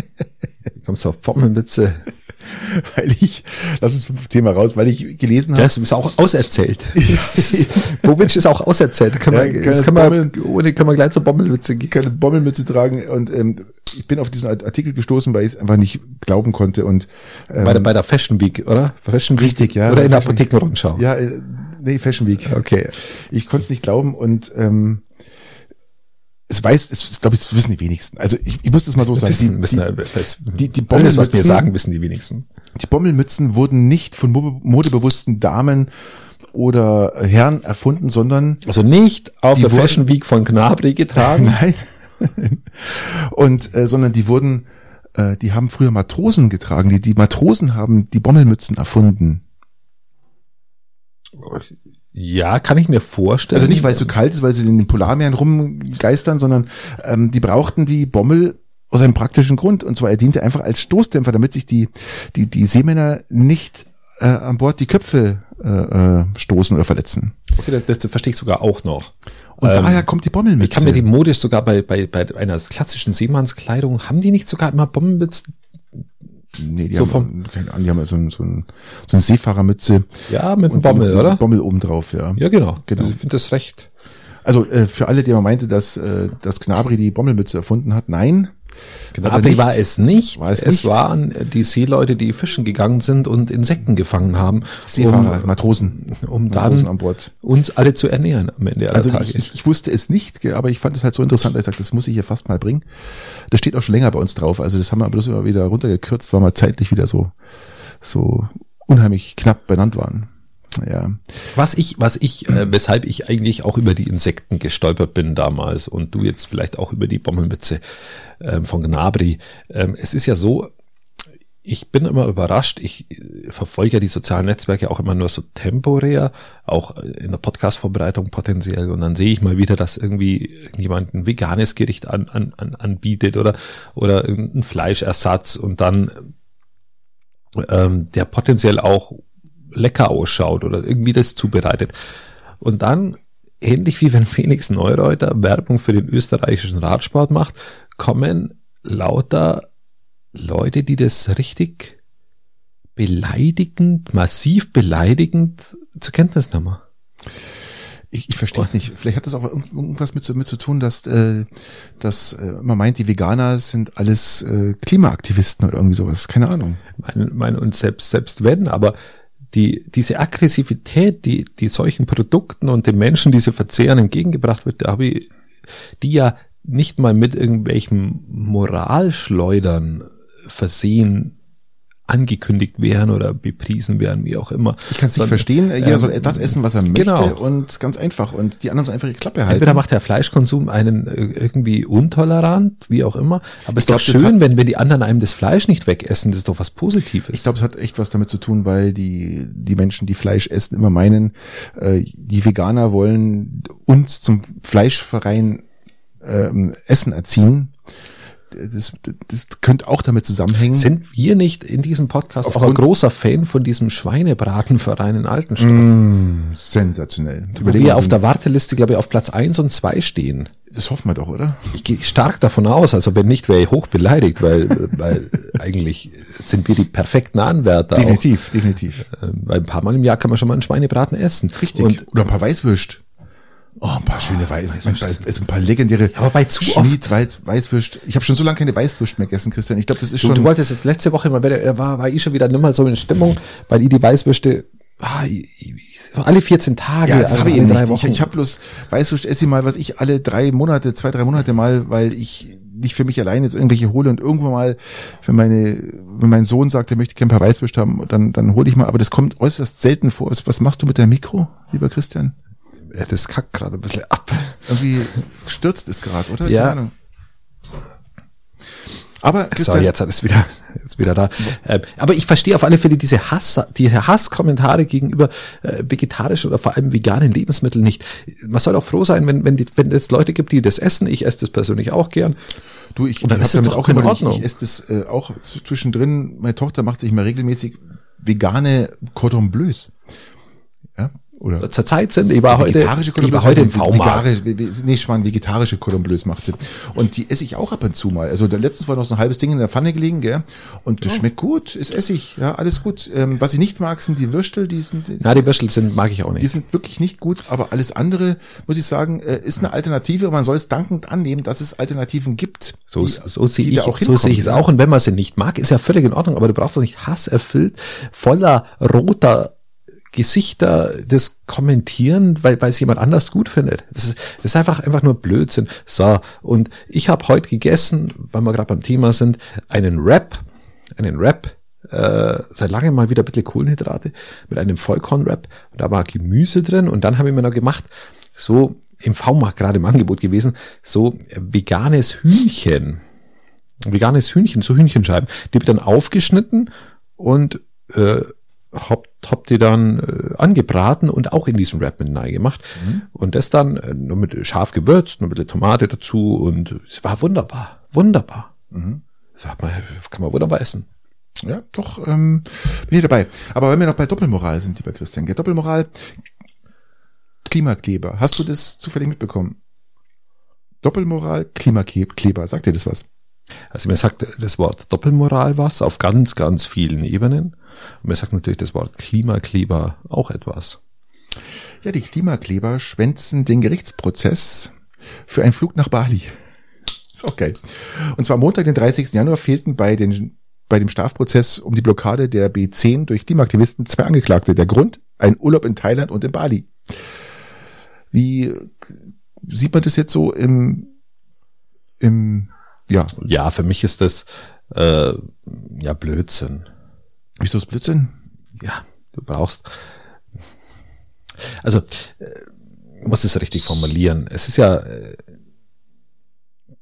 Speaker 1: Kommst du auf Pommelmütze?
Speaker 2: Weil ich, lass uns vom Thema raus, weil ich gelesen habe.
Speaker 1: Das ist auch auserzählt. Das ist- Bobic ist auch auserzählt. Kann
Speaker 2: Ja,
Speaker 1: man,
Speaker 2: kann
Speaker 1: das
Speaker 2: er
Speaker 1: kann man,
Speaker 2: bommeln.
Speaker 1: ohne kann man gleich zur Bommelmütze gehen.
Speaker 2: Keine Bommelmütze tragen und ähm, ich bin auf diesen Artikel gestoßen, weil ich es einfach nicht glauben konnte und ähm,
Speaker 1: bei, der, bei der Fashion Week, oder? Fashion Week
Speaker 2: Richtig, ja.
Speaker 1: Oder in der
Speaker 2: Fashion Week.
Speaker 1: Apotheke rumschauen.
Speaker 2: Ja, äh, nee, Fashion Week.
Speaker 1: Okay.
Speaker 2: Ich konnte es nicht glauben und ähm, es weiß, es, es glaube ich, es wissen die wenigsten. Also ich, ich muss das mal so sagen.
Speaker 1: Wissen,
Speaker 2: Die,
Speaker 1: wissen,
Speaker 2: die,
Speaker 1: die,
Speaker 2: die- die
Speaker 1: alles, was wir
Speaker 2: Bombenmützen-
Speaker 1: sagen, wissen die wenigsten.
Speaker 2: die Bommelmützen wurden nicht von mo- modebewussten Damen oder Herren erfunden, sondern
Speaker 1: Also nicht auf
Speaker 2: Die
Speaker 1: der
Speaker 2: wurden-
Speaker 1: Fashion Week von Gnabry getragen.
Speaker 2: nein. und äh, sondern die wurden, äh, die haben früher Matrosen getragen. Die, die Matrosen haben die Bommelmützen erfunden.
Speaker 1: Ja, kann ich mir vorstellen.
Speaker 2: Also nicht, weil es so kalt ist, weil sie in den Polarmeeren rumgeistern, sondern ähm, die brauchten die Bommel aus einem praktischen Grund. Und zwar er diente einfach als Stoßdämpfer, damit sich die, die, die Seemänner nicht äh, an Bord die Köpfe äh, äh, stoßen oder verletzen.
Speaker 1: Okay, das, das verstehe ich sogar auch noch.
Speaker 2: Und
Speaker 1: Ähm,
Speaker 2: daher kommt die Bommelmütze.
Speaker 1: Ich kann mir die modisch sogar bei, bei, bei einer klassischen Seemannskleidung, haben die nicht sogar immer Bombenmützen?
Speaker 2: nee, die
Speaker 1: so
Speaker 2: haben,
Speaker 1: vom-
Speaker 2: keine Ahnung, die haben so, ein, so, ein, so eine Seefahrermütze.
Speaker 1: Ja, mit einem
Speaker 2: und
Speaker 1: Bommel,
Speaker 2: eine
Speaker 1: oder?
Speaker 2: Bommel oben drauf, ja.
Speaker 1: ja, genau.
Speaker 2: Genau.
Speaker 1: Ich finde das recht.
Speaker 2: Also äh, für alle, die mal meinte, dass, äh, dass Knabri die Bommelmütze erfunden hat, nein. Hat er
Speaker 1: Aber
Speaker 2: nicht.
Speaker 1: war es um nicht.
Speaker 2: War es nicht.
Speaker 1: waren äh, die Seeleute, die fischen gegangen sind und Insekten gefangen haben,
Speaker 2: Seefahrer,
Speaker 1: um,
Speaker 2: Matrosen.
Speaker 1: um
Speaker 2: Matrosen an
Speaker 1: dann
Speaker 2: Bord.
Speaker 1: uns alle zu ernähren am Ende aller
Speaker 2: Also
Speaker 1: Tage.
Speaker 2: ich, ich, ich wusste es nicht, gell, aber ich fand es halt so interessant, dass ich sagte, das muss ich hier fast mal bringen. Das steht auch schon länger bei uns drauf. Also das haben wir bloß immer wieder runtergekürzt, weil wir zeitlich wieder so, so unheimlich knapp benannt waren. Ja.
Speaker 1: Was ich, was ich, äh, weshalb ich eigentlich auch über die Insekten gestolpert bin damals und du jetzt vielleicht auch über die Bommelmütze ähm, von Gnabry. Ähm, es ist ja so, ich bin immer überrascht. Ich äh, verfolge ja die sozialen Netzwerke auch immer nur so temporär, auch äh, in der Podcast-Vorbereitung potenziell. Und dann sehe ich mal wieder, dass irgendwie jemand ein veganes Gericht an, an, an, anbietet oder, oder irgendeinen Fleischersatz und dann ähm, der potenziell auch lecker ausschaut oder irgendwie das zubereitet. Und dann, ähnlich wie wenn Felix Neureuter Werbung für den österreichischen Radsport macht, kommen lauter Leute, die das richtig beleidigend, massiv beleidigend zur Kenntnis nehmen.
Speaker 2: Ich, ich verstehe es nicht. Vielleicht hat das auch irgend- irgendwas mit, zu- mit zu tun, dass, äh, dass äh, man meint, die Veganer sind alles äh, Klimaaktivisten oder irgendwie sowas. Keine Ahnung.
Speaker 1: meine, meine und selbst, selbst wenn, aber die, diese Aggressivität, die, die solchen Produkten und den Menschen, die sie verzehren, entgegengebracht wird, da habe ich, die ja nicht mal mit irgendwelchen Moralschleudern versehen angekündigt werden oder bepriesen werden, wie auch immer.
Speaker 2: Ich kann es nicht
Speaker 1: Sondern,
Speaker 2: verstehen. Jeder
Speaker 1: ähm,
Speaker 2: soll das essen, was er möchte.
Speaker 1: genau.
Speaker 2: Und ganz einfach. Und die anderen sollen einfach ihre Klappe halten.
Speaker 1: Entweder macht der Fleischkonsum einen äh, irgendwie intolerant, wie auch immer, aber es ist
Speaker 2: glaub,
Speaker 1: doch
Speaker 2: das
Speaker 1: schön, wenn, wenn die anderen einem das Fleisch nicht wegessen, das ist doch was Positives.
Speaker 2: Ich glaube, es hat echt was damit zu tun, weil die, die Menschen, die Fleisch essen, immer meinen, äh, die Veganer wollen uns zum Fleischverein ähm, Essen erziehen. Das, das könnte auch damit zusammenhängen.
Speaker 1: Sind wir nicht in diesem Podcast auch ein
Speaker 2: Aufgrund-
Speaker 1: großer Fan von diesem Schweinebratenverein in Altenstadt?
Speaker 2: sensationell.
Speaker 1: wo
Speaker 2: Überlegen
Speaker 1: Mhm. wir
Speaker 2: wir
Speaker 1: auf
Speaker 2: so-
Speaker 1: der Warteliste, glaube ich, auf Platz eins und zwei stehen.
Speaker 2: das hoffen wir doch, oder?
Speaker 1: Ich gehe stark davon aus, also wenn nicht, wäre ich hoch beleidigt, weil, weil eigentlich sind wir die perfekten Anwärter.
Speaker 2: Definitiv, definitiv.
Speaker 1: Auch, äh, weil ein paar Mal im Jahr kann man schon mal einen Schweinebraten essen.
Speaker 2: Richtig.
Speaker 1: Und,
Speaker 2: oder ein paar Weißwürst. Oh, ein paar schöne Weißwürst. Also ein paar legendäre.
Speaker 1: aber bei zu oft-
Speaker 2: Schmied, Weiz- Weißwürst. Ich habe schon so lange keine Weißwürst mehr gegessen, Christian. Ich glaube, das ist
Speaker 1: du,
Speaker 2: schon.
Speaker 1: du wolltest jetzt letzte Woche mal, wieder- da war, war ich schon wieder nicht mal so in Stimmung, weil ich die Weißwürste, ah, ich, ich, alle 14 Tage,
Speaker 2: Ja, das habe
Speaker 1: also
Speaker 2: ich
Speaker 1: alle
Speaker 2: eben
Speaker 1: drei
Speaker 2: nicht. Ich,
Speaker 1: Wochen.
Speaker 2: ich habe bloß, weißt du, esse ich mal, was ich alle drei Monate, zwei, drei Monate mal, weil ich nicht für mich alleine jetzt irgendwelche hole und irgendwann mal, wenn meine, wenn mein Sohn sagt, er möchte gerne ein paar Weißwürst haben, dann, dann hole ich mal. Aber das kommt äußerst selten vor. Was machst du mit deinem Mikro, lieber Christian?
Speaker 1: das kackt gerade ein bisschen ab.
Speaker 2: Irgendwie stürzt es gerade, oder?
Speaker 1: Ja.
Speaker 2: Aber
Speaker 1: So,
Speaker 2: Christian,
Speaker 1: jetzt hat es wieder, jetzt wieder da. Ähm, aber ich verstehe auf alle Fälle diese Hass, diese Hasskommentare gegenüber äh, vegetarischen oder vor allem veganen Lebensmitteln nicht. Man soll auch froh sein, wenn, wenn, die, wenn es Leute gibt, die das essen. Ich esse das persönlich auch gern.
Speaker 2: Du, ich,
Speaker 1: Und dann
Speaker 2: ich
Speaker 1: ist
Speaker 2: hab
Speaker 1: es
Speaker 2: damit
Speaker 1: doch in
Speaker 2: immer noch-
Speaker 1: Ordnung.
Speaker 2: Ich, ich esse das äh, auch zw- zwischendrin. Meine Tochter macht sich mal regelmäßig vegane Cordon Bleus. Ja, Oder?
Speaker 1: zurzeit sind. Ich war heute,
Speaker 2: vegetarische
Speaker 1: ich war heute im V-Markt.
Speaker 2: Vegetarische, we- we- nee, ich meine, vegetarische Cordon Bleus macht Sinn. Und die esse ich auch ab und zu mal. Also da letztens war noch so ein halbes Ding in der Pfanne gelegen, gell? Und das schmeckt gut, ist Essig, ja, alles gut. Ähm, was ich nicht mag, sind die Würstel, die sind,
Speaker 1: Na, die Würstel sind, mag ich auch
Speaker 2: die
Speaker 1: nicht.
Speaker 2: sind wirklich nicht gut, aber alles andere, muss ich sagen, äh, ist eine Alternative und man soll es dankend annehmen, dass es Alternativen gibt.
Speaker 1: So,
Speaker 2: die-
Speaker 1: so sehe
Speaker 2: die
Speaker 1: ich,
Speaker 2: da
Speaker 1: auch so
Speaker 2: hinkommen,
Speaker 1: sehe ich es
Speaker 2: ja.
Speaker 1: auch. Und wenn man sie nicht mag, ist ja völlig in Ordnung, aber du brauchst doch nicht hasserfüllt, voller roter Gesichter das kommentieren, weil, weil es jemand anders gut findet. Das ist, das ist einfach, einfach nur Blödsinn. So, und ich habe heute gegessen, weil wir gerade beim Thema sind, einen Wrap, einen Wrap, äh, seit langem mal wieder ein bisschen Kohlenhydrate, mit einem Vollkorn-Wrap. Und da war Gemüse drin und dann habe ich mir noch gemacht, so im V-Markt gerade im Angebot gewesen, so veganes Hühnchen ein veganes Hühnchen, so Hühnchenscheiben. Die wird dann aufgeschnitten und äh, hab, hab die dann äh, angebraten und auch in diesen Wrap mit Nei gemacht. Und das dann äh, nur mit scharf gewürzt, nur ein bisschen Tomate dazu und es war wunderbar, wunderbar. Das hat man, kann man wunderbar essen.
Speaker 2: Ja, doch, ähm, bin ich dabei. Aber wenn wir noch bei Doppelmoral sind, lieber Christian, gell? Doppelmoral, Klimakleber. Hast du das zufällig mitbekommen? Doppelmoral, Klimakleber. Sagt dir das was?
Speaker 1: Also mir sagt das Wort Doppelmoral was auf ganz, ganz vielen Ebenen. Und mir sagt natürlich das Wort Klimakleber auch etwas.
Speaker 2: Ja, die Klimakleber schwänzen den Gerichtsprozess für einen Flug nach Bali. Ist auch geil. Und zwar am Montag, den 30. Januar, fehlten bei, den, bei dem Strafprozess um die Blockade der B10 durch Klimaaktivisten zwei Angeklagte. Der Grund? Ein Urlaub in Thailand und in Bali. Wie sieht man das jetzt so im, im, ja,
Speaker 1: Ja, für mich ist das äh, ja Blödsinn.
Speaker 2: wieso ist Blödsinn?
Speaker 1: ja, du brauchst. Also, äh, ich muss es richtig formulieren. Es ist ja, äh,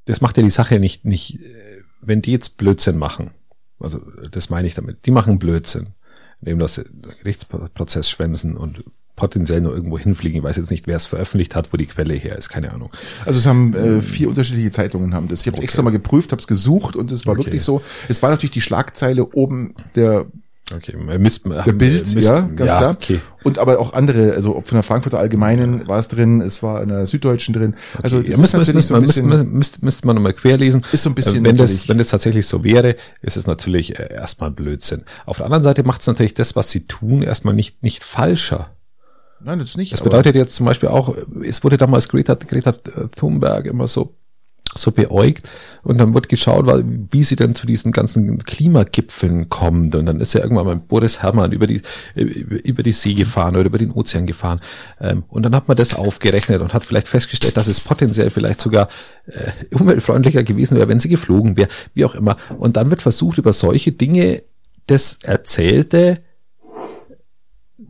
Speaker 1: das macht ja die Sache nicht, nicht, äh, wenn die jetzt Blödsinn machen. Also, das meine ich damit. Die machen Blödsinn. Indem das Gerichtsprozess schwänzen und potenziell nur irgendwo hinfliegen. Ich weiß jetzt nicht, wer es veröffentlicht hat, wo die Quelle her ist. Keine Ahnung.
Speaker 2: Also es haben äh, vier unterschiedliche Zeitungen haben das. Ich habe
Speaker 1: Okay.
Speaker 2: extra mal geprüft, habe es gesucht und es war
Speaker 1: Okay.
Speaker 2: wirklich so. Es war natürlich die Schlagzeile oben der
Speaker 1: Okay, Mist,
Speaker 2: Der Bild, ja, ganz klar.
Speaker 1: Äh, Okay.
Speaker 2: Und aber auch andere, also ob von der Frankfurter Allgemeinen war es drin, es war in der Süddeutschen drin. Also das
Speaker 1: ja,
Speaker 2: ist
Speaker 1: müsste
Speaker 2: natürlich so ein bisschen,
Speaker 1: müsste man nochmal querlesen.
Speaker 2: Ist so ein bisschen
Speaker 1: Äh, wenn, das,
Speaker 2: natürlich-
Speaker 1: wenn das tatsächlich so wäre, ist es natürlich äh, erstmal Blödsinn. Auf der anderen Seite macht es natürlich das, was sie tun, erstmal nicht, nicht falscher.
Speaker 2: nein, das ist nicht.
Speaker 1: Das bedeutet jetzt zum Beispiel auch, äh, es wurde damals Greta, Greta Thunberg immer so so beäugt und dann wird geschaut, wa- wie sie denn zu diesen ganzen Klimagipfeln kommt und dann ist ja irgendwann mal Boris Herrmann über die äh, über die See gefahren oder über den Ozean gefahren Ähm, und dann hat man das aufgerechnet und hat vielleicht festgestellt, dass es potenziell vielleicht sogar äh, umweltfreundlicher gewesen wäre, wenn sie geflogen wäre, wie auch immer und dann wird versucht über solche Dinge das Erzählte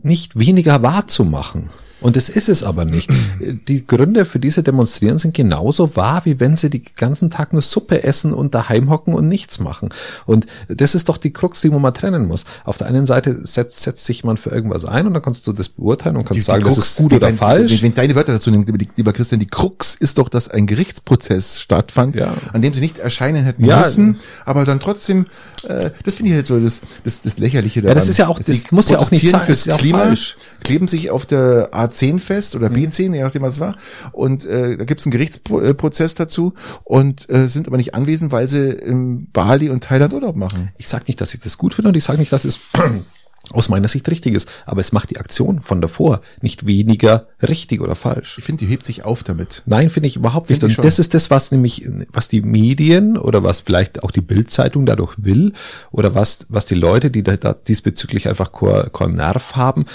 Speaker 1: nicht weniger wahrzumachen. Und das ist es aber nicht. Die Gründe für diese Demonstrieren sind genauso wahr, wie wenn sie den ganzen Tag nur Suppe essen und daheim hocken und nichts machen. Und das ist doch die Krux, die man mal trennen muss. Auf der einen Seite setzt, setzt sich man für irgendwas ein und dann kannst du das beurteilen und kannst sagen, das ist gut oder
Speaker 2: wenn,
Speaker 1: falsch.
Speaker 2: Wenn, wenn deine Wörter dazu nimmt, lieber- lieber Christian, die Krux ist doch, dass ein Gerichtsprozess stattfand,
Speaker 1: Ja.
Speaker 2: an dem sie nicht erscheinen hätten
Speaker 1: Ja.
Speaker 2: müssen, aber dann trotzdem, äh, das finde ich halt so das, das, das Lächerliche
Speaker 1: das ist ja auch-
Speaker 2: dass
Speaker 1: das
Speaker 2: sie
Speaker 1: muss ja auch nicht
Speaker 2: protestieren
Speaker 1: sein,
Speaker 2: fürs
Speaker 1: ist ja auch
Speaker 2: Klima,
Speaker 1: falsch. Mhm.
Speaker 2: kleben sich auf der A10 fest oder B10, je nachdem was es war. Und äh, da gibt es einen Gerichtsprozess dazu und äh, sind aber nicht anwesend, weil sie in Bali und Thailand Urlaub machen.
Speaker 1: Ich sage nicht, dass ich das gut finde und ich sage nicht, dass es aus meiner Sicht richtig ist. Aber es macht die Aktion von davor nicht weniger richtig oder falsch.
Speaker 2: Ich finde, die hebt sich auf damit.
Speaker 1: Nein, finde ich überhaupt nicht.
Speaker 2: Finde ich
Speaker 1: Und das ist das, was nämlich, was die Medien oder was vielleicht auch die Bildzeitung dadurch will oder was, was die Leute, die da, da diesbezüglich einfach kein kein Nerv haben,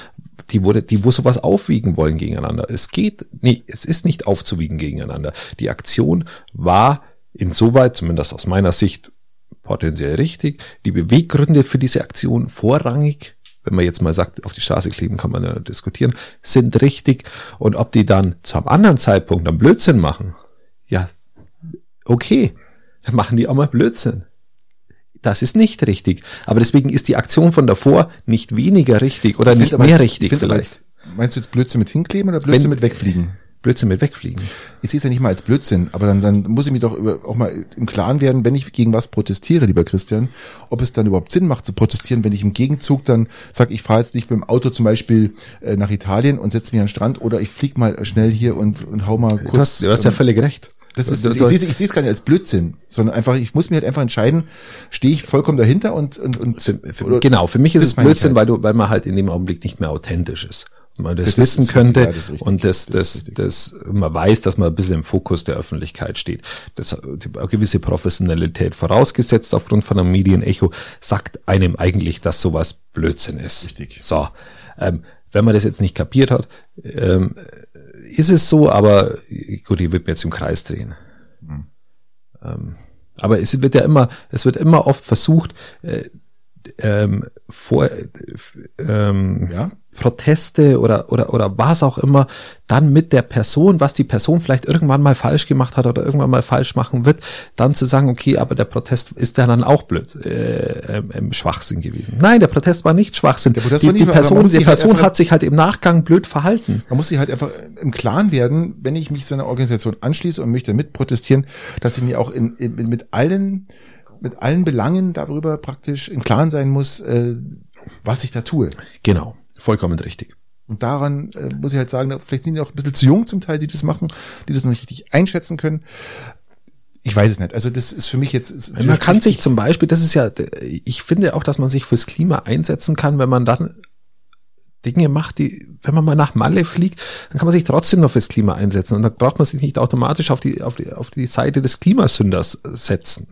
Speaker 1: die wurde, die wo sowas aufwiegen wollen gegeneinander. Es geht nicht, es ist nicht aufzuwiegen gegeneinander. Die Aktion war insoweit, zumindest aus meiner Sicht, potenziell richtig. Die Beweggründe für diese Aktion vorrangig, wenn man jetzt mal sagt, auf die Straße kleben, kann man ja diskutieren, sind richtig. Und ob die dann zu einem anderen Zeitpunkt dann Blödsinn machen, ja, okay, dann machen die auch mal Blödsinn. Das ist nicht richtig. Aber deswegen ist die Aktion von davor nicht weniger richtig oder
Speaker 2: Ich
Speaker 1: Äh, nicht
Speaker 2: finde aber
Speaker 1: mehr
Speaker 2: jetzt-
Speaker 1: richtig
Speaker 2: ich finde aber
Speaker 1: vielleicht.
Speaker 2: Jetzt, meinst du jetzt Blödsinn mit hinkleben oder Blödsinn
Speaker 1: Wenn-
Speaker 2: mit wegfliegen?
Speaker 1: Blödsinn mit wegfliegen.
Speaker 2: Ich sehe es ja nicht mal als Blödsinn, aber dann, dann muss ich mir doch über, auch mal im Klaren werden, wenn ich gegen was protestiere, lieber Christian, ob es dann überhaupt Sinn macht zu protestieren, wenn ich im Gegenzug dann sage, ich fahre jetzt nicht mit dem Auto zum Beispiel äh, nach Italien und setze mich an den Strand oder ich flieg mal schnell hier und, und hau mal kurz.
Speaker 1: Du hast, du hast ja
Speaker 2: ähm,
Speaker 1: völlig recht.
Speaker 2: das ist,
Speaker 1: Du-
Speaker 2: ich
Speaker 1: du-
Speaker 2: sehe es ich sehe es gar nicht als Blödsinn, sondern einfach, ich muss mir halt einfach entscheiden, stehe ich vollkommen dahinter und, und, und
Speaker 1: Für,
Speaker 2: oder-
Speaker 1: für, genau, für mich ist
Speaker 2: Das
Speaker 1: es
Speaker 2: meine ich
Speaker 1: Blödsinn,
Speaker 2: halt.
Speaker 1: weil du, weil man halt in dem Augenblick nicht mehr authentisch ist. Und man das,
Speaker 2: Das ist-
Speaker 1: wissen
Speaker 2: das ist
Speaker 1: könnte
Speaker 2: richtig, ja, das ist richtig.
Speaker 1: und das,
Speaker 2: Das
Speaker 1: das,
Speaker 2: ist
Speaker 1: das, man weiß, dass man ein bisschen im Fokus der Öffentlichkeit steht. Das die- eine gewisse Professionalität vorausgesetzt aufgrund von einem Medienecho sagt einem eigentlich, dass sowas Blödsinn ist.
Speaker 2: Richtig.
Speaker 1: So, ähm, wenn man das jetzt nicht kapiert hat, ähm, ist es so, aber gut, ich würde mir jetzt im Kreis drehen. Ähm, aber es wird ja immer, es wird immer oft versucht, äh, ähm, vor, äh, f- ähm,
Speaker 2: Ja.
Speaker 1: Proteste oder, oder, oder was auch immer, dann mit der Person, was die Person vielleicht irgendwann mal falsch gemacht hat oder irgendwann mal falsch machen wird, dann zu sagen, okay, aber der Protest ist ja dann auch blöd, äh, ähm, ähm, Schwachsinn gewesen. Nein, der Protest war nicht Schwachsinn.
Speaker 2: Protest
Speaker 1: die,
Speaker 2: war nicht-
Speaker 1: die
Speaker 2: aber man
Speaker 1: Person,
Speaker 2: muss
Speaker 1: die
Speaker 2: sich halt
Speaker 1: Person
Speaker 2: einfach-
Speaker 1: hat sich halt im Nachgang blöd verhalten.
Speaker 2: Man muss sich halt einfach im Klaren werden, wenn ich mich so einer Organisation anschließe und möchte mit protestieren, dass ich mir auch in, in, mit allen mit allen Belangen darüber praktisch im Klaren sein muss, äh, was ich da tue.
Speaker 1: Genau, vollkommen richtig.
Speaker 2: Und daran äh, muss ich halt sagen, da- vielleicht sind die auch ein bisschen zu jung zum Teil, die das machen, die das noch nicht richtig einschätzen können. Ich weiß es nicht. Also das ist für mich jetzt. ist-
Speaker 1: Man kann sich zum Beispiel, das ist ja, ich finde auch, dass man sich fürs Klima einsetzen kann, wenn man dann Dinge macht, die, wenn man mal nach Malle fliegt, dann kann man sich trotzdem noch fürs Klima einsetzen und dann braucht man sich nicht automatisch auf die, auf die, auf die Seite des Klimasünders setzen.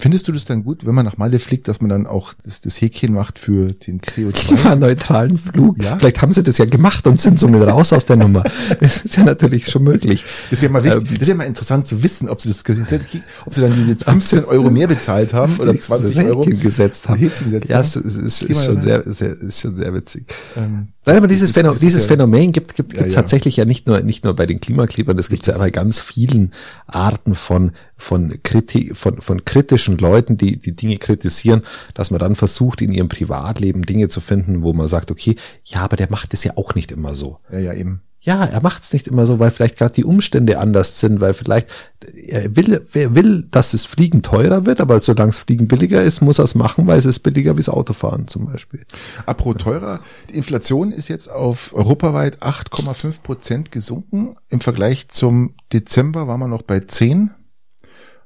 Speaker 2: Findest du das dann gut, wenn man nach Malle fliegt, dass man dann auch das, das Häkchen macht für den CO2?
Speaker 1: Klimaneutralen Flug.
Speaker 2: Ja.
Speaker 1: Vielleicht haben sie das ja gemacht und sind somit raus aus der Nummer. Das ist ja natürlich schon möglich.
Speaker 2: Das wäre mal wichtig,
Speaker 1: Ähm,
Speaker 2: das wäre mal interessant zu wissen, ob sie das Gesetz, ob sie dann diese 15 Euro mehr bezahlt haben oder 20 Euro.
Speaker 1: Häkchen gesetzt haben.
Speaker 2: Häkchen gesetzt
Speaker 1: ja,
Speaker 2: haben.
Speaker 1: es ist, ist,
Speaker 2: ne? Klimaneutral.
Speaker 1: ist schon sehr, sehr, ist schon sehr witzig.
Speaker 2: Ähm,
Speaker 1: Nein, aber
Speaker 2: das-
Speaker 1: dieses,
Speaker 2: das-
Speaker 1: Phänomen,
Speaker 2: das ist
Speaker 1: dieses
Speaker 2: ja-
Speaker 1: Phänomen gibt gibt gibt's
Speaker 2: ja.
Speaker 1: tatsächlich ja nicht nur nicht nur bei den Klimaklebern, das gibt's ja bei ganz vielen Arten von von Kritik von von kritischen Leuten, die die Dinge kritisieren, dass man dann versucht in ihrem Privatleben Dinge zu finden, wo man sagt, okay, ja, aber der macht es ja auch nicht immer so
Speaker 2: Ja, ja, eben.
Speaker 1: ja, er macht's nicht immer so, weil vielleicht gerade die Umstände anders sind, weil vielleicht er will, er will, dass es Fliegen teurer wird, aber solange es Fliegen billiger ist, muss er es machen, weil es ist billiger wie das Autofahren zum Beispiel.
Speaker 2: Apropos teurer. Die Inflation ist jetzt auf europaweit 8,5 Prozent gesunken. Im Vergleich zum Dezember waren wir noch bei 10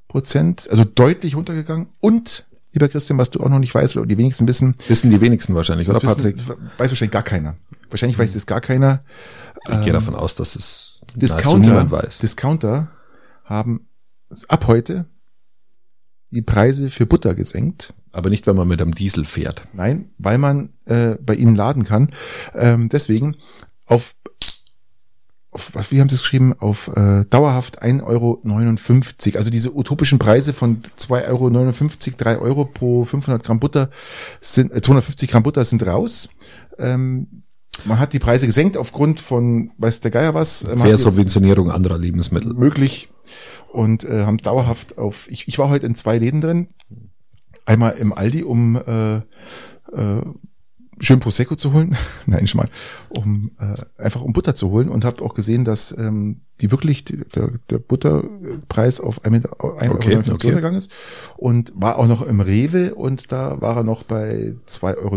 Speaker 2: Prozent, also deutlich runtergegangen. Und, lieber Christian, was du auch noch nicht weißt, oder die wenigsten wissen,
Speaker 1: Wissen die wenigsten wahrscheinlich, oder
Speaker 2: das
Speaker 1: Patrick? Hm.
Speaker 2: wissen- weiß wahrscheinlich gar keiner. Wahrscheinlich weiß das gar keiner.
Speaker 1: ich gehe davon aus, dass es nahezu
Speaker 2: Discounter,
Speaker 1: niemand weiß.
Speaker 2: Discounter haben ab heute die Preise für Butter gesenkt.
Speaker 1: aber nicht, wenn man mit einem Diesel fährt.
Speaker 2: Nein, weil man äh, bei ihnen laden kann. Ähm, deswegen auf, auf was, wie haben sie es geschrieben? Auf äh, dauerhaft 1,59 Euro. Also diese utopischen Preise von 2,59 Euro, 3 Euro pro 500 Gramm Butter sind, äh, 250 Gramm Butter sind raus. Ähm, man hat die Preise gesenkt aufgrund von, weiß der Geier was. äh, man hat
Speaker 1: Fair
Speaker 2: jetzt-
Speaker 1: Subventionierung anderer Lebensmittel.
Speaker 2: möglich und äh, haben dauerhaft auf. Ich, ich war heute in zwei Läden drin. Einmal im Aldi, um äh, äh, schön Prosecco zu holen. Nein, schon mal. Um äh, einfach um Butter zu holen und habt auch gesehen, dass ähm, die wirklich die, der, der Butterpreis auf 1,59 Meter
Speaker 1: Okay, okay.
Speaker 2: runtergegangen ist. Und war auch noch im Rewe und da war er noch bei 2,59 Euro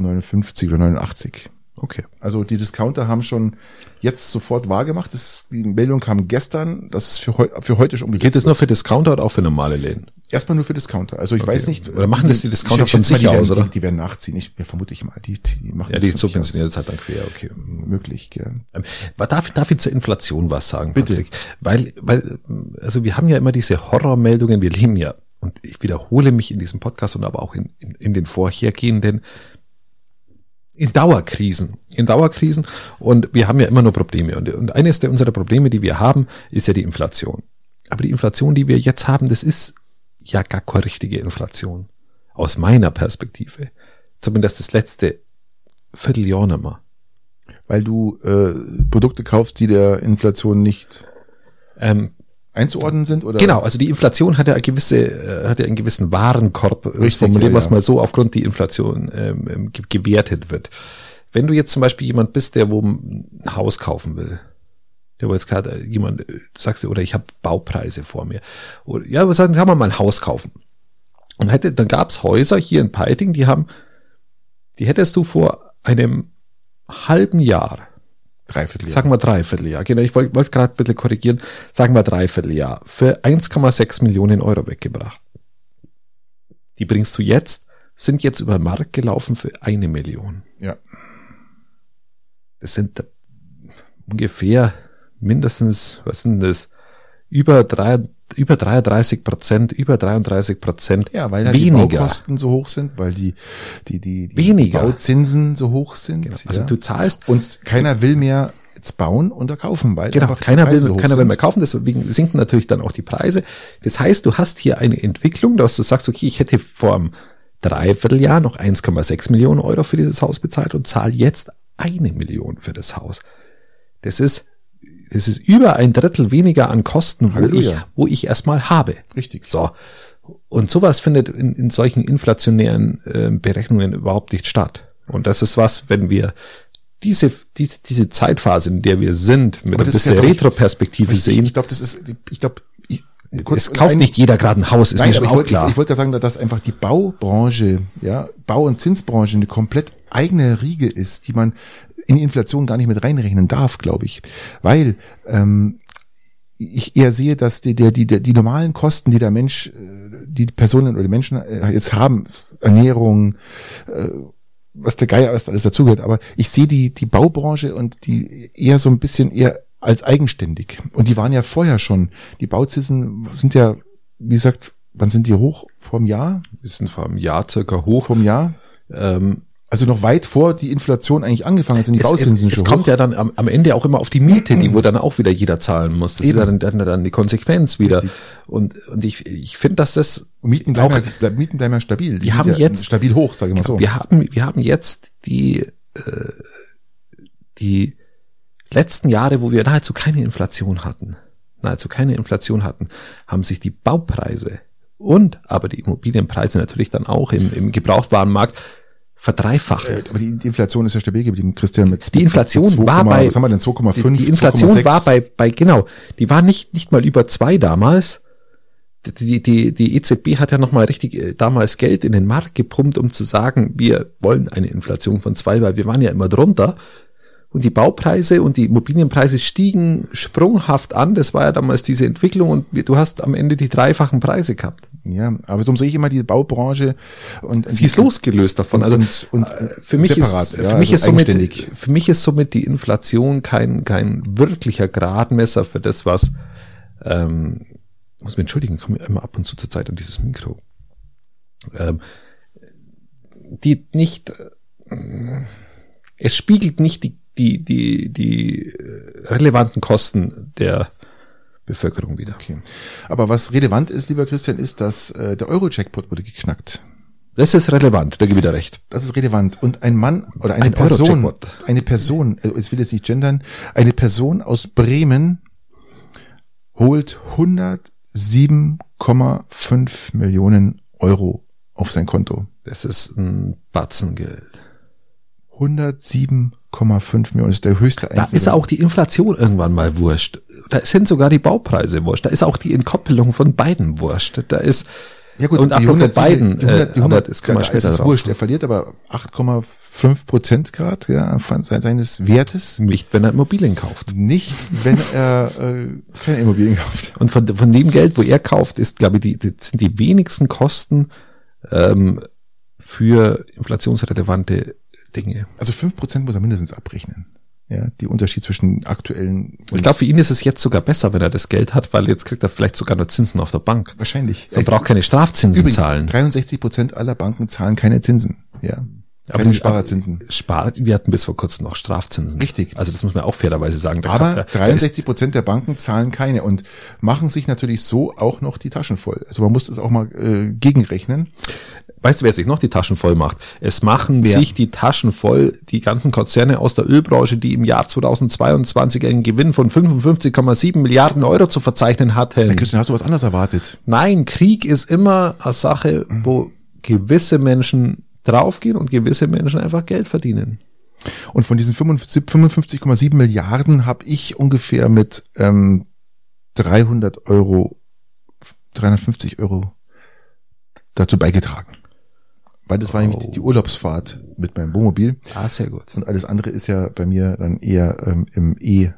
Speaker 2: oder 89.
Speaker 1: Okay.
Speaker 2: Also die Discounter haben schon jetzt sofort wahrgemacht. Das, die Meldung kam gestern, dass es für, heu, für heute schon
Speaker 1: Geht
Speaker 2: umgesetzt
Speaker 1: es nur für Discounter oder auch für normale Läden?
Speaker 2: Erstmal nur für Discounter. Also ich weiß nicht.
Speaker 1: Oder machen das die Discounter
Speaker 2: ich
Speaker 1: von
Speaker 2: schätze mal,
Speaker 1: sich
Speaker 2: die
Speaker 1: aus,
Speaker 2: werden,
Speaker 1: oder?
Speaker 2: Die, die werden nachziehen. Ich ja, vermute ich mal. Die, die machen
Speaker 1: Ja, die
Speaker 2: von sich aus.
Speaker 1: subventioniert es halt dann quer, okay.
Speaker 2: Möglich, ja.
Speaker 1: Ähm, Darf, darf ich zur Inflation was sagen,
Speaker 2: Bitte.
Speaker 1: Patrick? Weil, weil, also wir haben ja immer diese Horrormeldungen, wir leben ja, und ich wiederhole mich in diesem Podcast und aber auch in, in, in den vorhergehenden, in Dauerkrisen, in Dauerkrisen und wir haben ja immer nur Probleme und, und eines der unserer Probleme, die wir haben, ist ja die Inflation. Aber die Inflation, die wir jetzt haben, das ist ja gar keine richtige Inflation. Aus meiner Perspektive. Zumindest das letzte Vierteljahr nicht mehr.
Speaker 2: Weil du äh, Produkte kaufst, die der Inflation nicht
Speaker 1: Ähm,
Speaker 2: einzuordnen sind oder
Speaker 1: Genau, also die Inflation hat ja eine gewisse, äh, hat ja einen gewissen Warenkorb, äh,
Speaker 2: Richtig,
Speaker 1: Richtig, formulieren
Speaker 2: ja,
Speaker 1: wir es
Speaker 2: ja.
Speaker 1: mal so, aufgrund die Inflation ähm, ähm, ge- gewertet wird. Wenn du jetzt zum Beispiel jemand bist, der wo ein Haus kaufen will, der war jetzt gerade jemand, äh, sagst du, oder ich habe Baupreise vor mir. Oder, ja, was sagen, kann man mal ein Haus kaufen. Und hätte, dann gab's Häuser hier in Peiting, die haben, die hättest du vor einem halben Jahr,
Speaker 2: Dreiviertel.
Speaker 1: sagen wir Dreivierteljahr, genau, ich wollte wollt gerade ein bisschen korrigieren, sagen wir Dreivierteljahr, für 1,6 Millionen Euro weggebracht. Die bringst du jetzt, sind jetzt über den Markt gelaufen für eine Million.
Speaker 2: Ja.
Speaker 1: Das sind ungefähr mindestens, was sind das, über drei, über 33 Prozent, über 33 Prozent
Speaker 2: Ja, weil dann die
Speaker 1: weniger.
Speaker 2: Baukosten so hoch sind, weil die, die, die, die
Speaker 1: Weniger.
Speaker 2: Bauzinsen so hoch sind.
Speaker 1: Genau. Also
Speaker 2: ja.
Speaker 1: du zahlst
Speaker 2: und keiner will mehr jetzt bauen und erkaufen, weil
Speaker 1: Genau,
Speaker 2: einfach die
Speaker 1: keiner will,
Speaker 2: Preise hoch
Speaker 1: keiner will
Speaker 2: sind.
Speaker 1: mehr kaufen, deswegen sinken natürlich dann auch die Preise. Das heißt, du hast hier eine Entwicklung, dass du sagst, okay, ich hätte vor einem Dreivierteljahr noch 1,6 Millionen Euro für dieses Haus bezahlt und zahle jetzt eine Million für das Haus. Das ist, das ist über ein Drittel weniger an Kosten, wo ich,
Speaker 2: Halleluja.
Speaker 1: wo ich erstmal habe.
Speaker 2: Richtig.
Speaker 1: So. Und sowas findet in, in solchen inflationären äh, Berechnungen überhaupt nicht statt. Und das ist was, wenn wir diese, diese, diese Zeitphase, in der wir sind, mit
Speaker 2: Aber
Speaker 1: ein
Speaker 2: das ist
Speaker 1: bisschen
Speaker 2: ja, glaub ich,
Speaker 1: Retroperspektive
Speaker 2: Ich, ich
Speaker 1: sehen,
Speaker 2: glaube, das ist, ich glaube, ich,
Speaker 1: es kauft
Speaker 2: ein-
Speaker 1: nicht jeder gerade ein Haus, ist
Speaker 2: Nein,
Speaker 1: mir schon
Speaker 2: aber ich
Speaker 1: auch
Speaker 2: wollte
Speaker 1: klar.
Speaker 2: ich wollte gerade sagen, dass einfach die Baubranche, ja, Bau- und Zinsbranche eine komplett eigene Riege ist, die man in die Inflation gar nicht mit reinrechnen darf, glaube ich. Weil ähm, ich eher sehe, dass die, der, die, der, die normalen Kosten, die der Mensch, äh, die Personen oder die Menschen äh, jetzt haben, Ernährung, was der Geier was da alles dazugehört, aber ich sehe die, die Baubranche und die eher so ein bisschen eher als eigenständig. Und die waren ja vorher schon. Die Bauzissen sind ja, wie gesagt, wann sind die hoch? Vor einem Jahr?
Speaker 1: wir sind vor einem Jahr circa hoch.
Speaker 2: Vor einem Jahr?
Speaker 1: Ähm,
Speaker 2: Also noch weit vor die Inflation eigentlich angefangen hat, sind die
Speaker 1: es, es,
Speaker 2: Bauzinsen
Speaker 1: es
Speaker 2: schon
Speaker 1: kommt
Speaker 2: hoch.
Speaker 1: ja dann am, am Ende auch immer auf die Miete, die wo dann auch wieder jeder zahlen muss. Das
Speaker 2: Eben.
Speaker 1: ist ja dann, dann, dann die Konsequenz wieder.
Speaker 2: Richtig.
Speaker 1: Und, und ich, ich finde, dass das
Speaker 2: Und Mieten bleiben,
Speaker 1: auch-
Speaker 2: ja, bleib- Mieten bleiben ja stabil. Die
Speaker 1: Wir
Speaker 2: sind
Speaker 1: haben
Speaker 2: ja
Speaker 1: jetzt-
Speaker 2: stabil hoch, sage ich mal so.
Speaker 1: Wir haben, wir haben jetzt die, äh, die letzten Jahre, wo wir nahezu keine Inflation hatten, nahezu keine Inflation hatten, haben sich die Baupreise und aber die Immobilienpreise natürlich dann auch im, im Gebrauchtwarenmarkt verdreifacht.
Speaker 2: Äh, Aber die die Inflation ist ja stabil geblieben, Christian. Mit,
Speaker 1: Also Die
Speaker 2: mit-
Speaker 1: Inflation
Speaker 2: mit 2,
Speaker 1: war bei
Speaker 2: was haben wir denn 2,5?
Speaker 1: Die, die Inflation
Speaker 2: 2,6?
Speaker 1: war bei bei genau, die war nicht nicht mal über zwei damals. Die, die, die EZB hat ja nochmal richtig äh, damals Geld in den Markt gepumpt, um zu sagen, wir wollen eine Inflation von zwei, weil wir waren ja immer drunter. Und die Baupreise und die Immobilienpreise stiegen sprunghaft an. Das war ja damals diese Entwicklung und wir- du hast am Ende die dreifachen Preise gehabt.
Speaker 2: ja, aber darum sehe ich immer die Baubranche und
Speaker 1: Sie ist losgelöst davon. Also
Speaker 2: und- und
Speaker 1: äh, für mich
Speaker 2: separat,
Speaker 1: ist
Speaker 2: ja,
Speaker 1: für mich
Speaker 2: also
Speaker 1: ist somit
Speaker 2: eigenständig.
Speaker 1: für mich ist somit die Inflation kein kein wirklicher Gradmesser für das was ähm, muss mich entschuldigen, ich komme immer ab und zu zur Zeit an dieses Mikro. Ähm, die nicht äh, es spiegelt nicht die die die die äh, relevanten Kosten der Bevölkerung wieder.
Speaker 2: Okay. Aber was relevant ist, lieber Christian, ist, dass äh, der Euro-Jackpot wurde geknackt.
Speaker 1: Das ist relevant, da gebe ich dir recht.
Speaker 2: Das ist relevant. Und ein Mann oder eine
Speaker 1: Ein
Speaker 2: Person,
Speaker 1: Euro-Jackpot.
Speaker 2: eine Person, äh, ich will jetzt nicht gendern, eine Person aus Bremen holt 107,5 Millionen Euro auf sein Konto.
Speaker 1: Das ist ein Batzengeld.
Speaker 2: 107,5 Millionen ist der höchste
Speaker 1: Da ist
Speaker 2: Einzelne.
Speaker 1: auch die Inflation irgendwann mal wurscht. Da sind sogar die Baupreise wurscht. Da ist auch die Entkoppelung von beiden wurscht. Da ist
Speaker 2: Ja gut,
Speaker 1: und
Speaker 2: die
Speaker 1: apropos
Speaker 2: 100,
Speaker 1: beiden,
Speaker 2: die 100, die
Speaker 1: äh, aber
Speaker 2: 100,
Speaker 1: das kommen wir
Speaker 2: da
Speaker 1: später
Speaker 2: ist es
Speaker 1: drauf.
Speaker 2: wurscht. Er verliert aber 8,5 Prozent grad ja, von se- seines Wertes.
Speaker 1: nicht, wenn er Immobilien kauft.
Speaker 2: Nicht, wenn er äh, keine Immobilien kauft.
Speaker 1: Und von, von dem Geld, wo er kauft, ist, glaube ich, die, die, sind die wenigsten Kosten ähm, für inflationsrelevante Dinge.
Speaker 2: Also 5 Prozent muss er mindestens abrechnen. Ja, die Unterschied zwischen aktuellen
Speaker 1: Ich glaube, für ihn ist es jetzt sogar besser, wenn er das Geld hat, weil jetzt kriegt er vielleicht sogar nur Zinsen auf der Bank.
Speaker 2: wahrscheinlich.
Speaker 1: Er braucht keine Strafzinsen
Speaker 2: Übrigens,
Speaker 1: zahlen.
Speaker 2: 63 Prozent aller Banken zahlen keine Zinsen. Ja,
Speaker 1: Aber
Speaker 2: keine
Speaker 1: die-
Speaker 2: Sparerzinsen.
Speaker 1: Spar, wir hatten bis vor kurzem noch Strafzinsen.
Speaker 2: Richtig.
Speaker 1: Also das muss man auch fairerweise sagen. Da
Speaker 2: Aber
Speaker 1: kann- da ist
Speaker 2: 63 Prozent der Banken zahlen keine und machen sich natürlich so auch noch die Taschen voll. Also man muss das auch mal äh, gegenrechnen.
Speaker 1: Weißt du, wer sich noch die Taschen voll macht? Es machen
Speaker 2: Wer?
Speaker 1: sich die Taschen voll die ganzen Konzerne aus der Ölbranche, die im Jahr 2022 einen Gewinn von 55,7 Milliarden Euro zu verzeichnen hatten.
Speaker 2: Christian, hast du was anderes erwartet?
Speaker 1: Nein, Krieg ist immer eine Sache, wo gewisse Menschen draufgehen und gewisse Menschen einfach Geld verdienen.
Speaker 2: Und von diesen 55,7 Milliarden habe ich ungefähr mit ähm, 300 Euro, 350 Euro dazu beigetragen. Weil das war nämlich
Speaker 1: Oh.
Speaker 2: die Urlaubsfahrt mit meinem Wohnmobil.
Speaker 1: Ah, sehr gut.
Speaker 2: Und alles andere ist ja bei mir dann eher ähm, im E,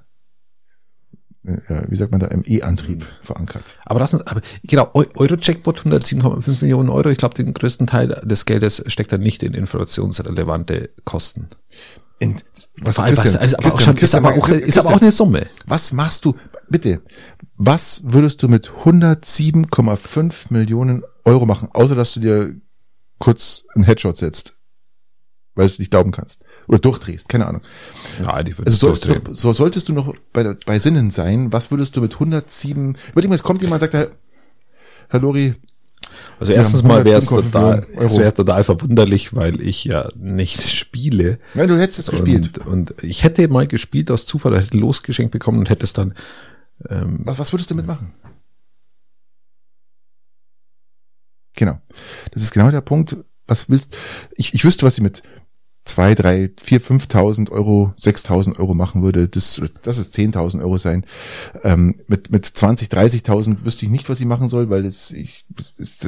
Speaker 2: äh, wie sagt man da, im E-Antrieb verankert.
Speaker 1: Aber das, aber genau, Eu- Euro-Checkbot 107,5 Millionen Euro. Ich glaube, den größten Teil des Geldes steckt da nicht in inflationsrelevante Kosten.
Speaker 2: Und was,
Speaker 1: Vor allem, was, also, aber auch schon, ist aber auch, ist aber auch eine Summe.
Speaker 2: was machst du, bitte, was würdest du mit 107,5 Millionen Euro machen, außer dass du dir kurz einen Headshot setzt, weil du es nicht glauben kannst oder durchdrehst, keine Ahnung.
Speaker 1: Nein, die
Speaker 2: Also solltest du, noch- so, solltest du noch bei, der- bei Sinnen sein, was würdest du mit 107, überleg mal, es kommt jemand und sagt, Herr, Herr Lori,
Speaker 1: Also
Speaker 2: Sie
Speaker 1: erstens
Speaker 2: haben
Speaker 1: mal wäre es
Speaker 2: 110,5
Speaker 1: total,
Speaker 2: Millionen Euro.
Speaker 1: es wäre total verwunderlich, weil ich ja nicht spiele.
Speaker 2: nein, du hättest es gespielt.
Speaker 1: Und, und ich hätte mal gespielt aus Zufall, hätte losgeschenkt bekommen und hätte es dann ähm,
Speaker 2: Was, was würdest du damit machen? Genau. Das ist genau der Punkt. Was willst, ich, ich wüsste, was ich mit zwei, drei, vier, 5.000 Euro, 6.000 Euro machen würde. Das, das ist 10.000 Euro sein. Ähm, mit, mit 20, 30.000 wüsste ich nicht, was ich machen soll, weil das, ich,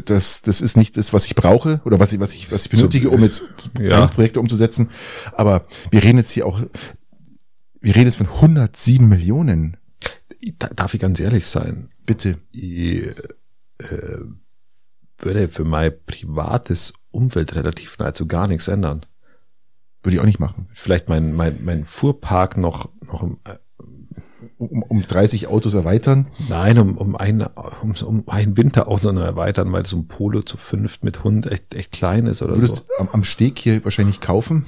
Speaker 2: das, das ist nicht das, was ich brauche oder was ich, was ich, was ich benötige, um jetzt
Speaker 1: Ja.
Speaker 2: Kleinstprojekte umzusetzen. Aber wir reden jetzt hier auch, wir reden jetzt von 107 Millionen.
Speaker 1: Da- Darf ich ganz ehrlich sein?
Speaker 2: Bitte.
Speaker 1: Ich äh, würde für mein privates Umfeld relativ nahezu gar nichts ändern.
Speaker 2: Würde ich auch nicht machen.
Speaker 1: Vielleicht mein, mein, mein Fuhrpark noch, noch um, äh,
Speaker 2: Um, um 30 Autos erweitern.
Speaker 1: nein, um, um, ein, um, um einen Winter auch noch erweitern, weil so ein Polo zu fünft mit Hund echt, echt klein ist oder so.
Speaker 2: Du würdest am, am Steg hier wahrscheinlich kaufen,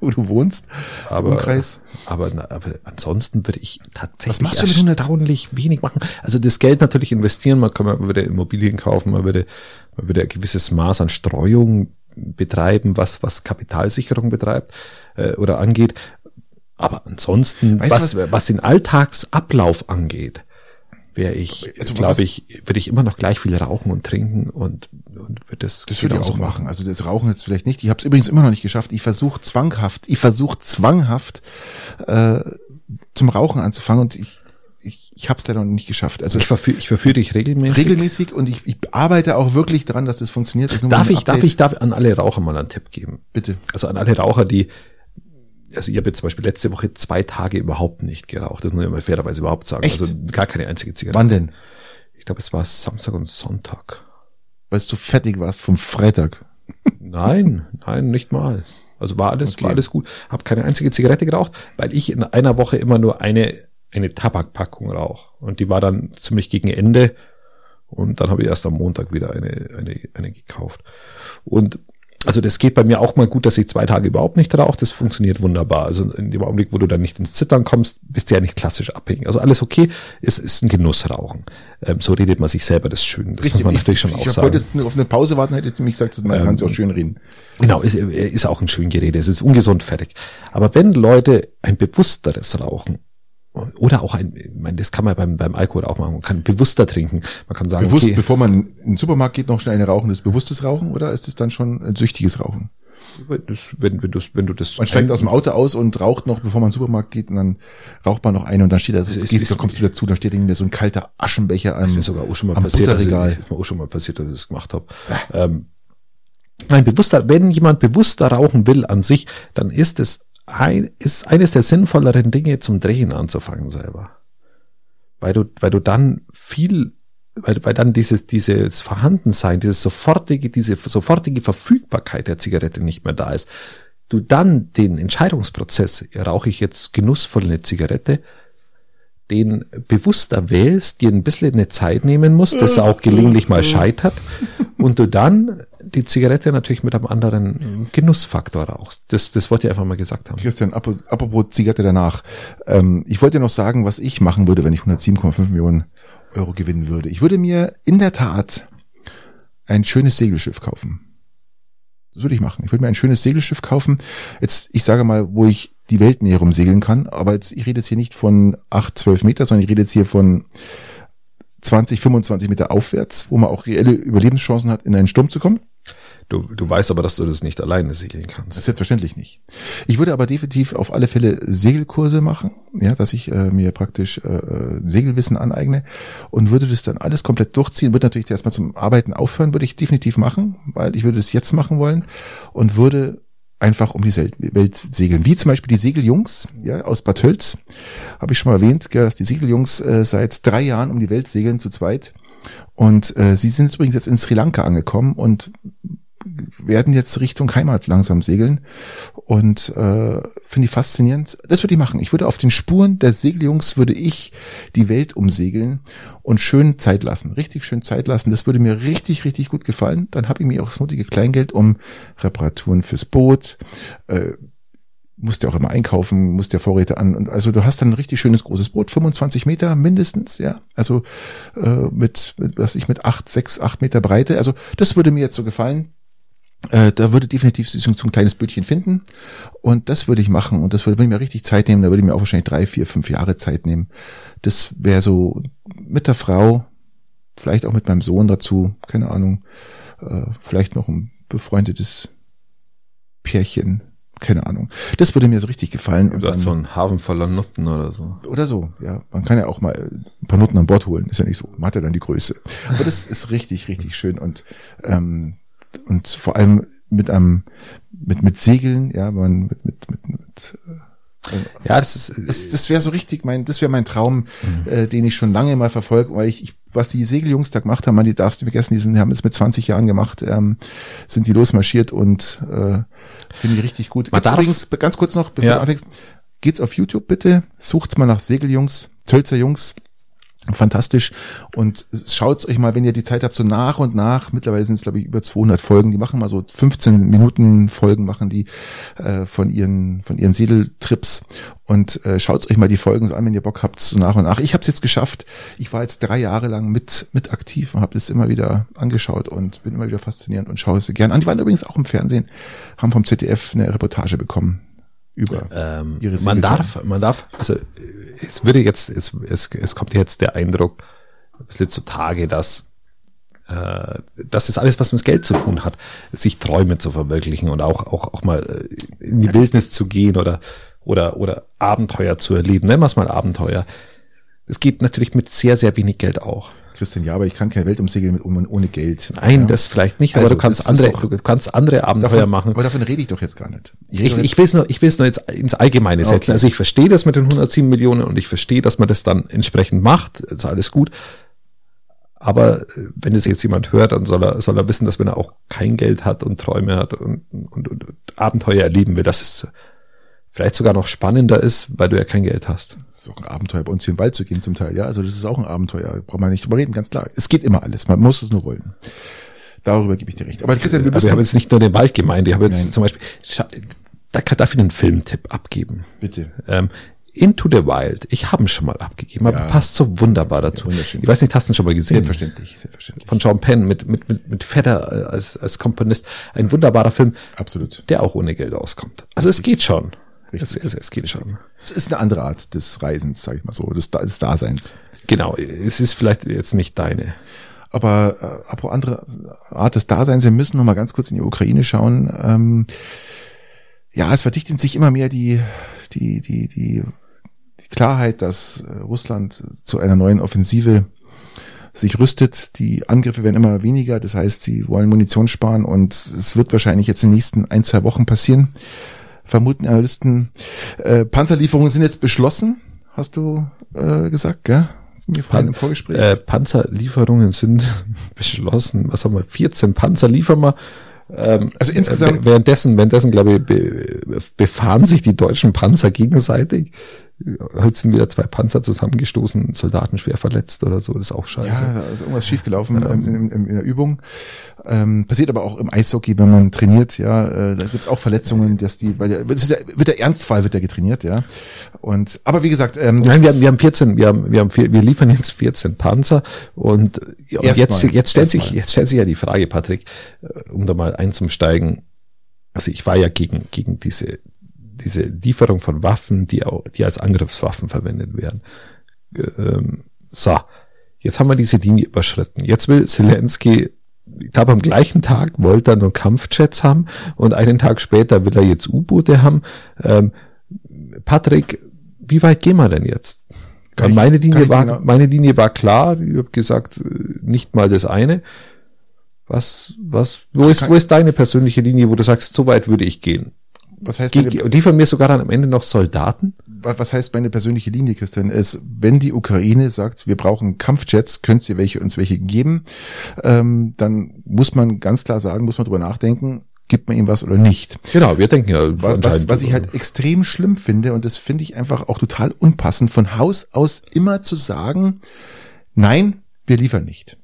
Speaker 2: wo du wohnst. im
Speaker 1: Aber, äh,
Speaker 2: Umkreis.
Speaker 1: aber, na, aber ansonsten würde ich tatsächlich
Speaker 2: Was machst du mit 100?
Speaker 1: erstaunlich wenig machen. Also das Geld natürlich investieren, man kann man würde Immobilien kaufen, man würde, man würde ein gewisses Maß an Streuung betreiben, was, was Kapitalsicherung betreibt äh, oder angeht. Aber ansonsten,
Speaker 2: Weißt du
Speaker 1: was, was, den Alltagsablauf angeht, wäre ich,
Speaker 2: Also was-
Speaker 1: glaube ich, würde ich immer noch gleich viel rauchen und trinken und, und würde das,
Speaker 2: Das würde ich
Speaker 1: genauso
Speaker 2: auch machen. Also das Rauchen jetzt vielleicht nicht. Ich habe es übrigens immer noch nicht geschafft. Ich versuche zwanghaft, ich versuche zwanghaft äh, zum Rauchen anzufangen und ich, ich, ich habe es leider noch nicht geschafft. Also
Speaker 1: Ich verführe, ich verführe dich regelmäßig.
Speaker 2: regelmäßig und ich, ich arbeite auch wirklich dran, dass das funktioniert. nur mal
Speaker 1: Darf
Speaker 2: ein
Speaker 1: ich, darf
Speaker 2: Update.
Speaker 1: ich darf an alle Raucher mal einen Tipp geben?
Speaker 2: Bitte.
Speaker 1: Also an alle Raucher, die, also ich habe jetzt zum Beispiel letzte Woche zwei Tage überhaupt nicht geraucht. Das muss ich mal fairerweise überhaupt sagen.
Speaker 2: Echt?
Speaker 1: Also gar keine einzige Zigarette.
Speaker 2: Wann denn?
Speaker 1: Ich glaube, es war Samstag und Sonntag.
Speaker 2: Weil du fertig warst vom Freitag.
Speaker 1: Nein, nein, nicht mal. Also war alles,
Speaker 2: Okay.
Speaker 1: war alles gut. Hab keine einzige Zigarette geraucht, weil ich in einer Woche immer nur eine, eine Tabakpackung rauch. Und die war dann ziemlich gegen Ende. Und dann habe ich erst am Montag wieder eine, eine, eine gekauft. Und also das geht bei mir auch mal gut, dass ich zwei Tage überhaupt nicht rauche. Das funktioniert wunderbar. Also in dem Augenblick, wo du dann nicht ins Zittern kommst, bist du ja nicht klassisch abhängig. Also alles okay, es ist ein Genussrauchen. Ähm, so redet man sich selber das schön. Das muss man natürlich schon
Speaker 2: ich,
Speaker 1: auch
Speaker 2: ich
Speaker 1: sagen. Ähm,
Speaker 2: wollte jetzt nur auf eine Pause warten, hätte jetzt nämlich gesagt, man kann es auch schön reden.
Speaker 1: Genau, ist, ist auch ein schön Gerede, es ist ungesund fertig. Aber wenn Leute ein bewussteres Rauchen oder auch ein, ich meine, das kann man beim, beim Alkohol auch machen, man kann bewusster trinken, man kann sagen,
Speaker 2: Bewusst,
Speaker 1: okay,
Speaker 2: bevor man in den Supermarkt geht, noch schnell eine rauchen, das ist bewusstes Rauchen oder ist es dann schon ein süchtiges Rauchen?
Speaker 1: wenn, das, wenn, wenn, das, wenn du das
Speaker 2: Man steigt aus dem Auto aus und raucht noch, bevor man in den Supermarkt geht und dann raucht man noch eine und dann steht da so,
Speaker 1: Also Es ist-
Speaker 2: gehst,
Speaker 1: es-
Speaker 2: da kommst du dazu, da steht irgendwie so ein kalter Aschenbecher am,
Speaker 1: ist mir sogar auch schon mal
Speaker 2: am
Speaker 1: passiert, dass ich,
Speaker 2: Butterregal.
Speaker 1: ist mir auch schon mal passiert, dass ich das gemacht habe. Ähm, nein, bewusster, wenn jemand bewusster rauchen will an sich, dann ist es ein, ist eines der sinnvolleren Dinge zum Drehen anzufangen selber. Weil du, weil du dann viel, weil, weil dann dieses, dieses Vorhandensein, dieses sofortige, diese sofortige Verfügbarkeit der Zigarette nicht mehr da ist. Du dann den Entscheidungsprozess, rauche ich jetzt genussvoll eine Zigarette, den bewusster wählst, dir ein bisschen eine Zeit nehmen musst, das auch gelegentlich mal scheitert und du dann die Zigarette natürlich mit einem anderen Genussfaktor rauchst. Das, das wollte ich einfach mal gesagt haben.
Speaker 2: Christian, apo- apropos Zigarette danach. Ähm, ich wollte dir noch sagen, was ich machen würde, wenn ich 107,5 Millionen Euro gewinnen würde. Ich würde mir in der Tat ein schönes Segelschiff kaufen. Das würde ich machen. Ich würde mir ein schönes Segelschiff kaufen. Jetzt, ich sage mal, wo ich die Welt näher rumsegeln kann. Aber jetzt, ich rede jetzt hier nicht von 8, 12 Meter, sondern ich rede jetzt hier von 20, 25 Meter aufwärts, wo man auch reelle Überlebenschancen hat, in einen Sturm zu kommen.
Speaker 1: Du, du weißt aber, dass du das nicht alleine segeln kannst.
Speaker 2: Selbstverständlich nicht. Ich würde aber definitiv auf alle Fälle Segelkurse machen, ja, dass ich äh, mir praktisch äh, äh, Segelwissen aneigne und würde das dann alles komplett durchziehen. Würde natürlich erstmal zum Arbeiten aufhören, würde ich definitiv machen, weil ich würde es jetzt machen wollen und würde einfach um die Sel- Welt segeln. Wie zum Beispiel die Segeljungs ja, aus Bad Hölz. Habe ich schon mal erwähnt, gell, dass die Segeljungs äh, seit drei Jahren um die Welt segeln zu zweit. Und äh, sie sind übrigens jetzt in Sri Lanka angekommen und werden jetzt Richtung Heimat langsam segeln. Und äh, finde ich faszinierend. Das würde ich machen. Ich würde auf den Spuren der Segeljungs würde ich die Welt umsegeln und schön Zeit lassen. Richtig schön Zeit lassen. Das würde mir richtig, richtig gut gefallen. Dann habe ich mir auch das nötige Kleingeld um Reparaturen fürs Boot. Äh, musst ja auch immer einkaufen, musst ja Vorräte an. Und also du hast dann ein richtig schönes großes Boot, 25 Meter mindestens, ja. Also äh, mit, mit, was ich mit acht sechs acht Meter Breite. Also das würde mir jetzt so gefallen. Äh, da würde definitiv so so ein kleines Bötchen finden. Und das würde ich machen. Und das würde, würde mir richtig Zeit nehmen. Da würde ich mir auch wahrscheinlich drei, vier, fünf Jahre Zeit nehmen. Das wäre so mit der Frau, vielleicht auch mit meinem Sohn dazu, keine Ahnung. Äh, vielleicht noch ein befreundetes Pärchen, keine Ahnung. Das würde mir so richtig gefallen. Und
Speaker 1: Du hast
Speaker 2: dann-
Speaker 1: so einen Hafen voller Nutten oder so.
Speaker 2: oder so, ja. Man kann ja auch mal äh, ein paar Noten an Bord holen, ist ja nicht so. Man hat ja dann die Größe. Aber das ist richtig, richtig schön und, ähm, und vor allem mit einem, mit, mit Segeln, ja, man, mit, mit, mit, mit äh,
Speaker 1: Ja, das ist,
Speaker 2: das, das wäre so richtig mein, das wäre mein Traum, äh, den ich schon lange mal verfolge, weil ich, ich was die Segeljungs da gemacht haben, man, die darfst du nicht vergessen, die sind, die haben das mit 20 Jahren gemacht, ähm, sind die losmarschiert und äh, finde ich richtig gut.
Speaker 1: Man
Speaker 2: Gibt's
Speaker 1: darf-
Speaker 2: übrigens, ganz kurz noch, bevor
Speaker 1: Ja.
Speaker 2: du anfängst, geht's auf YouTube bitte, sucht's mal nach Segeljungs, Tölzer Jungs, Fantastisch. Und schaut's euch mal, wenn ihr die Zeit habt, so nach und nach. Mittlerweile sind es, glaube ich, über 200 Folgen. Die machen mal so 15 Minuten Folgen, machen die äh, von ihren von ihren Sedeltrips. Und äh, schaut's euch mal die Folgen so an, wenn ihr Bock habt, so nach und nach. Ich habe es jetzt geschafft. Ich war jetzt drei Jahre lang mit mit aktiv und habe das immer wieder angeschaut und bin immer wieder faszinierend und schaue es gern an. Die waren übrigens auch im Fernsehen, haben vom ZDF eine Reportage bekommen über
Speaker 1: ähm,
Speaker 2: ihre
Speaker 1: man
Speaker 2: Segeltouren.
Speaker 1: darf, man darf, also äh, es würde jetzt, es, es, es kommt jetzt der Eindruck, ein bisschen zutage, dass äh, das ist alles, was mit Geld zu tun hat, sich Träume zu verwirklichen und auch, auch, auch mal äh, in die Wildnis zu gehen oder, oder, oder Abenteuer zu erleben. Nennen wir es mal Abenteuer. Es geht natürlich mit sehr, sehr wenig Geld auch.
Speaker 2: Christian, ja, aber ich kann keine Welt umsegeln mit, um, ohne Geld.
Speaker 1: Nein,
Speaker 2: ja.
Speaker 1: das vielleicht nicht,
Speaker 2: Also,
Speaker 1: aber du kannst
Speaker 2: das ist
Speaker 1: andere,
Speaker 2: doch-
Speaker 1: du kannst andere Abenteuer
Speaker 2: Davon,
Speaker 1: machen.
Speaker 2: Aber davon rede ich doch jetzt gar nicht.
Speaker 1: Ich,
Speaker 2: rede
Speaker 1: ich will es nur, ich will's nur jetzt ins Allgemeine setzen.
Speaker 2: Okay.
Speaker 1: Also ich verstehe das mit den 107 Millionen und ich verstehe, dass man das dann entsprechend macht. Ist alles gut. Aber äh, wenn es jetzt jemand hört, dann soll er, soll er wissen, dass wenn er auch kein Geld hat und Träume hat und, und, und, und Abenteuer erleben will, dass es vielleicht sogar noch spannender ist, weil du ja kein Geld hast. Also
Speaker 2: Das ist auch ein Abenteuer, bei uns hier in den Wald zu gehen zum Teil. Ja, also das ist auch ein Abenteuer. Braucht man nicht drüber reden, ganz klar. Es geht immer alles. Man muss es nur wollen. Darüber gebe ich dir recht. Aber Christian, wir
Speaker 1: Aber ich
Speaker 2: müssen
Speaker 1: habe jetzt nicht nur den Wald gemeint, ich habe jetzt
Speaker 2: Nein.
Speaker 1: zum Beispiel, scha- da kann, darf ich einen Filmtipp abgeben.
Speaker 2: bitte.
Speaker 1: Ähm, Into the Wild, ich habe ihn schon mal abgegeben, aber
Speaker 2: Ja.
Speaker 1: passt so wunderbar dazu.
Speaker 2: wunderschön.
Speaker 1: ich weiß nicht, hast du ihn schon mal gesehen?
Speaker 2: Selbstverständlich, selbstverständlich.
Speaker 1: von Sean Penn mit, mit, mit, mit Vetter äh, als, als Komponist. Ein wunderbarer Film,
Speaker 2: Absolut.
Speaker 1: der auch ohne Geld auskommt. Also es geht schon. Es,
Speaker 2: Richtig.
Speaker 1: es, es geht schon.
Speaker 2: Es ist eine andere Art des Reisens, sage ich mal so, des, Da- des Daseins.
Speaker 1: Genau, es ist vielleicht jetzt nicht deine.
Speaker 2: Aber äh, apropos andere Art des Daseins, wir müssen noch mal ganz kurz in die Ukraine schauen. Ähm, ja, es verdichtet sich immer mehr die, die, die, die, die Klarheit, dass äh, Russland zu einer neuen Offensive sich rüstet. Die Angriffe werden immer weniger. Das heißt, sie wollen Munition sparen und es wird wahrscheinlich jetzt in den nächsten ein, zwei Wochen passieren. Vermuten Analysten. Äh, Panzerlieferungen sind jetzt beschlossen, hast du äh, gesagt, gell? Mir vorhin im Vorgespräch.
Speaker 1: Äh, Panzerlieferungen sind beschlossen. Was haben wir? 14 Panzer liefern wir. Ähm,
Speaker 2: Also
Speaker 1: äh,
Speaker 2: insgesamt-
Speaker 1: w- Währenddessen, währenddessen glaube ich, be, befahren sich die deutschen Panzer gegenseitig. Äh, Heute sind wieder zwei Panzer zusammengestoßen, Soldaten schwer verletzt oder so. Das ist auch scheiße.
Speaker 2: Ja, da ist irgendwas schiefgelaufen
Speaker 1: Genau.
Speaker 2: ähm, in, in, in der Übung. Ähm, passiert aber auch im Eishockey, wenn man trainiert, ja, äh, da gibt's auch Verletzungen, dass die, weil der, wird der, wird der Ernstfall wird der getrainiert, ja. Und aber wie gesagt, ähm, das
Speaker 1: Nein, wir haben,
Speaker 2: ist-
Speaker 1: wir haben 14, wir haben, wir haben, vier, wir liefern jetzt 14 Panzer und, ja, und
Speaker 2: Erstmal.
Speaker 1: jetzt, jetzt stellt sich,
Speaker 2: Erstmal.
Speaker 1: jetzt stellt sich ja die Frage, Patrick, äh, um da mal einzusteigen. Also ich war ja gegen, gegen diese, diese Lieferung von Waffen, die auch, die als Angriffswaffen verwendet werden. Ähm, so. Jetzt haben wir diese Linie überschritten. Jetzt will Zelensky ich glaube, am gleichen Tag wollte er nur Kampfjets haben und einen Tag später will er jetzt U-Boote haben. Ähm, Patrick, wie weit gehen wir denn jetzt?
Speaker 2: Kann ich-
Speaker 1: meine,
Speaker 2: kann
Speaker 1: Linie
Speaker 2: ich
Speaker 1: war,
Speaker 2: genau-
Speaker 1: meine Linie war klar. Ich habe gesagt, äh, nicht mal das eine. Was, was, wo ist,
Speaker 2: Kann-
Speaker 1: wo ist deine persönliche Linie, wo du sagst, so weit würde ich gehen?
Speaker 2: Was heißt,
Speaker 1: Ge-
Speaker 2: meine,
Speaker 1: ge- Und die von mir sogar dann am Ende noch Soldaten?
Speaker 2: wa- was heißt meine persönliche Linie, Christian? Ist, wenn die Ukraine sagt, wir brauchen Kampfjets, könnt ihr welche, uns welche geben, ähm, dann muss man ganz klar sagen, muss man drüber nachdenken, gibt man ihm was oder nicht.
Speaker 1: Genau, wir denken ja.
Speaker 2: Was, was,
Speaker 1: anscheinend-
Speaker 2: was ich halt extrem schlimm finde, und das finde ich einfach auch total unpassend, von Haus aus immer zu sagen, nein, wir liefern nicht.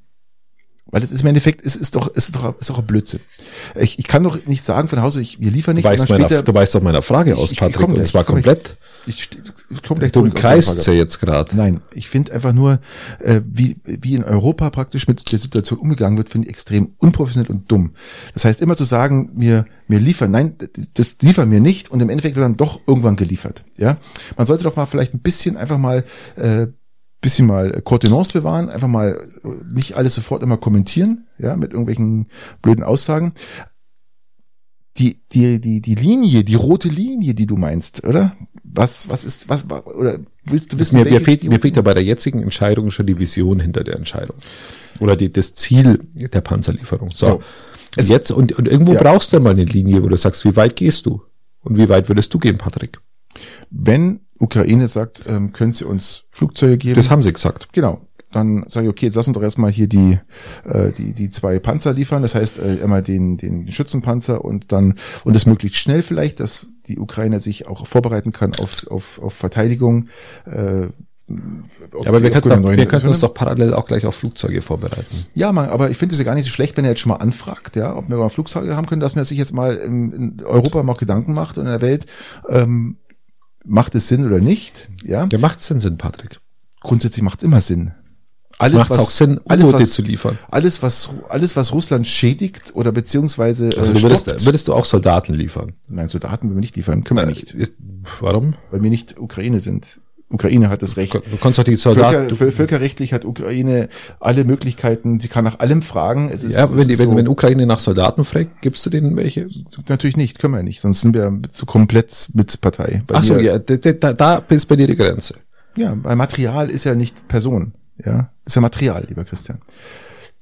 Speaker 2: Weil es ist im Endeffekt, es ist doch, es ist doch, es ist doch ein Blödsinn. Ich, ich kann doch nicht sagen von Haus aus, ich, wir liefern
Speaker 1: Du
Speaker 2: nicht.
Speaker 1: weißt,
Speaker 2: und dann
Speaker 1: meiner, du weißt doch meiner Frage aus,
Speaker 2: ich- ich
Speaker 1: Patrick,
Speaker 2: komm
Speaker 1: und
Speaker 2: gleich,
Speaker 1: zwar
Speaker 2: ich komm
Speaker 1: komplett.
Speaker 2: ich, ich, ich komme gleich
Speaker 1: Du
Speaker 2: zurück. auf deine Frage.
Speaker 1: umkreist ja jetzt gerade.
Speaker 2: Nein, ich finde einfach nur, äh, wie, wie in Europa praktisch mit der Situation umgegangen wird, finde ich extrem unprofessionell und dumm. Das heißt, immer zu sagen, mir, mir liefern, nein, d- das liefern mir nicht und im Endeffekt wird dann doch irgendwann geliefert. Ja, Man sollte doch mal vielleicht ein bisschen einfach mal, äh, bisschen mal Kontenance bewahren, einfach mal äh, nicht alles sofort immer kommentieren, ja, mit irgendwelchen blöden Aussagen. Die, die, die, die Linie, die rote Linie, die du meinst, oder? Was, was ist, was, wa- oder willst du wissen,
Speaker 1: Mir, mir,
Speaker 2: welches
Speaker 1: fehlt,
Speaker 2: die-
Speaker 1: mir fehlt ja bei der jetzigen Entscheidung schon die Vision hinter der Entscheidung. Oder die, das Ziel der Panzerlieferung. So.
Speaker 2: So.
Speaker 1: Und jetzt, und, und irgendwo
Speaker 2: Ja.
Speaker 1: brauchst du mal eine Linie, wo du sagst, wie weit gehst du? Und wie weit würdest du gehen, Patrick?
Speaker 2: wenn Ukraine sagt, ähm, können sie uns Flugzeuge geben,
Speaker 1: Das haben sie gesagt.
Speaker 2: genau, dann sage ich, okay, jetzt lassen wir doch erstmal hier die, äh, die, die zwei Panzer liefern, das heißt äh, einmal den, den Schützenpanzer und dann, und das möglichst schnell vielleicht, dass die Ukraine sich auch vorbereiten kann auf, auf, auf Verteidigung. Äh, auf-
Speaker 1: Ja, aber wir könnten,
Speaker 2: auf Grund-
Speaker 1: doch, wir
Speaker 2: neuen-
Speaker 1: könnten uns doch parallel auch gleich auf Flugzeuge vorbereiten.
Speaker 2: ja, man, aber ich finde es ja gar nicht so schlecht, wenn er jetzt schon mal anfragt, ja, ob wir mal Flugzeuge haben können, dass man sich jetzt mal in, in Europa mal Gedanken macht und in der Welt, ähm, macht es Sinn oder nicht, ja.
Speaker 1: Ja, macht's denn Sinn, Patrick?
Speaker 2: grundsätzlich macht es immer Sinn. Alles,
Speaker 1: Macht's auch Sinn,
Speaker 2: alles,
Speaker 1: U-Boote
Speaker 2: was,
Speaker 1: zu liefern?
Speaker 2: Alles was, alles, was Russland schädigt oder beziehungsweise äh,
Speaker 1: Also du würdest,
Speaker 2: stoppt.
Speaker 1: würdest du auch Soldaten liefern?
Speaker 2: Nein, Soldaten würden wir nicht liefern,
Speaker 1: Äh,
Speaker 2: können wir nicht,
Speaker 1: Ist- Warum?
Speaker 2: weil wir nicht Ukraine sind. Ukraine hat das Recht.
Speaker 1: Du kannst doch die
Speaker 2: Völker,
Speaker 1: Soldaten,
Speaker 2: völ- völkerrechtlich hat Ukraine alle Möglichkeiten, sie kann nach allem fragen. Es ist,
Speaker 1: Ja, aber
Speaker 2: es
Speaker 1: wenn, die,
Speaker 2: ist
Speaker 1: wenn,
Speaker 2: so-
Speaker 1: wenn Ukraine nach Soldaten fragt, gibst du denen welche?
Speaker 2: natürlich nicht, können wir nicht, sonst sind wir zu komplett mit Partei. Bei
Speaker 1: Ach so,
Speaker 2: mir-
Speaker 1: ja, da, da, da ist bei dir die Grenze.
Speaker 2: Ja, weil Material ist ja nicht Person. Ja, ist ja Material, lieber Christian.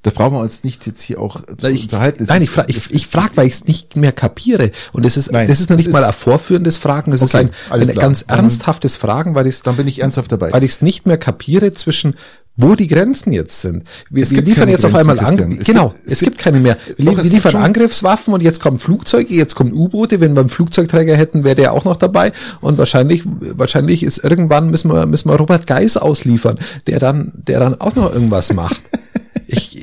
Speaker 2: Das brauchen wir uns nicht jetzt hier auch zu
Speaker 1: Nein, ich,
Speaker 2: unterhalten. Es
Speaker 1: nein,
Speaker 2: ist-
Speaker 1: ich frage,
Speaker 2: es
Speaker 1: ich, ich
Speaker 2: ist-
Speaker 1: frag, weil ich es nicht mehr kapiere. Und es ist,
Speaker 2: Nein,
Speaker 1: das ist noch
Speaker 2: es
Speaker 1: nicht mal
Speaker 2: ist-
Speaker 1: ein vorführendes Fragen, das ist
Speaker 2: Okay,
Speaker 1: ein, ein
Speaker 2: alles klar.
Speaker 1: ganz
Speaker 2: Dann-
Speaker 1: ernsthaftes Fragen, weil ich es
Speaker 2: Dann bin ich ernsthaft dabei.
Speaker 1: weil ich es nicht mehr kapiere zwischen wo die Grenzen jetzt sind. Wir,
Speaker 2: Es
Speaker 1: wir
Speaker 2: gibt
Speaker 1: liefern
Speaker 2: keine
Speaker 1: jetzt auf
Speaker 2: Grenzen,
Speaker 1: einmal
Speaker 2: Christian.
Speaker 1: Angriff.
Speaker 2: Es
Speaker 1: Genau,
Speaker 2: gibt-
Speaker 1: es, gibt keine mehr. Wir,
Speaker 2: Doch,
Speaker 1: lie-
Speaker 2: es
Speaker 1: wir
Speaker 2: gibt
Speaker 1: liefern
Speaker 2: schon-
Speaker 1: Angriffswaffen und jetzt kommen Flugzeuge, jetzt kommen U-Boote. Wenn wir einen Flugzeugträger hätten, wäre der auch noch dabei. Und wahrscheinlich, wahrscheinlich ist irgendwann müssen wir, müssen wir Robert Geis ausliefern, der dann, der dann auch noch irgendwas macht. Ich,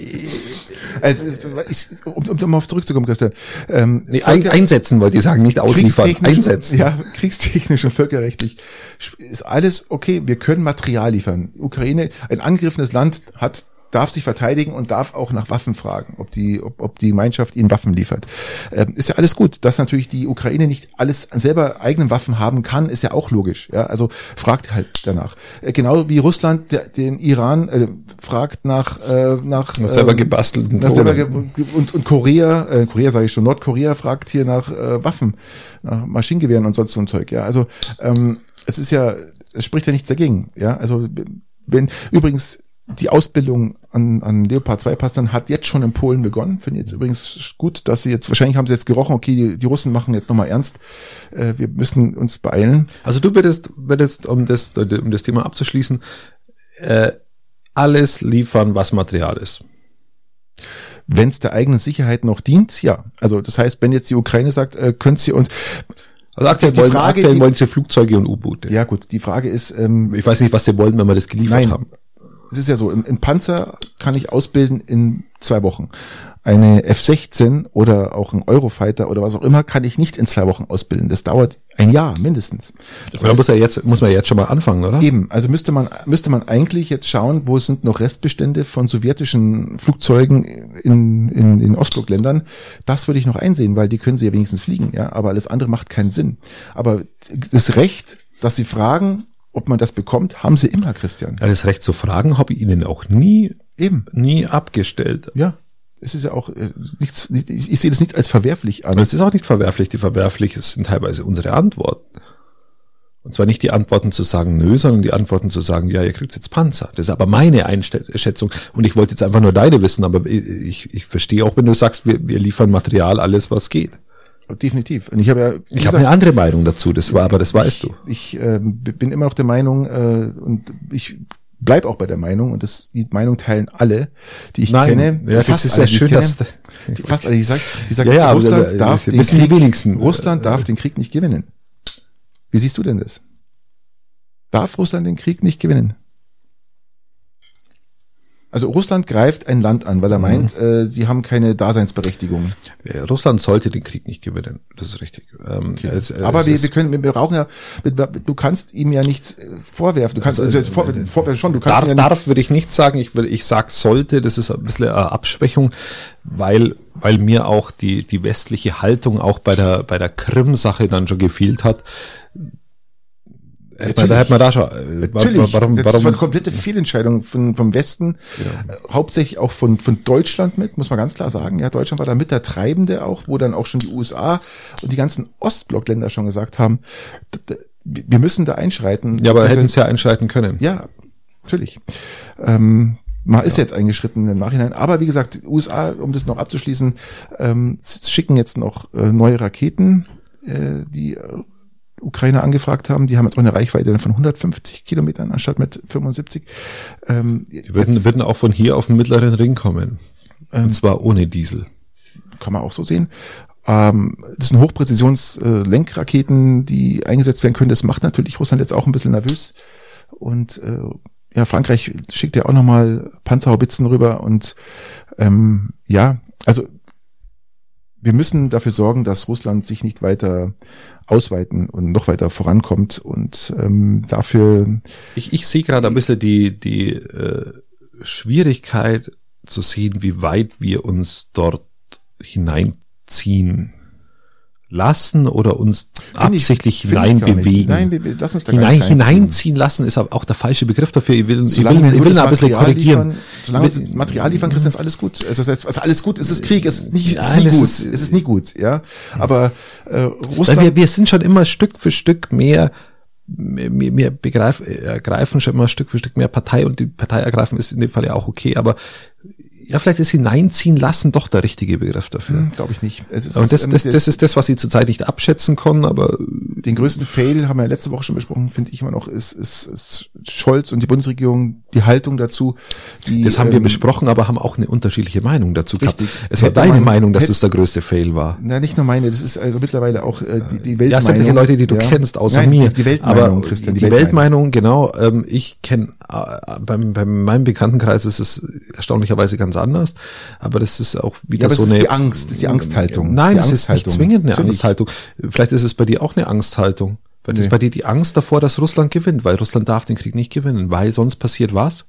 Speaker 2: also, ich, um, um, um auf zurückzukommen, Christian. Ähm,
Speaker 1: nee, ein, einsetzen wollte ich sagen, nicht ausliefern, einsetzen.
Speaker 2: ja, kriegstechnisch und völkerrechtlich ist alles okay. Wir können Material liefern. Ukraine, ein angegriffenes Land hat darf sich verteidigen und darf auch nach Waffen fragen, ob die, ob, ob die Gemeinschaft ihnen Waffen liefert. Ähm, ist ja alles gut, dass natürlich die Ukraine nicht alles selber eigenen Waffen haben kann, ist ja auch logisch. Ja, also fragt halt danach. Äh, genau wie Russland der, den Iran äh, fragt nach äh, nach
Speaker 1: Nach selber gebastelten
Speaker 2: nach selber
Speaker 1: Drohnen.
Speaker 2: ge und, und Korea, äh, Korea sage ich schon, Nordkorea fragt hier nach äh, Waffen, nach Maschinengewehren und sonst so ein Zeug. Ja, also ähm, es ist ja, es spricht ja nichts dagegen. Ja, also wenn übrigens die Ausbildung an, an Leopard 2 Passern hat jetzt schon in Polen begonnen. Finde ich jetzt übrigens gut, dass sie jetzt, wahrscheinlich haben sie jetzt gerochen, okay, die, die Russen machen jetzt nochmal ernst. Äh, wir müssen uns beeilen.
Speaker 1: Also du würdest, würdest um, das, um das Thema abzuschließen, äh, alles liefern, was Material ist.
Speaker 2: Wenn es der eigenen Sicherheit noch dient, ja. Also das heißt, wenn jetzt die Ukraine sagt, äh, könnt ihr uns.
Speaker 1: Also aktuell,
Speaker 2: Die
Speaker 1: wollen,
Speaker 2: Frage,
Speaker 1: aktuell
Speaker 2: die-
Speaker 1: wollen sie Flugzeuge und U-Boote.
Speaker 2: Ja gut, die Frage ist, ähm,
Speaker 1: Ich weiß nicht, was sie wollen, wenn wir das geliefert
Speaker 2: Nein.
Speaker 1: haben.
Speaker 2: es ist ja so, im, im Panzer kann ich ausbilden in zwei Wochen. Eine F-16 oder auch ein Eurofighter oder was auch immer kann ich nicht in zwei Wochen ausbilden. Das dauert ein Jahr mindestens. Das
Speaker 1: Da muss, ja jetzt, muss man jetzt schon mal anfangen, oder?
Speaker 2: Eben, also müsste man, müsste man eigentlich jetzt schauen, wo sind noch Restbestände von sowjetischen Flugzeugen in, in, in Ostblockländern. Das würde ich noch einsehen, weil die können sie ja wenigstens fliegen, ja. Aber alles andere macht keinen Sinn. Aber das Recht, dass sie fragen, ob man das bekommt, haben sie immer, Christian.
Speaker 1: Ja, das Recht zu fragen habe ich ihnen auch nie,
Speaker 2: Eben.
Speaker 1: nie abgestellt.
Speaker 2: Ja. Es ist ja auch äh, nichts, nicht, ich, ich sehe das nicht als verwerflich an.
Speaker 1: Das ist auch nicht verwerflich. Die verwerflich sind teilweise unsere Antworten. Und zwar nicht die Antworten zu sagen, nö, sondern die Antworten zu sagen, ja, ihr kriegt jetzt Panzer. Das ist aber meine Einschätzung. Und ich wollte jetzt einfach nur deine wissen, aber ich, ich verstehe auch, wenn du sagst, wir, wir liefern Material, alles, was geht.
Speaker 2: Definitiv. Und ich habe ja, wie
Speaker 1: Ich habe eine andere Meinung dazu, das war, aber das weißt du.
Speaker 2: ich äh, bin immer noch der Meinung äh, und ich bleib auch bei der Meinung und das, die Meinung teilen alle, die ich
Speaker 1: Nein,
Speaker 2: kenne.
Speaker 1: ja, das
Speaker 2: fast
Speaker 1: ist
Speaker 2: alle,
Speaker 1: ja
Speaker 2: die ich
Speaker 1: schön,
Speaker 2: kenne,
Speaker 1: dass-
Speaker 2: die- fast alle, die sagen, die sagen
Speaker 1: Ja, ja, aber
Speaker 2: Russland
Speaker 1: da- das
Speaker 2: darf den
Speaker 1: wissen die
Speaker 2: Krieg,
Speaker 1: wenigsten.
Speaker 2: Russland darf den Krieg nicht gewinnen. Wie siehst du denn das? Darf Russland den Krieg nicht gewinnen? Also Russland greift ein Land an,
Speaker 1: Mhm.
Speaker 2: weil er meint, äh, sie haben keine Daseinsberechtigung.
Speaker 1: Äh, Russland sollte den Krieg nicht gewinnen. Das ist richtig. Ähm, es- äh,
Speaker 2: Aber
Speaker 1: es
Speaker 2: wir,
Speaker 1: ist-
Speaker 2: wir können, wir brauchen ja, wir- du kannst ihm ja nichts äh, vorwerfen. Du kannst, also, jetzt vor,
Speaker 1: Äh,
Speaker 2: vorwerfen schon, du kannst
Speaker 1: darf,
Speaker 2: ihm ja nicht-
Speaker 1: darf würde ich nicht sagen. Ich will, ich sag sollte. Das ist ein bisschen eine Abschwächung, weil, weil mir auch die, die westliche Haltung auch bei der, bei der Krim-Sache dann schon gefehlt hat. Hätte man, da
Speaker 2: Natürlich.
Speaker 1: hätte man da schon, äh,
Speaker 2: Natürlich,
Speaker 1: warum,
Speaker 2: das war eine
Speaker 1: warum,
Speaker 2: komplette Fehlentscheidung von, vom Westen, äh, hauptsächlich auch von, von Deutschland mit, muss man ganz klar sagen. Ja, Deutschland war da mit der Treibende auch, wo dann auch schon die USA und die ganzen Ostblockländer schon gesagt haben, d- d- wir müssen da einschreiten.
Speaker 1: ja, aber hätten sie ja einschreiten können.
Speaker 2: Ja, natürlich. Ähm, man ist jetzt eingeschritten im Nachhinein. Aber wie gesagt, die USA, um das noch abzuschließen, ähm, s- schicken jetzt noch äh, neue Raketen, äh, die äh, Ukrainer angefragt haben. Die haben jetzt auch eine Reichweite von 150 Kilometern anstatt mit 75. Ähm,
Speaker 1: Die würden,
Speaker 2: jetzt
Speaker 1: würden auch von hier auf den mittleren Ring kommen.
Speaker 2: Ähm.
Speaker 1: und zwar ohne Diesel.
Speaker 2: kann man auch so sehen. Ähm, das sind Hochpräzisions-Lenkraketen, die eingesetzt werden können. Das macht natürlich Russland jetzt auch ein bisschen nervös. Und äh, ja, Frankreich schickt ja auch nochmal Panzerhaubitzen rüber. Und ähm, ja, also wir müssen dafür sorgen, dass Russland sich nicht weiter ausweiten und noch weiter vorankommt. Und ähm, dafür
Speaker 1: Ich, ich sehe gerade ein bisschen die, die äh, Schwierigkeit zu sehen, wie weit wir uns dort hineinziehen lassen oder uns
Speaker 2: finde ich-
Speaker 1: absichtlich
Speaker 2: finde ich gar nicht.
Speaker 1: hineinbewegen.
Speaker 2: Nein, wir, wir, lass uns da gar
Speaker 1: Hinein,
Speaker 2: nicht reinziehen.
Speaker 1: hineinziehen lassen ist aber auch der falsche Begriff dafür. Ich will, ich will,
Speaker 2: Solange wir
Speaker 1: ich will
Speaker 2: gutes
Speaker 1: ihn ein bisschen
Speaker 2: Material
Speaker 1: korrigieren.
Speaker 2: Liefern, solange wir das Material liefern, Christian, ist alles gut. Also das heißt, also alles gut, es ist Krieg, es ist, nicht, es ist
Speaker 1: Nein,
Speaker 2: nie
Speaker 1: es
Speaker 2: gut.
Speaker 1: ist- Mhm.
Speaker 2: es ist nie gut, ja. Aber äh,
Speaker 1: Weil
Speaker 2: Russland,
Speaker 1: wir, wir sind schon immer Stück für Stück mehr, mehr, mehr- mehr begreif, äh, ergreifen schon immer Stück für Stück mehr Partei und die Partei ergreifen ist in dem Fall ja auch okay, aber ja, vielleicht ist hineinziehen lassen doch der richtige Begriff dafür.
Speaker 2: glaube hm, ich nicht. Es ist,
Speaker 1: Und das, das,
Speaker 2: ähm,
Speaker 1: das ist das, was sie zurzeit nicht abschätzen konnten, aber
Speaker 2: den größten Fail haben wir ja letzte Woche schon besprochen, finde ich immer noch, ist, ist, ist Scholz und die Bundesregierung, die Haltung dazu. Die,
Speaker 1: das haben wir
Speaker 2: ähm,
Speaker 1: besprochen, aber haben auch eine unterschiedliche Meinung dazu gehabt.
Speaker 2: Richtig.
Speaker 1: Es war
Speaker 2: Hätte
Speaker 1: deine
Speaker 2: man-
Speaker 1: Meinung, dass
Speaker 2: hätte-
Speaker 1: es der größte Fail war.
Speaker 2: Na, nicht nur meine, das ist also mittlerweile auch äh, die, die Weltmeinung.
Speaker 1: Ja, sämtliche Leute, die du kennst, außer
Speaker 2: Nein,
Speaker 1: mir.
Speaker 2: Die, die Weltmeinung,
Speaker 1: aber
Speaker 2: Christian,
Speaker 1: die, Weltmeinung, genau. Ähm, ich kenne, äh, beim, bei meinem Bekanntenkreis ist es erstaunlicherweise ganz anders, aber das ist auch wieder
Speaker 2: Ja, aber
Speaker 1: so
Speaker 2: es ist
Speaker 1: eine Ähm,
Speaker 2: die Angst, es ist die Angsthaltung.
Speaker 1: Nein,
Speaker 2: Die
Speaker 1: es ist nicht
Speaker 2: Angsthaltung.
Speaker 1: zwingend eine
Speaker 2: Natürlich.
Speaker 1: Angsthaltung. Vielleicht ist es bei dir auch eine Angsthaltung. Vielleicht
Speaker 2: Nee.
Speaker 1: ist bei dir die Angst davor, dass Russland gewinnt, weil Russland darf den Krieg nicht gewinnen, weil sonst passiert was?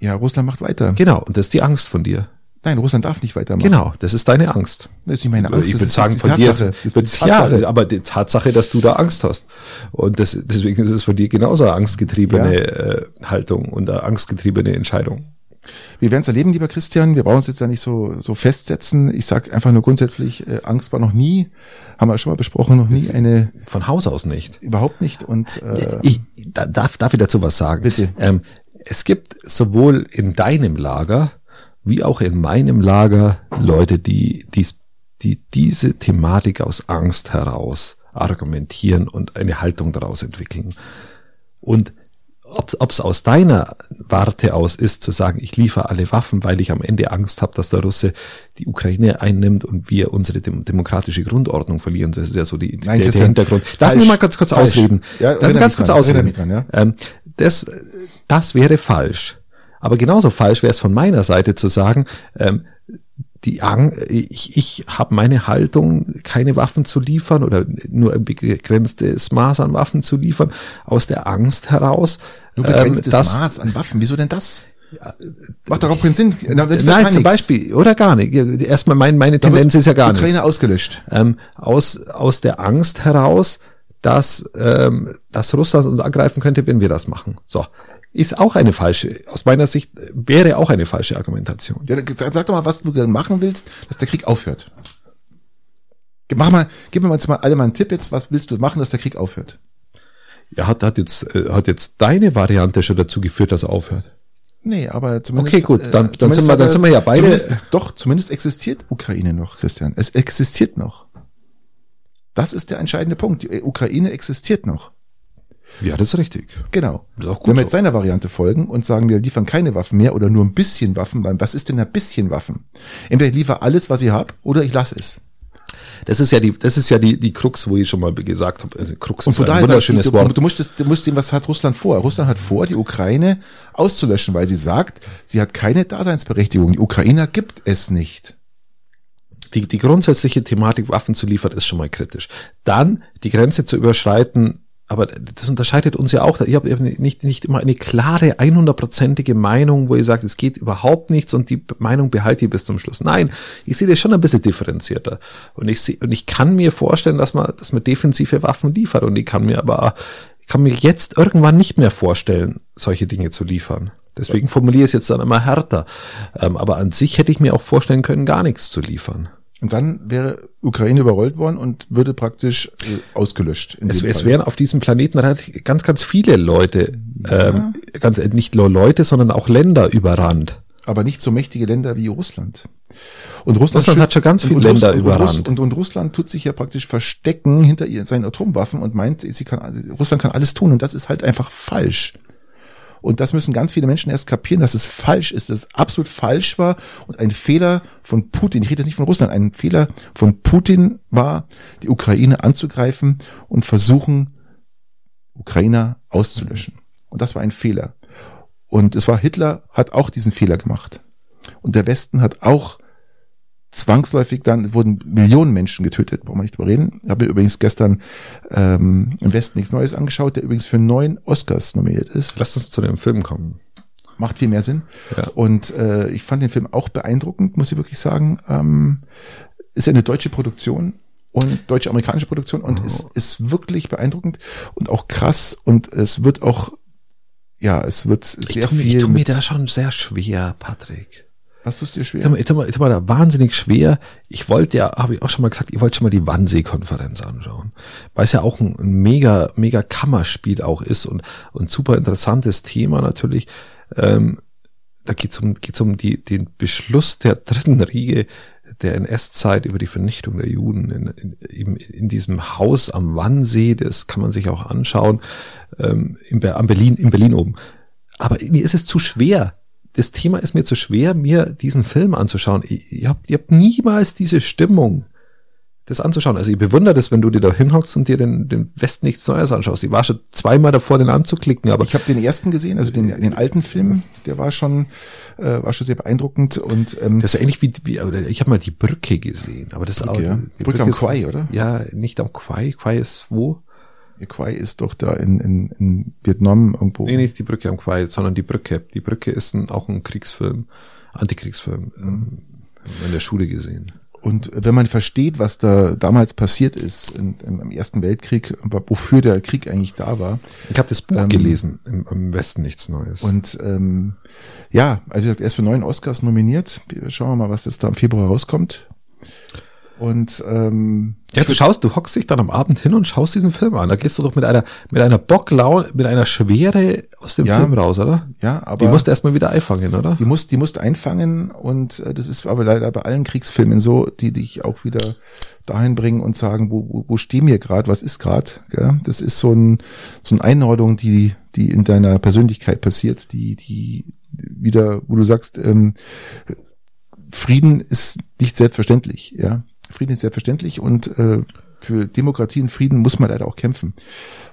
Speaker 2: Ja, Russland macht weiter.
Speaker 1: Genau, und das ist die Angst von dir.
Speaker 2: Nein, Russland darf nicht weitermachen.
Speaker 1: Genau, das ist deine Angst.
Speaker 2: Das ist nicht meine Angst.
Speaker 1: ich
Speaker 2: das
Speaker 1: würde
Speaker 2: ist-
Speaker 1: sagen,
Speaker 2: das
Speaker 1: von
Speaker 2: ist die
Speaker 1: dir,
Speaker 2: Tatsache. Das ist die Tatsache.
Speaker 1: ja, aber die Tatsache, dass du da Angst hast. Und das, deswegen ist es von dir genauso eine angstgetriebene äh, Haltung und eine angstgetriebene Entscheidung.
Speaker 2: Wir werden es erleben, lieber Christian. Wir brauchen uns jetzt ja nicht so, so festsetzen. Ich sage einfach nur grundsätzlich, äh, Angst war noch nie, haben wir schon mal besprochen, noch nie eine,
Speaker 1: Von Haus aus nicht.
Speaker 2: überhaupt nicht. Und äh,
Speaker 1: Ich, da, darf, darf ich dazu was sagen?
Speaker 2: Bitte.
Speaker 1: Ähm, es gibt sowohl in deinem Lager wie auch in meinem Lager Leute, die, die, die diese Thematik aus Angst heraus argumentieren und eine Haltung daraus entwickeln. Und ob es aus deiner Warte aus ist, zu sagen, ich liefere alle Waffen, weil ich am Ende Angst habe, dass der Russe die Ukraine einnimmt und wir unsere dem, demokratische Grundordnung verlieren. Das ist ja so die,
Speaker 2: Nein,
Speaker 1: der, der
Speaker 2: Christian,
Speaker 1: Hintergrund. Lass
Speaker 2: falsch,
Speaker 1: mich mal ganz kurz
Speaker 2: falsch.
Speaker 1: ausreden.
Speaker 2: Ja,
Speaker 1: Dann
Speaker 2: erinnere
Speaker 1: ganz
Speaker 2: mich
Speaker 1: kurz
Speaker 2: dran,
Speaker 1: ausreden.
Speaker 2: erinnere mich dran, ja.
Speaker 1: Ähm, das, das wäre falsch. Aber genauso falsch wäre es von meiner Seite zu sagen, ähm, die Ang ich, ich habe meine Haltung, keine Waffen zu liefern oder nur ein begrenztes Maß an Waffen zu liefern, aus der Angst heraus,
Speaker 2: nur
Speaker 1: ähm,
Speaker 2: begrenztes
Speaker 1: dass
Speaker 2: Maß an Waffen. Wieso denn das? Macht doch auch keinen Sinn. Da wird- wird
Speaker 1: Nein,
Speaker 2: gar
Speaker 1: zum
Speaker 2: nichts.
Speaker 1: Beispiel, oder gar nicht. Erstmal mein, meine
Speaker 2: Da wird
Speaker 1: Tendenz ist ja gar
Speaker 2: Ukraine
Speaker 1: nicht.
Speaker 2: ausgelöscht.
Speaker 1: Ähm, aus, aus der Angst heraus, dass, ähm, dass Russland uns angreifen könnte, wenn wir das machen. So. Ist auch eine falsche, aus meiner Sicht wäre auch eine falsche Argumentation.
Speaker 2: Ja, dann sag, sag doch mal, was du gerne machen willst, dass der Krieg aufhört. Gib- Mach mal, gib mir mal jetzt mal alle mal einen Tipp jetzt, was willst du machen, dass der Krieg aufhört?
Speaker 1: Ja, hat, hat jetzt, äh, hat jetzt deine Variante schon dazu geführt, dass er aufhört.
Speaker 2: Nee, aber zumindest.
Speaker 1: Okay, gut, dann- dann
Speaker 2: zumindest
Speaker 1: sind wir-
Speaker 2: hat
Speaker 1: dann
Speaker 2: er-
Speaker 1: sind wir ja beide-
Speaker 2: Zumindest, doch, zumindest existiert Ukraine noch, Christian. Es existiert noch. Das ist der entscheidende Punkt. Die Ukraine existiert noch.
Speaker 1: Ja, das ist richtig.
Speaker 2: Genau.
Speaker 1: Ist auch gut
Speaker 2: Wenn wir jetzt
Speaker 1: so.
Speaker 2: seiner Variante folgen und sagen, wir liefern keine Waffen mehr oder nur ein bisschen Waffen, weil was ist denn ein bisschen Waffen? Entweder ich liefere alles, was ich hab, oder ich lasse es.
Speaker 1: Das ist ja die, das ist ja die, die Krux, wo ich schon mal gesagt habe. Also Krux
Speaker 2: Und von
Speaker 1: ist ein
Speaker 2: daher
Speaker 1: wunderschönes
Speaker 2: sagt, die- du,
Speaker 1: Wort.
Speaker 2: Du musst, das- du musst dem, was hat Russland vor? Russland hat vor, die Ukraine auszulöschen, weil sie sagt, sie hat keine Daseinsberechtigung. Die Ukrainer gibt es nicht.
Speaker 1: Die, die grundsätzliche Thematik, Waffen zu liefern, ist schon mal kritisch. Dann die Grenze zu überschreiten, aber das unterscheidet uns ja auch. Ihr habt eben nicht, nicht immer eine klare, 100%ige Meinung, wo ihr sagt, es geht überhaupt nichts und die Meinung behaltet ihr bis zum Schluss. Nein, ich sehe das schon ein bisschen differenzierter. Und ich, sehe, und ich kann mir vorstellen, dass man, dass man defensive Waffen liefert. Und ich kann mir aber, ich kann mir jetzt irgendwann nicht mehr vorstellen, solche Dinge zu liefern. Deswegen formuliere ich es jetzt dann immer härter. Ähm, aber an sich hätte ich mir auch vorstellen können, gar nichts zu liefern.
Speaker 2: Und dann wäre Ukraine überrollt worden und würde praktisch äh, ausgelöscht. in
Speaker 1: Es,
Speaker 2: dem
Speaker 1: es
Speaker 2: Fall.
Speaker 1: wären auf diesem Planeten relativ- ganz, ganz viele Leute, ähm, ganz, äh, nicht nur Leute, sondern auch Länder überrannt.
Speaker 2: aber nicht so mächtige Länder wie Russland. Und Russland,
Speaker 1: Russland hat schon ganz
Speaker 2: und-
Speaker 1: viele
Speaker 2: und
Speaker 1: Länder
Speaker 2: Russ- und Russ-
Speaker 1: überrannt.
Speaker 2: Und, und Russland tut sich ja praktisch verstecken hinter ihr, seinen Atomwaffen und meint, sie kann, Russland kann alles tun. Und das ist halt einfach falsch. Und das müssen ganz viele Menschen erst kapieren, dass es falsch ist, dass es absolut falsch war und ein Fehler von Putin, ich rede jetzt nicht von Russland, ein Fehler von Putin war, die Ukraine anzugreifen und versuchen, Ukrainer auszulöschen. Und das war ein Fehler. Und es war Hitler, hat auch diesen Fehler gemacht. Und der Westen hat auch zwangsläufig dann, wurden Millionen Menschen getötet, brauchen wir nicht drüber reden. Ich habe mir übrigens gestern ähm, im Westen nichts Neues angeschaut, der übrigens für neun Oscars nominiert ist.
Speaker 1: Lasst uns zu dem Film kommen.
Speaker 2: Macht viel mehr Sinn.
Speaker 1: Ja.
Speaker 2: Und äh, ich fand den Film auch beeindruckend, muss ich wirklich sagen. Ähm, ist eine deutsche Produktion und deutsche-amerikanische Produktion und
Speaker 1: Oh.
Speaker 2: ist, ist wirklich beeindruckend und auch krass und es wird auch, ja, es wird sehr
Speaker 1: tu mir-
Speaker 2: viel.
Speaker 1: tu mir
Speaker 2: mit-
Speaker 1: da schon sehr schwer, Patrick.
Speaker 2: hast du es dir
Speaker 1: Ich tu
Speaker 2: schwer?
Speaker 1: mir- ich tu mir- ich tu mir da wahnsinnig schwer. Ich wollte ja, habe ich auch schon mal gesagt, ich wollte schon mal die Wannsee-Konferenz anschauen. Weil es ja auch ein, ein mega, mega Kammerspiel auch ist und, und super interessantes Thema natürlich. Ähm, da geht's um, geht's um die, den Beschluss der dritten Riege der NS-Zeit über die Vernichtung der Juden in, in, in, in diesem Haus am Wannsee, das kann man sich auch anschauen, ähm, in, Ber- am Berlin, in Berlin oben. Aber mir ist es zu schwer. Das Thema ist mir zu schwer, mir diesen Film anzuschauen. Ich, ich habe ich hab niemals diese Stimmung, das anzuschauen. Also ich bewundere das, wenn du dir da hinhockst und dir den, den Westen nichts Neues anschaust. Ich war schon zweimal davor, den anzuklicken, aber
Speaker 2: Ich habe den ersten gesehen, also den, den alten Film, der war schon, äh, war schon sehr beeindruckend und ähm,
Speaker 1: Das ist so ähnlich wie, wie oder ich habe mal die Brücke gesehen, aber das
Speaker 2: Brücke,
Speaker 1: ist
Speaker 2: ja.
Speaker 1: auch
Speaker 2: Brücke
Speaker 1: die
Speaker 2: am
Speaker 1: ist-
Speaker 2: Quai, oder?
Speaker 1: Ja, nicht am Quai. Quai ist wo?
Speaker 2: Quai ist doch da in, in, in Vietnam irgendwo.
Speaker 1: Nee, nicht die Brücke am Quai, sondern die Brücke. Die Brücke ist ein, auch ein Kriegsfilm, Antikriegsfilm. Ähm, haben wir in der Schule gesehen.
Speaker 2: Und wenn man versteht, was da damals passiert ist in, im, im Ersten Weltkrieg, wofür der Krieg eigentlich da war,
Speaker 1: Ich habe das Buch
Speaker 2: Ähm,
Speaker 1: gelesen, im, im Westen nichts Neues.
Speaker 2: und ähm, ja, also wie gesagt, er ist für neun Oscars nominiert. Schauen wir mal, was jetzt da im Februar rauskommt. Und ähm,
Speaker 1: ja, du schaust, du hockst dich dann am Abend hin und schaust diesen Film an. Da gehst du doch mit einer, mit einer Bocklaune, mit einer Schwere aus dem
Speaker 2: Ja.
Speaker 1: Film raus, oder?
Speaker 2: ja,
Speaker 1: Aber
Speaker 2: aber
Speaker 1: die musst du erstmal wieder einfangen, oder?
Speaker 2: die musst, die musst einfangen und äh, das ist aber leider bei allen Kriegsfilmen so, die dich auch wieder dahin bringen und sagen, wo, wo, wo stehen wir gerade, was ist gerade? Das ist so, ein, so eine Einordnung, die, die in deiner Persönlichkeit passiert, die, die wieder, wo du sagst, ähm, Frieden ist nicht selbstverständlich, ja. Frieden ist selbstverständlich und äh, für Demokratie und Frieden muss man leider auch kämpfen.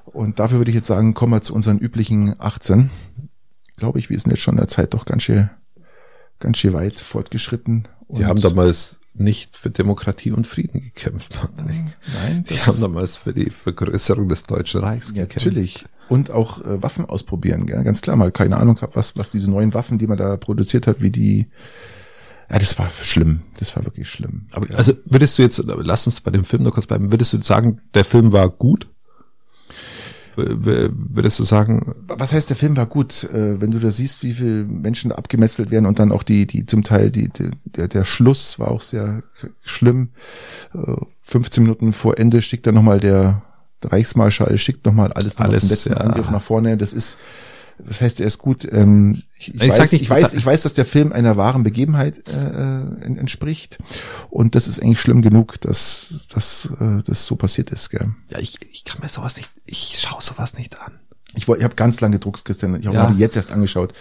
Speaker 2: Und dafür würde ich jetzt sagen, kommen wir zu unseren üblichen 18. Glaube ich, wir sind jetzt schon in der Zeit doch ganz schön, ganz schön weit fortgeschritten.
Speaker 1: Die
Speaker 2: Und-
Speaker 1: haben damals nicht für Demokratie und Frieden gekämpft, Patrick.
Speaker 2: Nein,
Speaker 1: Die
Speaker 2: das-
Speaker 1: haben damals für die Vergrößerung des Deutschen Reichs
Speaker 2: Ja,
Speaker 1: gekämpft.
Speaker 2: Natürlich. Und auch äh, Waffen ausprobieren, gell? ganz klar. Mal keine Ahnung gehabt, was, was diese neuen Waffen, die man da produziert hat, wie die. Ja, das war schlimm. Das war wirklich schlimm.
Speaker 1: Aber also würdest du jetzt, lass uns bei dem Film noch kurz bleiben, würdest du sagen, der Film war gut? würdest du sagen,
Speaker 2: Was heißt, der Film war gut, äh, wenn du da siehst, wie viele Menschen da abgemetzelt werden und dann auch die, die zum Teil, die, die, der, der Schluss war auch sehr k- schlimm. Äh, 15 Minuten vor Ende schickt dann nochmal der Reichsmarschall, schickt nochmal alles, noch mal
Speaker 1: Alles,
Speaker 2: zum letzten
Speaker 1: ja.
Speaker 2: Angriff nach vorne. Das ist, das heißt, er ist gut. Ähm, ich, ich,
Speaker 1: Ich
Speaker 2: weiß,
Speaker 1: sag nicht,
Speaker 2: ich,
Speaker 1: das-
Speaker 2: weiß, ich weiß, dass der Film einer wahren Begebenheit äh, en- entspricht. Und das ist eigentlich schlimm genug, dass, dass äh, das so passiert ist. Gell?
Speaker 1: ja, ich, ich kann mir sowas nicht, ich schaue sowas nicht an.
Speaker 2: Ich, woll- ich habe ganz lange gedruckst, Christian. Ich habe
Speaker 1: Ja.
Speaker 2: ihn jetzt erst angeschaut.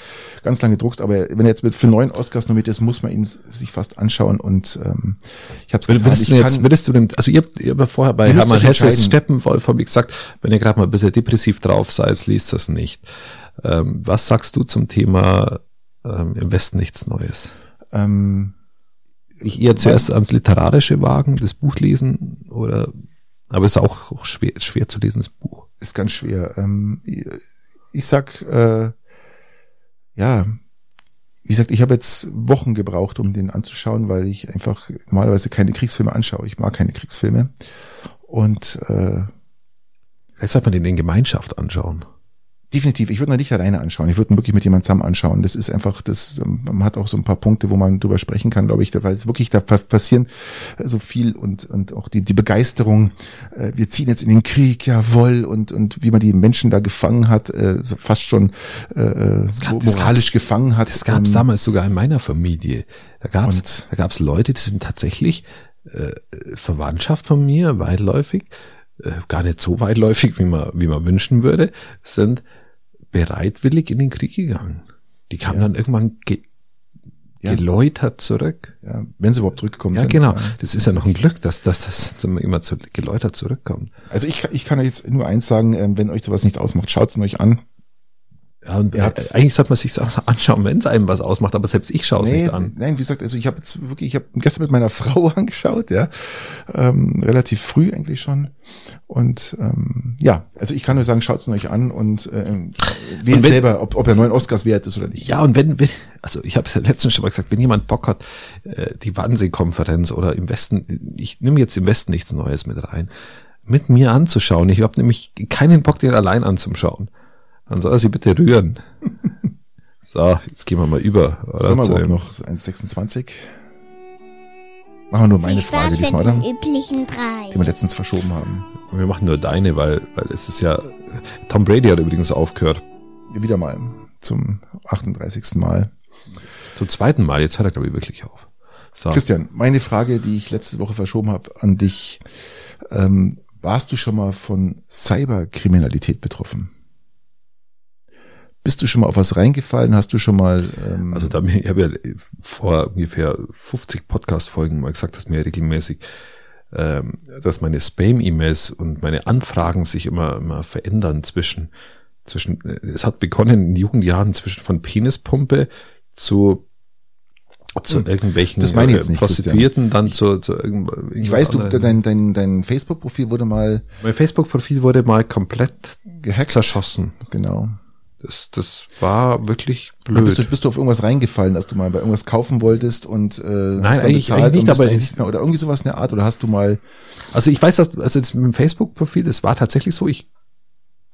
Speaker 2: Ganz lange gedruckst, aber wenn er jetzt mit für neun Oscars nominiert ist, muss man ihn s- sich fast anschauen. Und ähm, ich habe es
Speaker 1: Würdest du,
Speaker 2: ich
Speaker 1: jetzt, würdest du dem, also ihr, habt- ihr habt ja vorher bei
Speaker 2: Ihr müsst
Speaker 1: Hermann
Speaker 2: euch
Speaker 1: Hesses
Speaker 2: entscheiden.
Speaker 1: Steppenwolf habe ich gesagt, wenn ihr gerade mal ein bisschen depressiv drauf seid, liest das nicht. Ähm, was sagst du zum Thema ähm, im Westen nichts Neues?
Speaker 2: ähm,
Speaker 1: Ich eher zuerst ans Literarische wagen, das Buch lesen oder, aber es ist auch, auch schwer, schwer zu lesen, das Buch.
Speaker 2: ist ganz schwer. Ähm, ich- ich sag, äh, ja, wie gesagt, ich habe jetzt Wochen gebraucht, um den anzuschauen, weil ich einfach normalerweise keine Kriegsfilme anschaue. Ich mag keine Kriegsfilme. Und äh,
Speaker 1: Vielleicht sollte man den in Gemeinschaft anschauen.
Speaker 2: Definitiv, ich würde ihn nicht alleine anschauen. Ich würde ihn wirklich mit jemandem zusammen anschauen. Das ist einfach, das, ähm, man hat auch so ein paar Punkte, wo man drüber sprechen kann, glaube ich, weil es wirklich da pa- passieren äh, so viel und, und auch die, die Begeisterung. äh, Wir ziehen jetzt in den Krieg, jawohl, und, und wie man die Menschen da gefangen hat, äh, so fast schon äh,
Speaker 1: gab-
Speaker 2: so
Speaker 1: das
Speaker 2: moralisch
Speaker 1: gab's-
Speaker 2: gefangen hat.
Speaker 1: Das gab es
Speaker 2: Ähm,
Speaker 1: damals sogar in meiner Familie. Da gab es
Speaker 2: Und-
Speaker 1: da gab's Leute, die sind tatsächlich äh, Verwandtschaft von mir, weitläufig, äh, gar nicht so weitläufig, wie man, wie man wünschen würde, sind bereitwillig in den Krieg gegangen. Die kamen dann irgendwann ge
Speaker 2: Ja.
Speaker 1: geläutert zurück.
Speaker 2: Ja, wenn sie überhaupt zurückgekommen
Speaker 1: Ja,
Speaker 2: sind.
Speaker 1: genau. Das ist ja noch ein Glück, dass, dass das immer zu, geläutert zurückkommt.
Speaker 2: Also ich, ich kann jetzt nur eins sagen, ähm, wenn euch sowas nicht ausmacht, schaut es euch an.
Speaker 1: Ja, und
Speaker 2: Ja,
Speaker 1: äh, eigentlich sollte man sich auch anschauen, wenn es einem was ausmacht, aber selbst ich schaue es nicht an.
Speaker 2: Nein, wie gesagt, also ich habe jetzt wirklich, ich habe gestern mit meiner Frau angeschaut, ja, ähm, relativ früh eigentlich schon. Und ähm, ja, also ich kann nur sagen, schaut's euch an und ähm, wählt
Speaker 1: Und wenn-
Speaker 2: selber, ob, ob er neuen Oscars wert ist oder nicht.
Speaker 1: Ja, und wenn, wenn also ich habe es ja letztens schon mal gesagt, wenn jemand Bock hat, äh, die Wannsee-Konferenz oder im Westen, ich nehme jetzt im Westen nichts Neues mit rein, mit mir anzuschauen. Ich habe nämlich keinen Bock, den allein anzuschauen. Dann soll er sie bitte rühren. so, jetzt gehen wir mal über. Oder,
Speaker 2: Sollen wir
Speaker 1: zu
Speaker 2: überhaupt
Speaker 1: dem,
Speaker 2: noch 1,26? Machen wir nur meine
Speaker 3: Viel
Speaker 2: um Frage
Speaker 3: Spaß mit
Speaker 2: diesmal,
Speaker 3: den
Speaker 2: oder?
Speaker 3: üblichen drei.
Speaker 2: Die wir letztens verschoben haben.
Speaker 1: wir machen nur deine, weil, weil es ist ja, Tom Brady hat übrigens aufgehört.
Speaker 2: Wieder mal zum 38. Mal.
Speaker 1: Zum zweiten Mal, jetzt hört er glaube ich wirklich auf. So.
Speaker 2: Christian, meine Frage, die ich letzte Woche verschoben habe an dich. Ähm, warst du schon mal von Cyberkriminalität betroffen? Bist du schon mal auf was reingefallen? Hast du schon mal... Ähm,
Speaker 1: Also da, ich habe ja vor ungefähr 50 Podcast-Folgen mal gesagt, dass mir regelmäßig, ähm, dass meine Spam-E-Mails und meine Anfragen sich immer, immer verändern zwischen, zwischen, es hat begonnen in Jugendjahren zwischen von Penispumpe zu zu irgendwelchen
Speaker 2: Hm. Das meine ich jetzt
Speaker 1: äh,
Speaker 2: nicht,
Speaker 1: Prostituierten, dann zu, zu irgendwas
Speaker 2: ich weiß, du,
Speaker 1: anderem.
Speaker 2: dein, dein, dein Facebook-Profil wurde mal
Speaker 1: mein Facebook-Profil wurde mal komplett
Speaker 2: gehackt.
Speaker 1: zerschossen.
Speaker 2: Genau.
Speaker 1: Das, das war wirklich blöd.
Speaker 2: Bist du, bist du auf irgendwas reingefallen, dass du mal bei irgendwas kaufen wolltest und äh, Nein,
Speaker 1: eigentlich- eigentlich nicht,
Speaker 2: und bist
Speaker 1: aber
Speaker 2: dann
Speaker 1: ich-
Speaker 2: nicht mehr, oder irgendwie sowas in der Art oder hast du mal
Speaker 1: Also ich weiß, dass, also jetzt mit dem Facebook-Profil, das war tatsächlich so, ich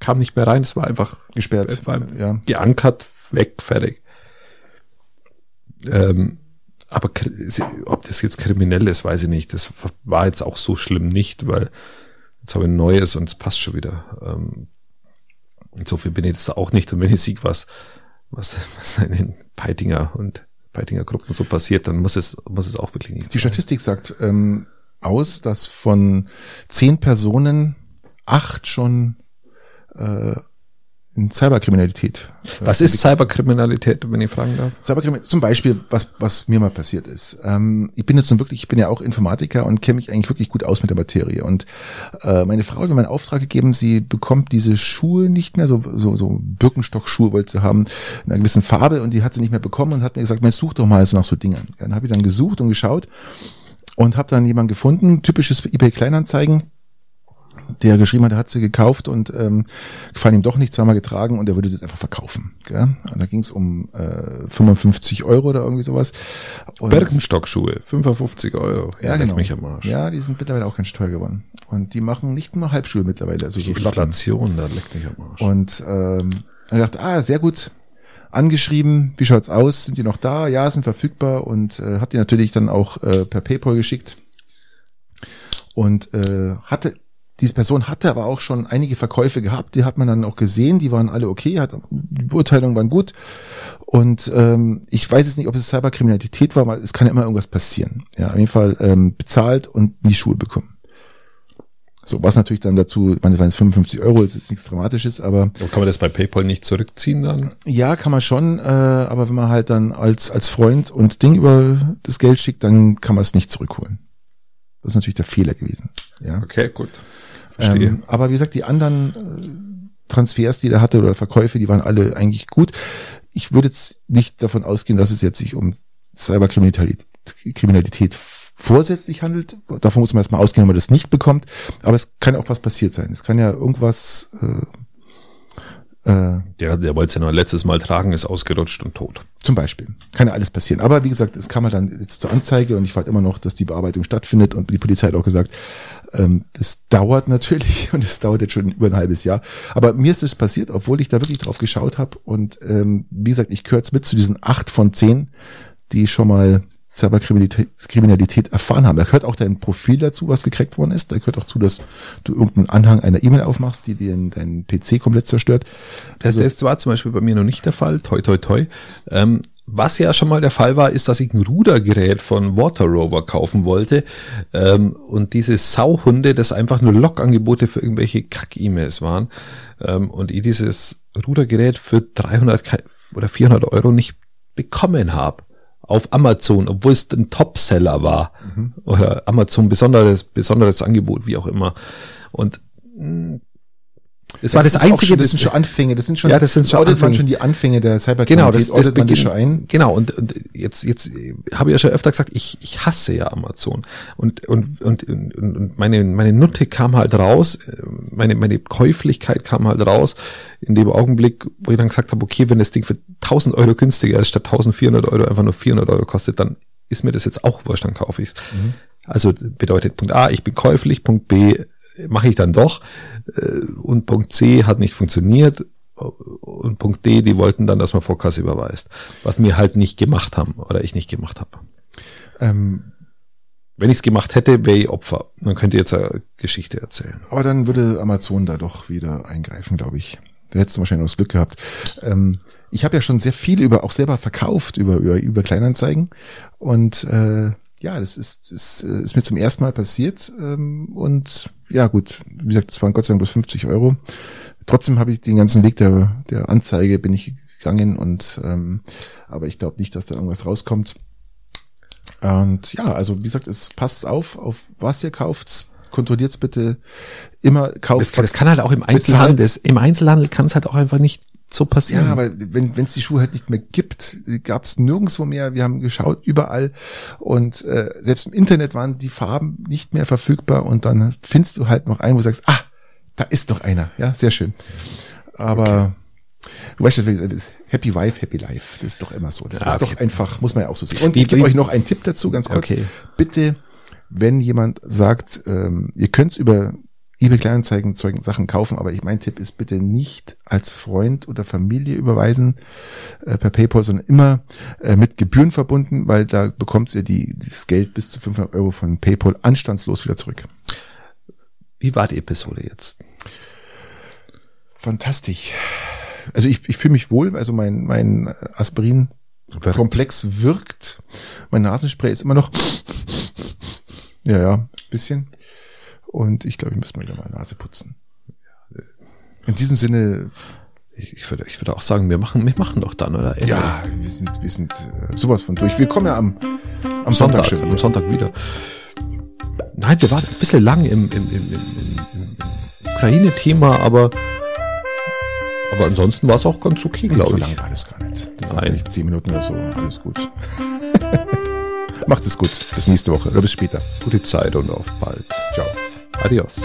Speaker 1: kam nicht mehr rein, es war einfach
Speaker 2: gesperrt?
Speaker 1: war
Speaker 2: Ja.
Speaker 1: geankert, weg, fertig. Ähm, aber kri- ob das jetzt kriminell ist, weiß ich nicht. Das war jetzt auch so schlimm nicht, weil jetzt habe ich ein neues und es passt schon wieder. Ähm, insofern bin ich jetzt auch nicht. Und wenn ich sehe, was, was, was in den Peitinger und Peitinger Gruppen so passiert, dann muss es, muss es auch wirklich nicht
Speaker 2: Die
Speaker 1: sein.
Speaker 2: Statistik sagt ähm, aus, dass von zehn Personen acht schon äh, in Cyberkriminalität. äh,
Speaker 1: Was ist Cyberkriminalität, wenn ich fragen darf?
Speaker 2: Cyberkriminalität? Zum Beispiel, was, was mir mal passiert ist. Ähm, ich bin jetzt nun wirklich, ich bin ja auch Informatiker und kenne mich eigentlich wirklich gut aus mit der Materie. Und äh, meine Frau hat mir meinen Auftrag gegeben, sie bekommt diese Schuhe nicht mehr, so, so, so Birkenstock-Schuhe wollte sie haben, in einer gewissen Farbe und die hat sie nicht mehr bekommen und hat mir gesagt, Mensch, such doch mal so nach so Dingern. Dann habe ich dann gesucht und geschaut und habe dann jemanden gefunden, typisches eBay Kleinanzeigen, der geschrieben hat, er hat sie gekauft und ähm, gefallen ihm doch nicht, zweimal getragen und er würde sie jetzt einfach verkaufen. Gell? Und da ging es um äh, 55 Euro oder irgendwie sowas. Und
Speaker 1: Birkenstock-Schuhe, 55 Euro.
Speaker 2: ja,
Speaker 1: leck
Speaker 2: genau.
Speaker 1: mich am Arsch.
Speaker 2: ja, die sind mittlerweile auch ganz teuer geworden. Und die machen nicht nur Halbschuhe mittlerweile, also
Speaker 1: Die
Speaker 2: so Schlappen.
Speaker 1: Inflation, da leckt mich am Arsch.
Speaker 2: Und ähm, er dachte, ah, sehr gut angeschrieben, wie schaut's aus? Sind die noch da? Ja, sind verfügbar und äh, hat die natürlich dann auch äh, per PayPal geschickt. Und äh, hatte diese Person hatte aber auch schon einige Verkäufe gehabt, die hat man dann auch gesehen, die waren alle okay, hat, die Beurteilungen waren gut. Und ähm, ich weiß jetzt nicht, ob es Cyberkriminalität war, weil es kann ja immer irgendwas passieren. Ja, auf jeden Fall ähm, bezahlt und nie Schuhe bekommen. So, was natürlich dann dazu, ich meine, das waren jetzt 55 Euro, das ist jetzt nichts Dramatisches, aber
Speaker 1: Und kann man das bei PayPal nicht zurückziehen dann?
Speaker 2: ja, kann man schon, äh, aber wenn man halt dann als, als Freund und Ding über das Geld schickt, dann kann man es nicht zurückholen. Das ist natürlich der Fehler gewesen. Ja.
Speaker 1: Okay, gut. Verstehe.
Speaker 2: Ähm, aber wie gesagt, die anderen äh, Transfers, die er hatte oder Verkäufe, die waren alle eigentlich gut. Ich würde jetzt nicht davon ausgehen, dass es jetzt sich um Cyberkriminalität Kriminalität vorsätzlich handelt. Davon muss man erstmal ausgehen, wenn man das nicht bekommt. Aber es kann ja auch was passiert sein. Es kann ja irgendwas äh, äh,
Speaker 1: Der, der wollte es ja nur letztes Mal tragen, ist ausgerutscht und tot.
Speaker 2: Zum Beispiel. Kann ja alles passieren. Aber wie gesagt, es kam halt dann jetzt zur Anzeige und ich warte immer noch, dass die Bearbeitung stattfindet und die Polizei hat auch gesagt, ähm, das dauert natürlich und es dauert jetzt schon über ein halbes Jahr. Aber mir ist es passiert, obwohl ich da wirklich drauf geschaut habe und ähm, wie gesagt, ich gehöre jetzt mit zu diesen acht von zehn, die schon mal Cyberkriminalität Kriminalität erfahren haben. Da gehört auch dein Profil dazu, was gecrackt worden ist. Da gehört auch zu, dass du irgendeinen Anhang einer E-Mail aufmachst, die dir deinen PC komplett zerstört.
Speaker 1: Das,
Speaker 2: Also-
Speaker 1: das war zum Beispiel bei mir noch nicht der Fall, toi toi toi. Ähm, was ja schon mal der Fall war, ist, dass ich ein Rudergerät von Water Rover kaufen wollte ähm, und diese Sauhunde, das einfach nur Lockangebote für irgendwelche Kack-E-Mails waren ähm, und ich dieses Rudergerät für 300 Ke- oder 400 Euro nicht bekommen habe auf Amazon, obwohl es ein Topseller war
Speaker 2: Mhm.
Speaker 1: oder Amazon besonderes besonderes Angebot, wie auch immer. Und mh, es war das,
Speaker 2: ist auch
Speaker 1: einzige,
Speaker 2: schon, das sind schon Anfänge, das sind schon,
Speaker 1: Ja, das sind schon
Speaker 2: ordnet man
Speaker 1: Anfänge.
Speaker 2: schon die Anfänge der
Speaker 1: Genau,
Speaker 2: Cyberkriminalität,
Speaker 1: das, das
Speaker 2: ordnet man die
Speaker 1: beginnt-
Speaker 2: schon ein.
Speaker 1: Genau, und, und jetzt, jetzt habe ich ja schon öfter gesagt, ich, ich hasse ja Amazon. Und, und, und, und, und meine, meine Nutte kam halt raus, äh, meine, meine Käuflichkeit kam halt raus, in dem Augenblick, wo ich dann gesagt habe, okay, wenn das Ding für 1000 Euro günstiger ist, statt 1400 Euro einfach nur 400 Euro kostet, dann ist mir das jetzt auch wurscht, dann kaufe ich's.
Speaker 2: Mhm.
Speaker 1: Also bedeutet Punkt A, ich bin käuflich, Punkt B, mache ich dann doch äh, und Punkt C hat nicht funktioniert und Punkt D, die wollten dann, dass man Vorkasse überweist, was wir halt nicht gemacht haben oder ich nicht gemacht habe.
Speaker 2: Ähm,
Speaker 1: Wenn ich es gemacht hätte, wäre ich Opfer. Dann könnt ihr jetzt eine Geschichte erzählen.
Speaker 2: aber dann würde Amazon da doch wieder eingreifen, glaube ich. Da hättest du wahrscheinlich noch das Glück gehabt. Ähm, ich habe ja schon sehr viel über, auch selber verkauft über, über, über Kleinanzeigen. Und äh, ja, das ist, das äh, ist mir zum ersten Mal passiert. Ähm, und ja, gut, wie gesagt, das waren Gott sei Dank bloß 50 Euro. Trotzdem habe ich den ganzen Weg der, der Anzeige bin ich gegangen und ähm, aber ich glaube nicht, dass da irgendwas rauskommt. Und ja, also wie gesagt, es passt auf, auf was ihr kauft, kontrolliert's bitte immer
Speaker 1: Das
Speaker 2: kauft.
Speaker 1: kann, das kann halt auch im
Speaker 2: Mittelhals-
Speaker 1: Einzelhandel, das, im Einzelhandel kann es halt auch einfach nicht so
Speaker 2: ja,
Speaker 1: passieren.
Speaker 2: aber wenn es die Schuhe halt nicht mehr gibt, gab's nirgendwo mehr. Wir haben geschaut überall und äh, selbst im Internet waren die Farben nicht mehr verfügbar und dann findest du halt noch einen, wo du sagst, ah, da ist doch einer. Ja, sehr schön. Aber du weißt ja, wie gesagt, es ist Happy Wife, Happy Life. Das ist doch immer so. Das
Speaker 1: Ah,
Speaker 2: ist
Speaker 1: okay.
Speaker 2: doch einfach, muss man ja auch so sehen. Und
Speaker 1: Die-
Speaker 2: ich gebe
Speaker 1: die-
Speaker 2: euch noch einen Tipp dazu, ganz kurz.
Speaker 1: Okay.
Speaker 2: Bitte, wenn jemand sagt, ähm, ihr könnt's über eBay Kleinanzeigen Zeugen, Sachen kaufen, aber ich mein Tipp ist bitte nicht als Freund oder Familie überweisen äh, per PayPal, sondern immer äh, mit Gebühren verbunden, weil da bekommt ihr die, das Geld bis zu 500 Euro von PayPal anstandslos wieder zurück.
Speaker 1: Wie war die Episode jetzt?
Speaker 2: Fantastisch. Also ich, ich fühle mich wohl, also mein, mein Aspirin-Komplex wirkt. Mein Nasenspray ist immer noch. Ja, ja, bisschen. Und ich glaube, ich muss mal wieder meine Nase putzen. In diesem Sinne,
Speaker 1: Ich, ich, würde, ich würde auch sagen, wir machen, wir machen doch dann, oder? Ey,
Speaker 2: ja, wir sind, wir sind äh, sowas von durch. Wir kommen ja am, am Sonntag,
Speaker 1: Sonntag,
Speaker 2: schon wieder.
Speaker 1: am Sonntag wieder. Nein, wir waren ein bisschen lang im, im, im, im, im, im Ukraine-Thema, aber, aber ansonsten war es auch ganz okay,
Speaker 2: so
Speaker 1: glaube ich.
Speaker 2: lange war das gar nicht. Das
Speaker 1: Nein.
Speaker 2: war vielleicht zehn Minuten oder so. Alles gut. Macht es gut. Bis nächste Woche oder bis später.
Speaker 1: Gute Zeit und auf bald.
Speaker 2: Ciao.
Speaker 1: Adios.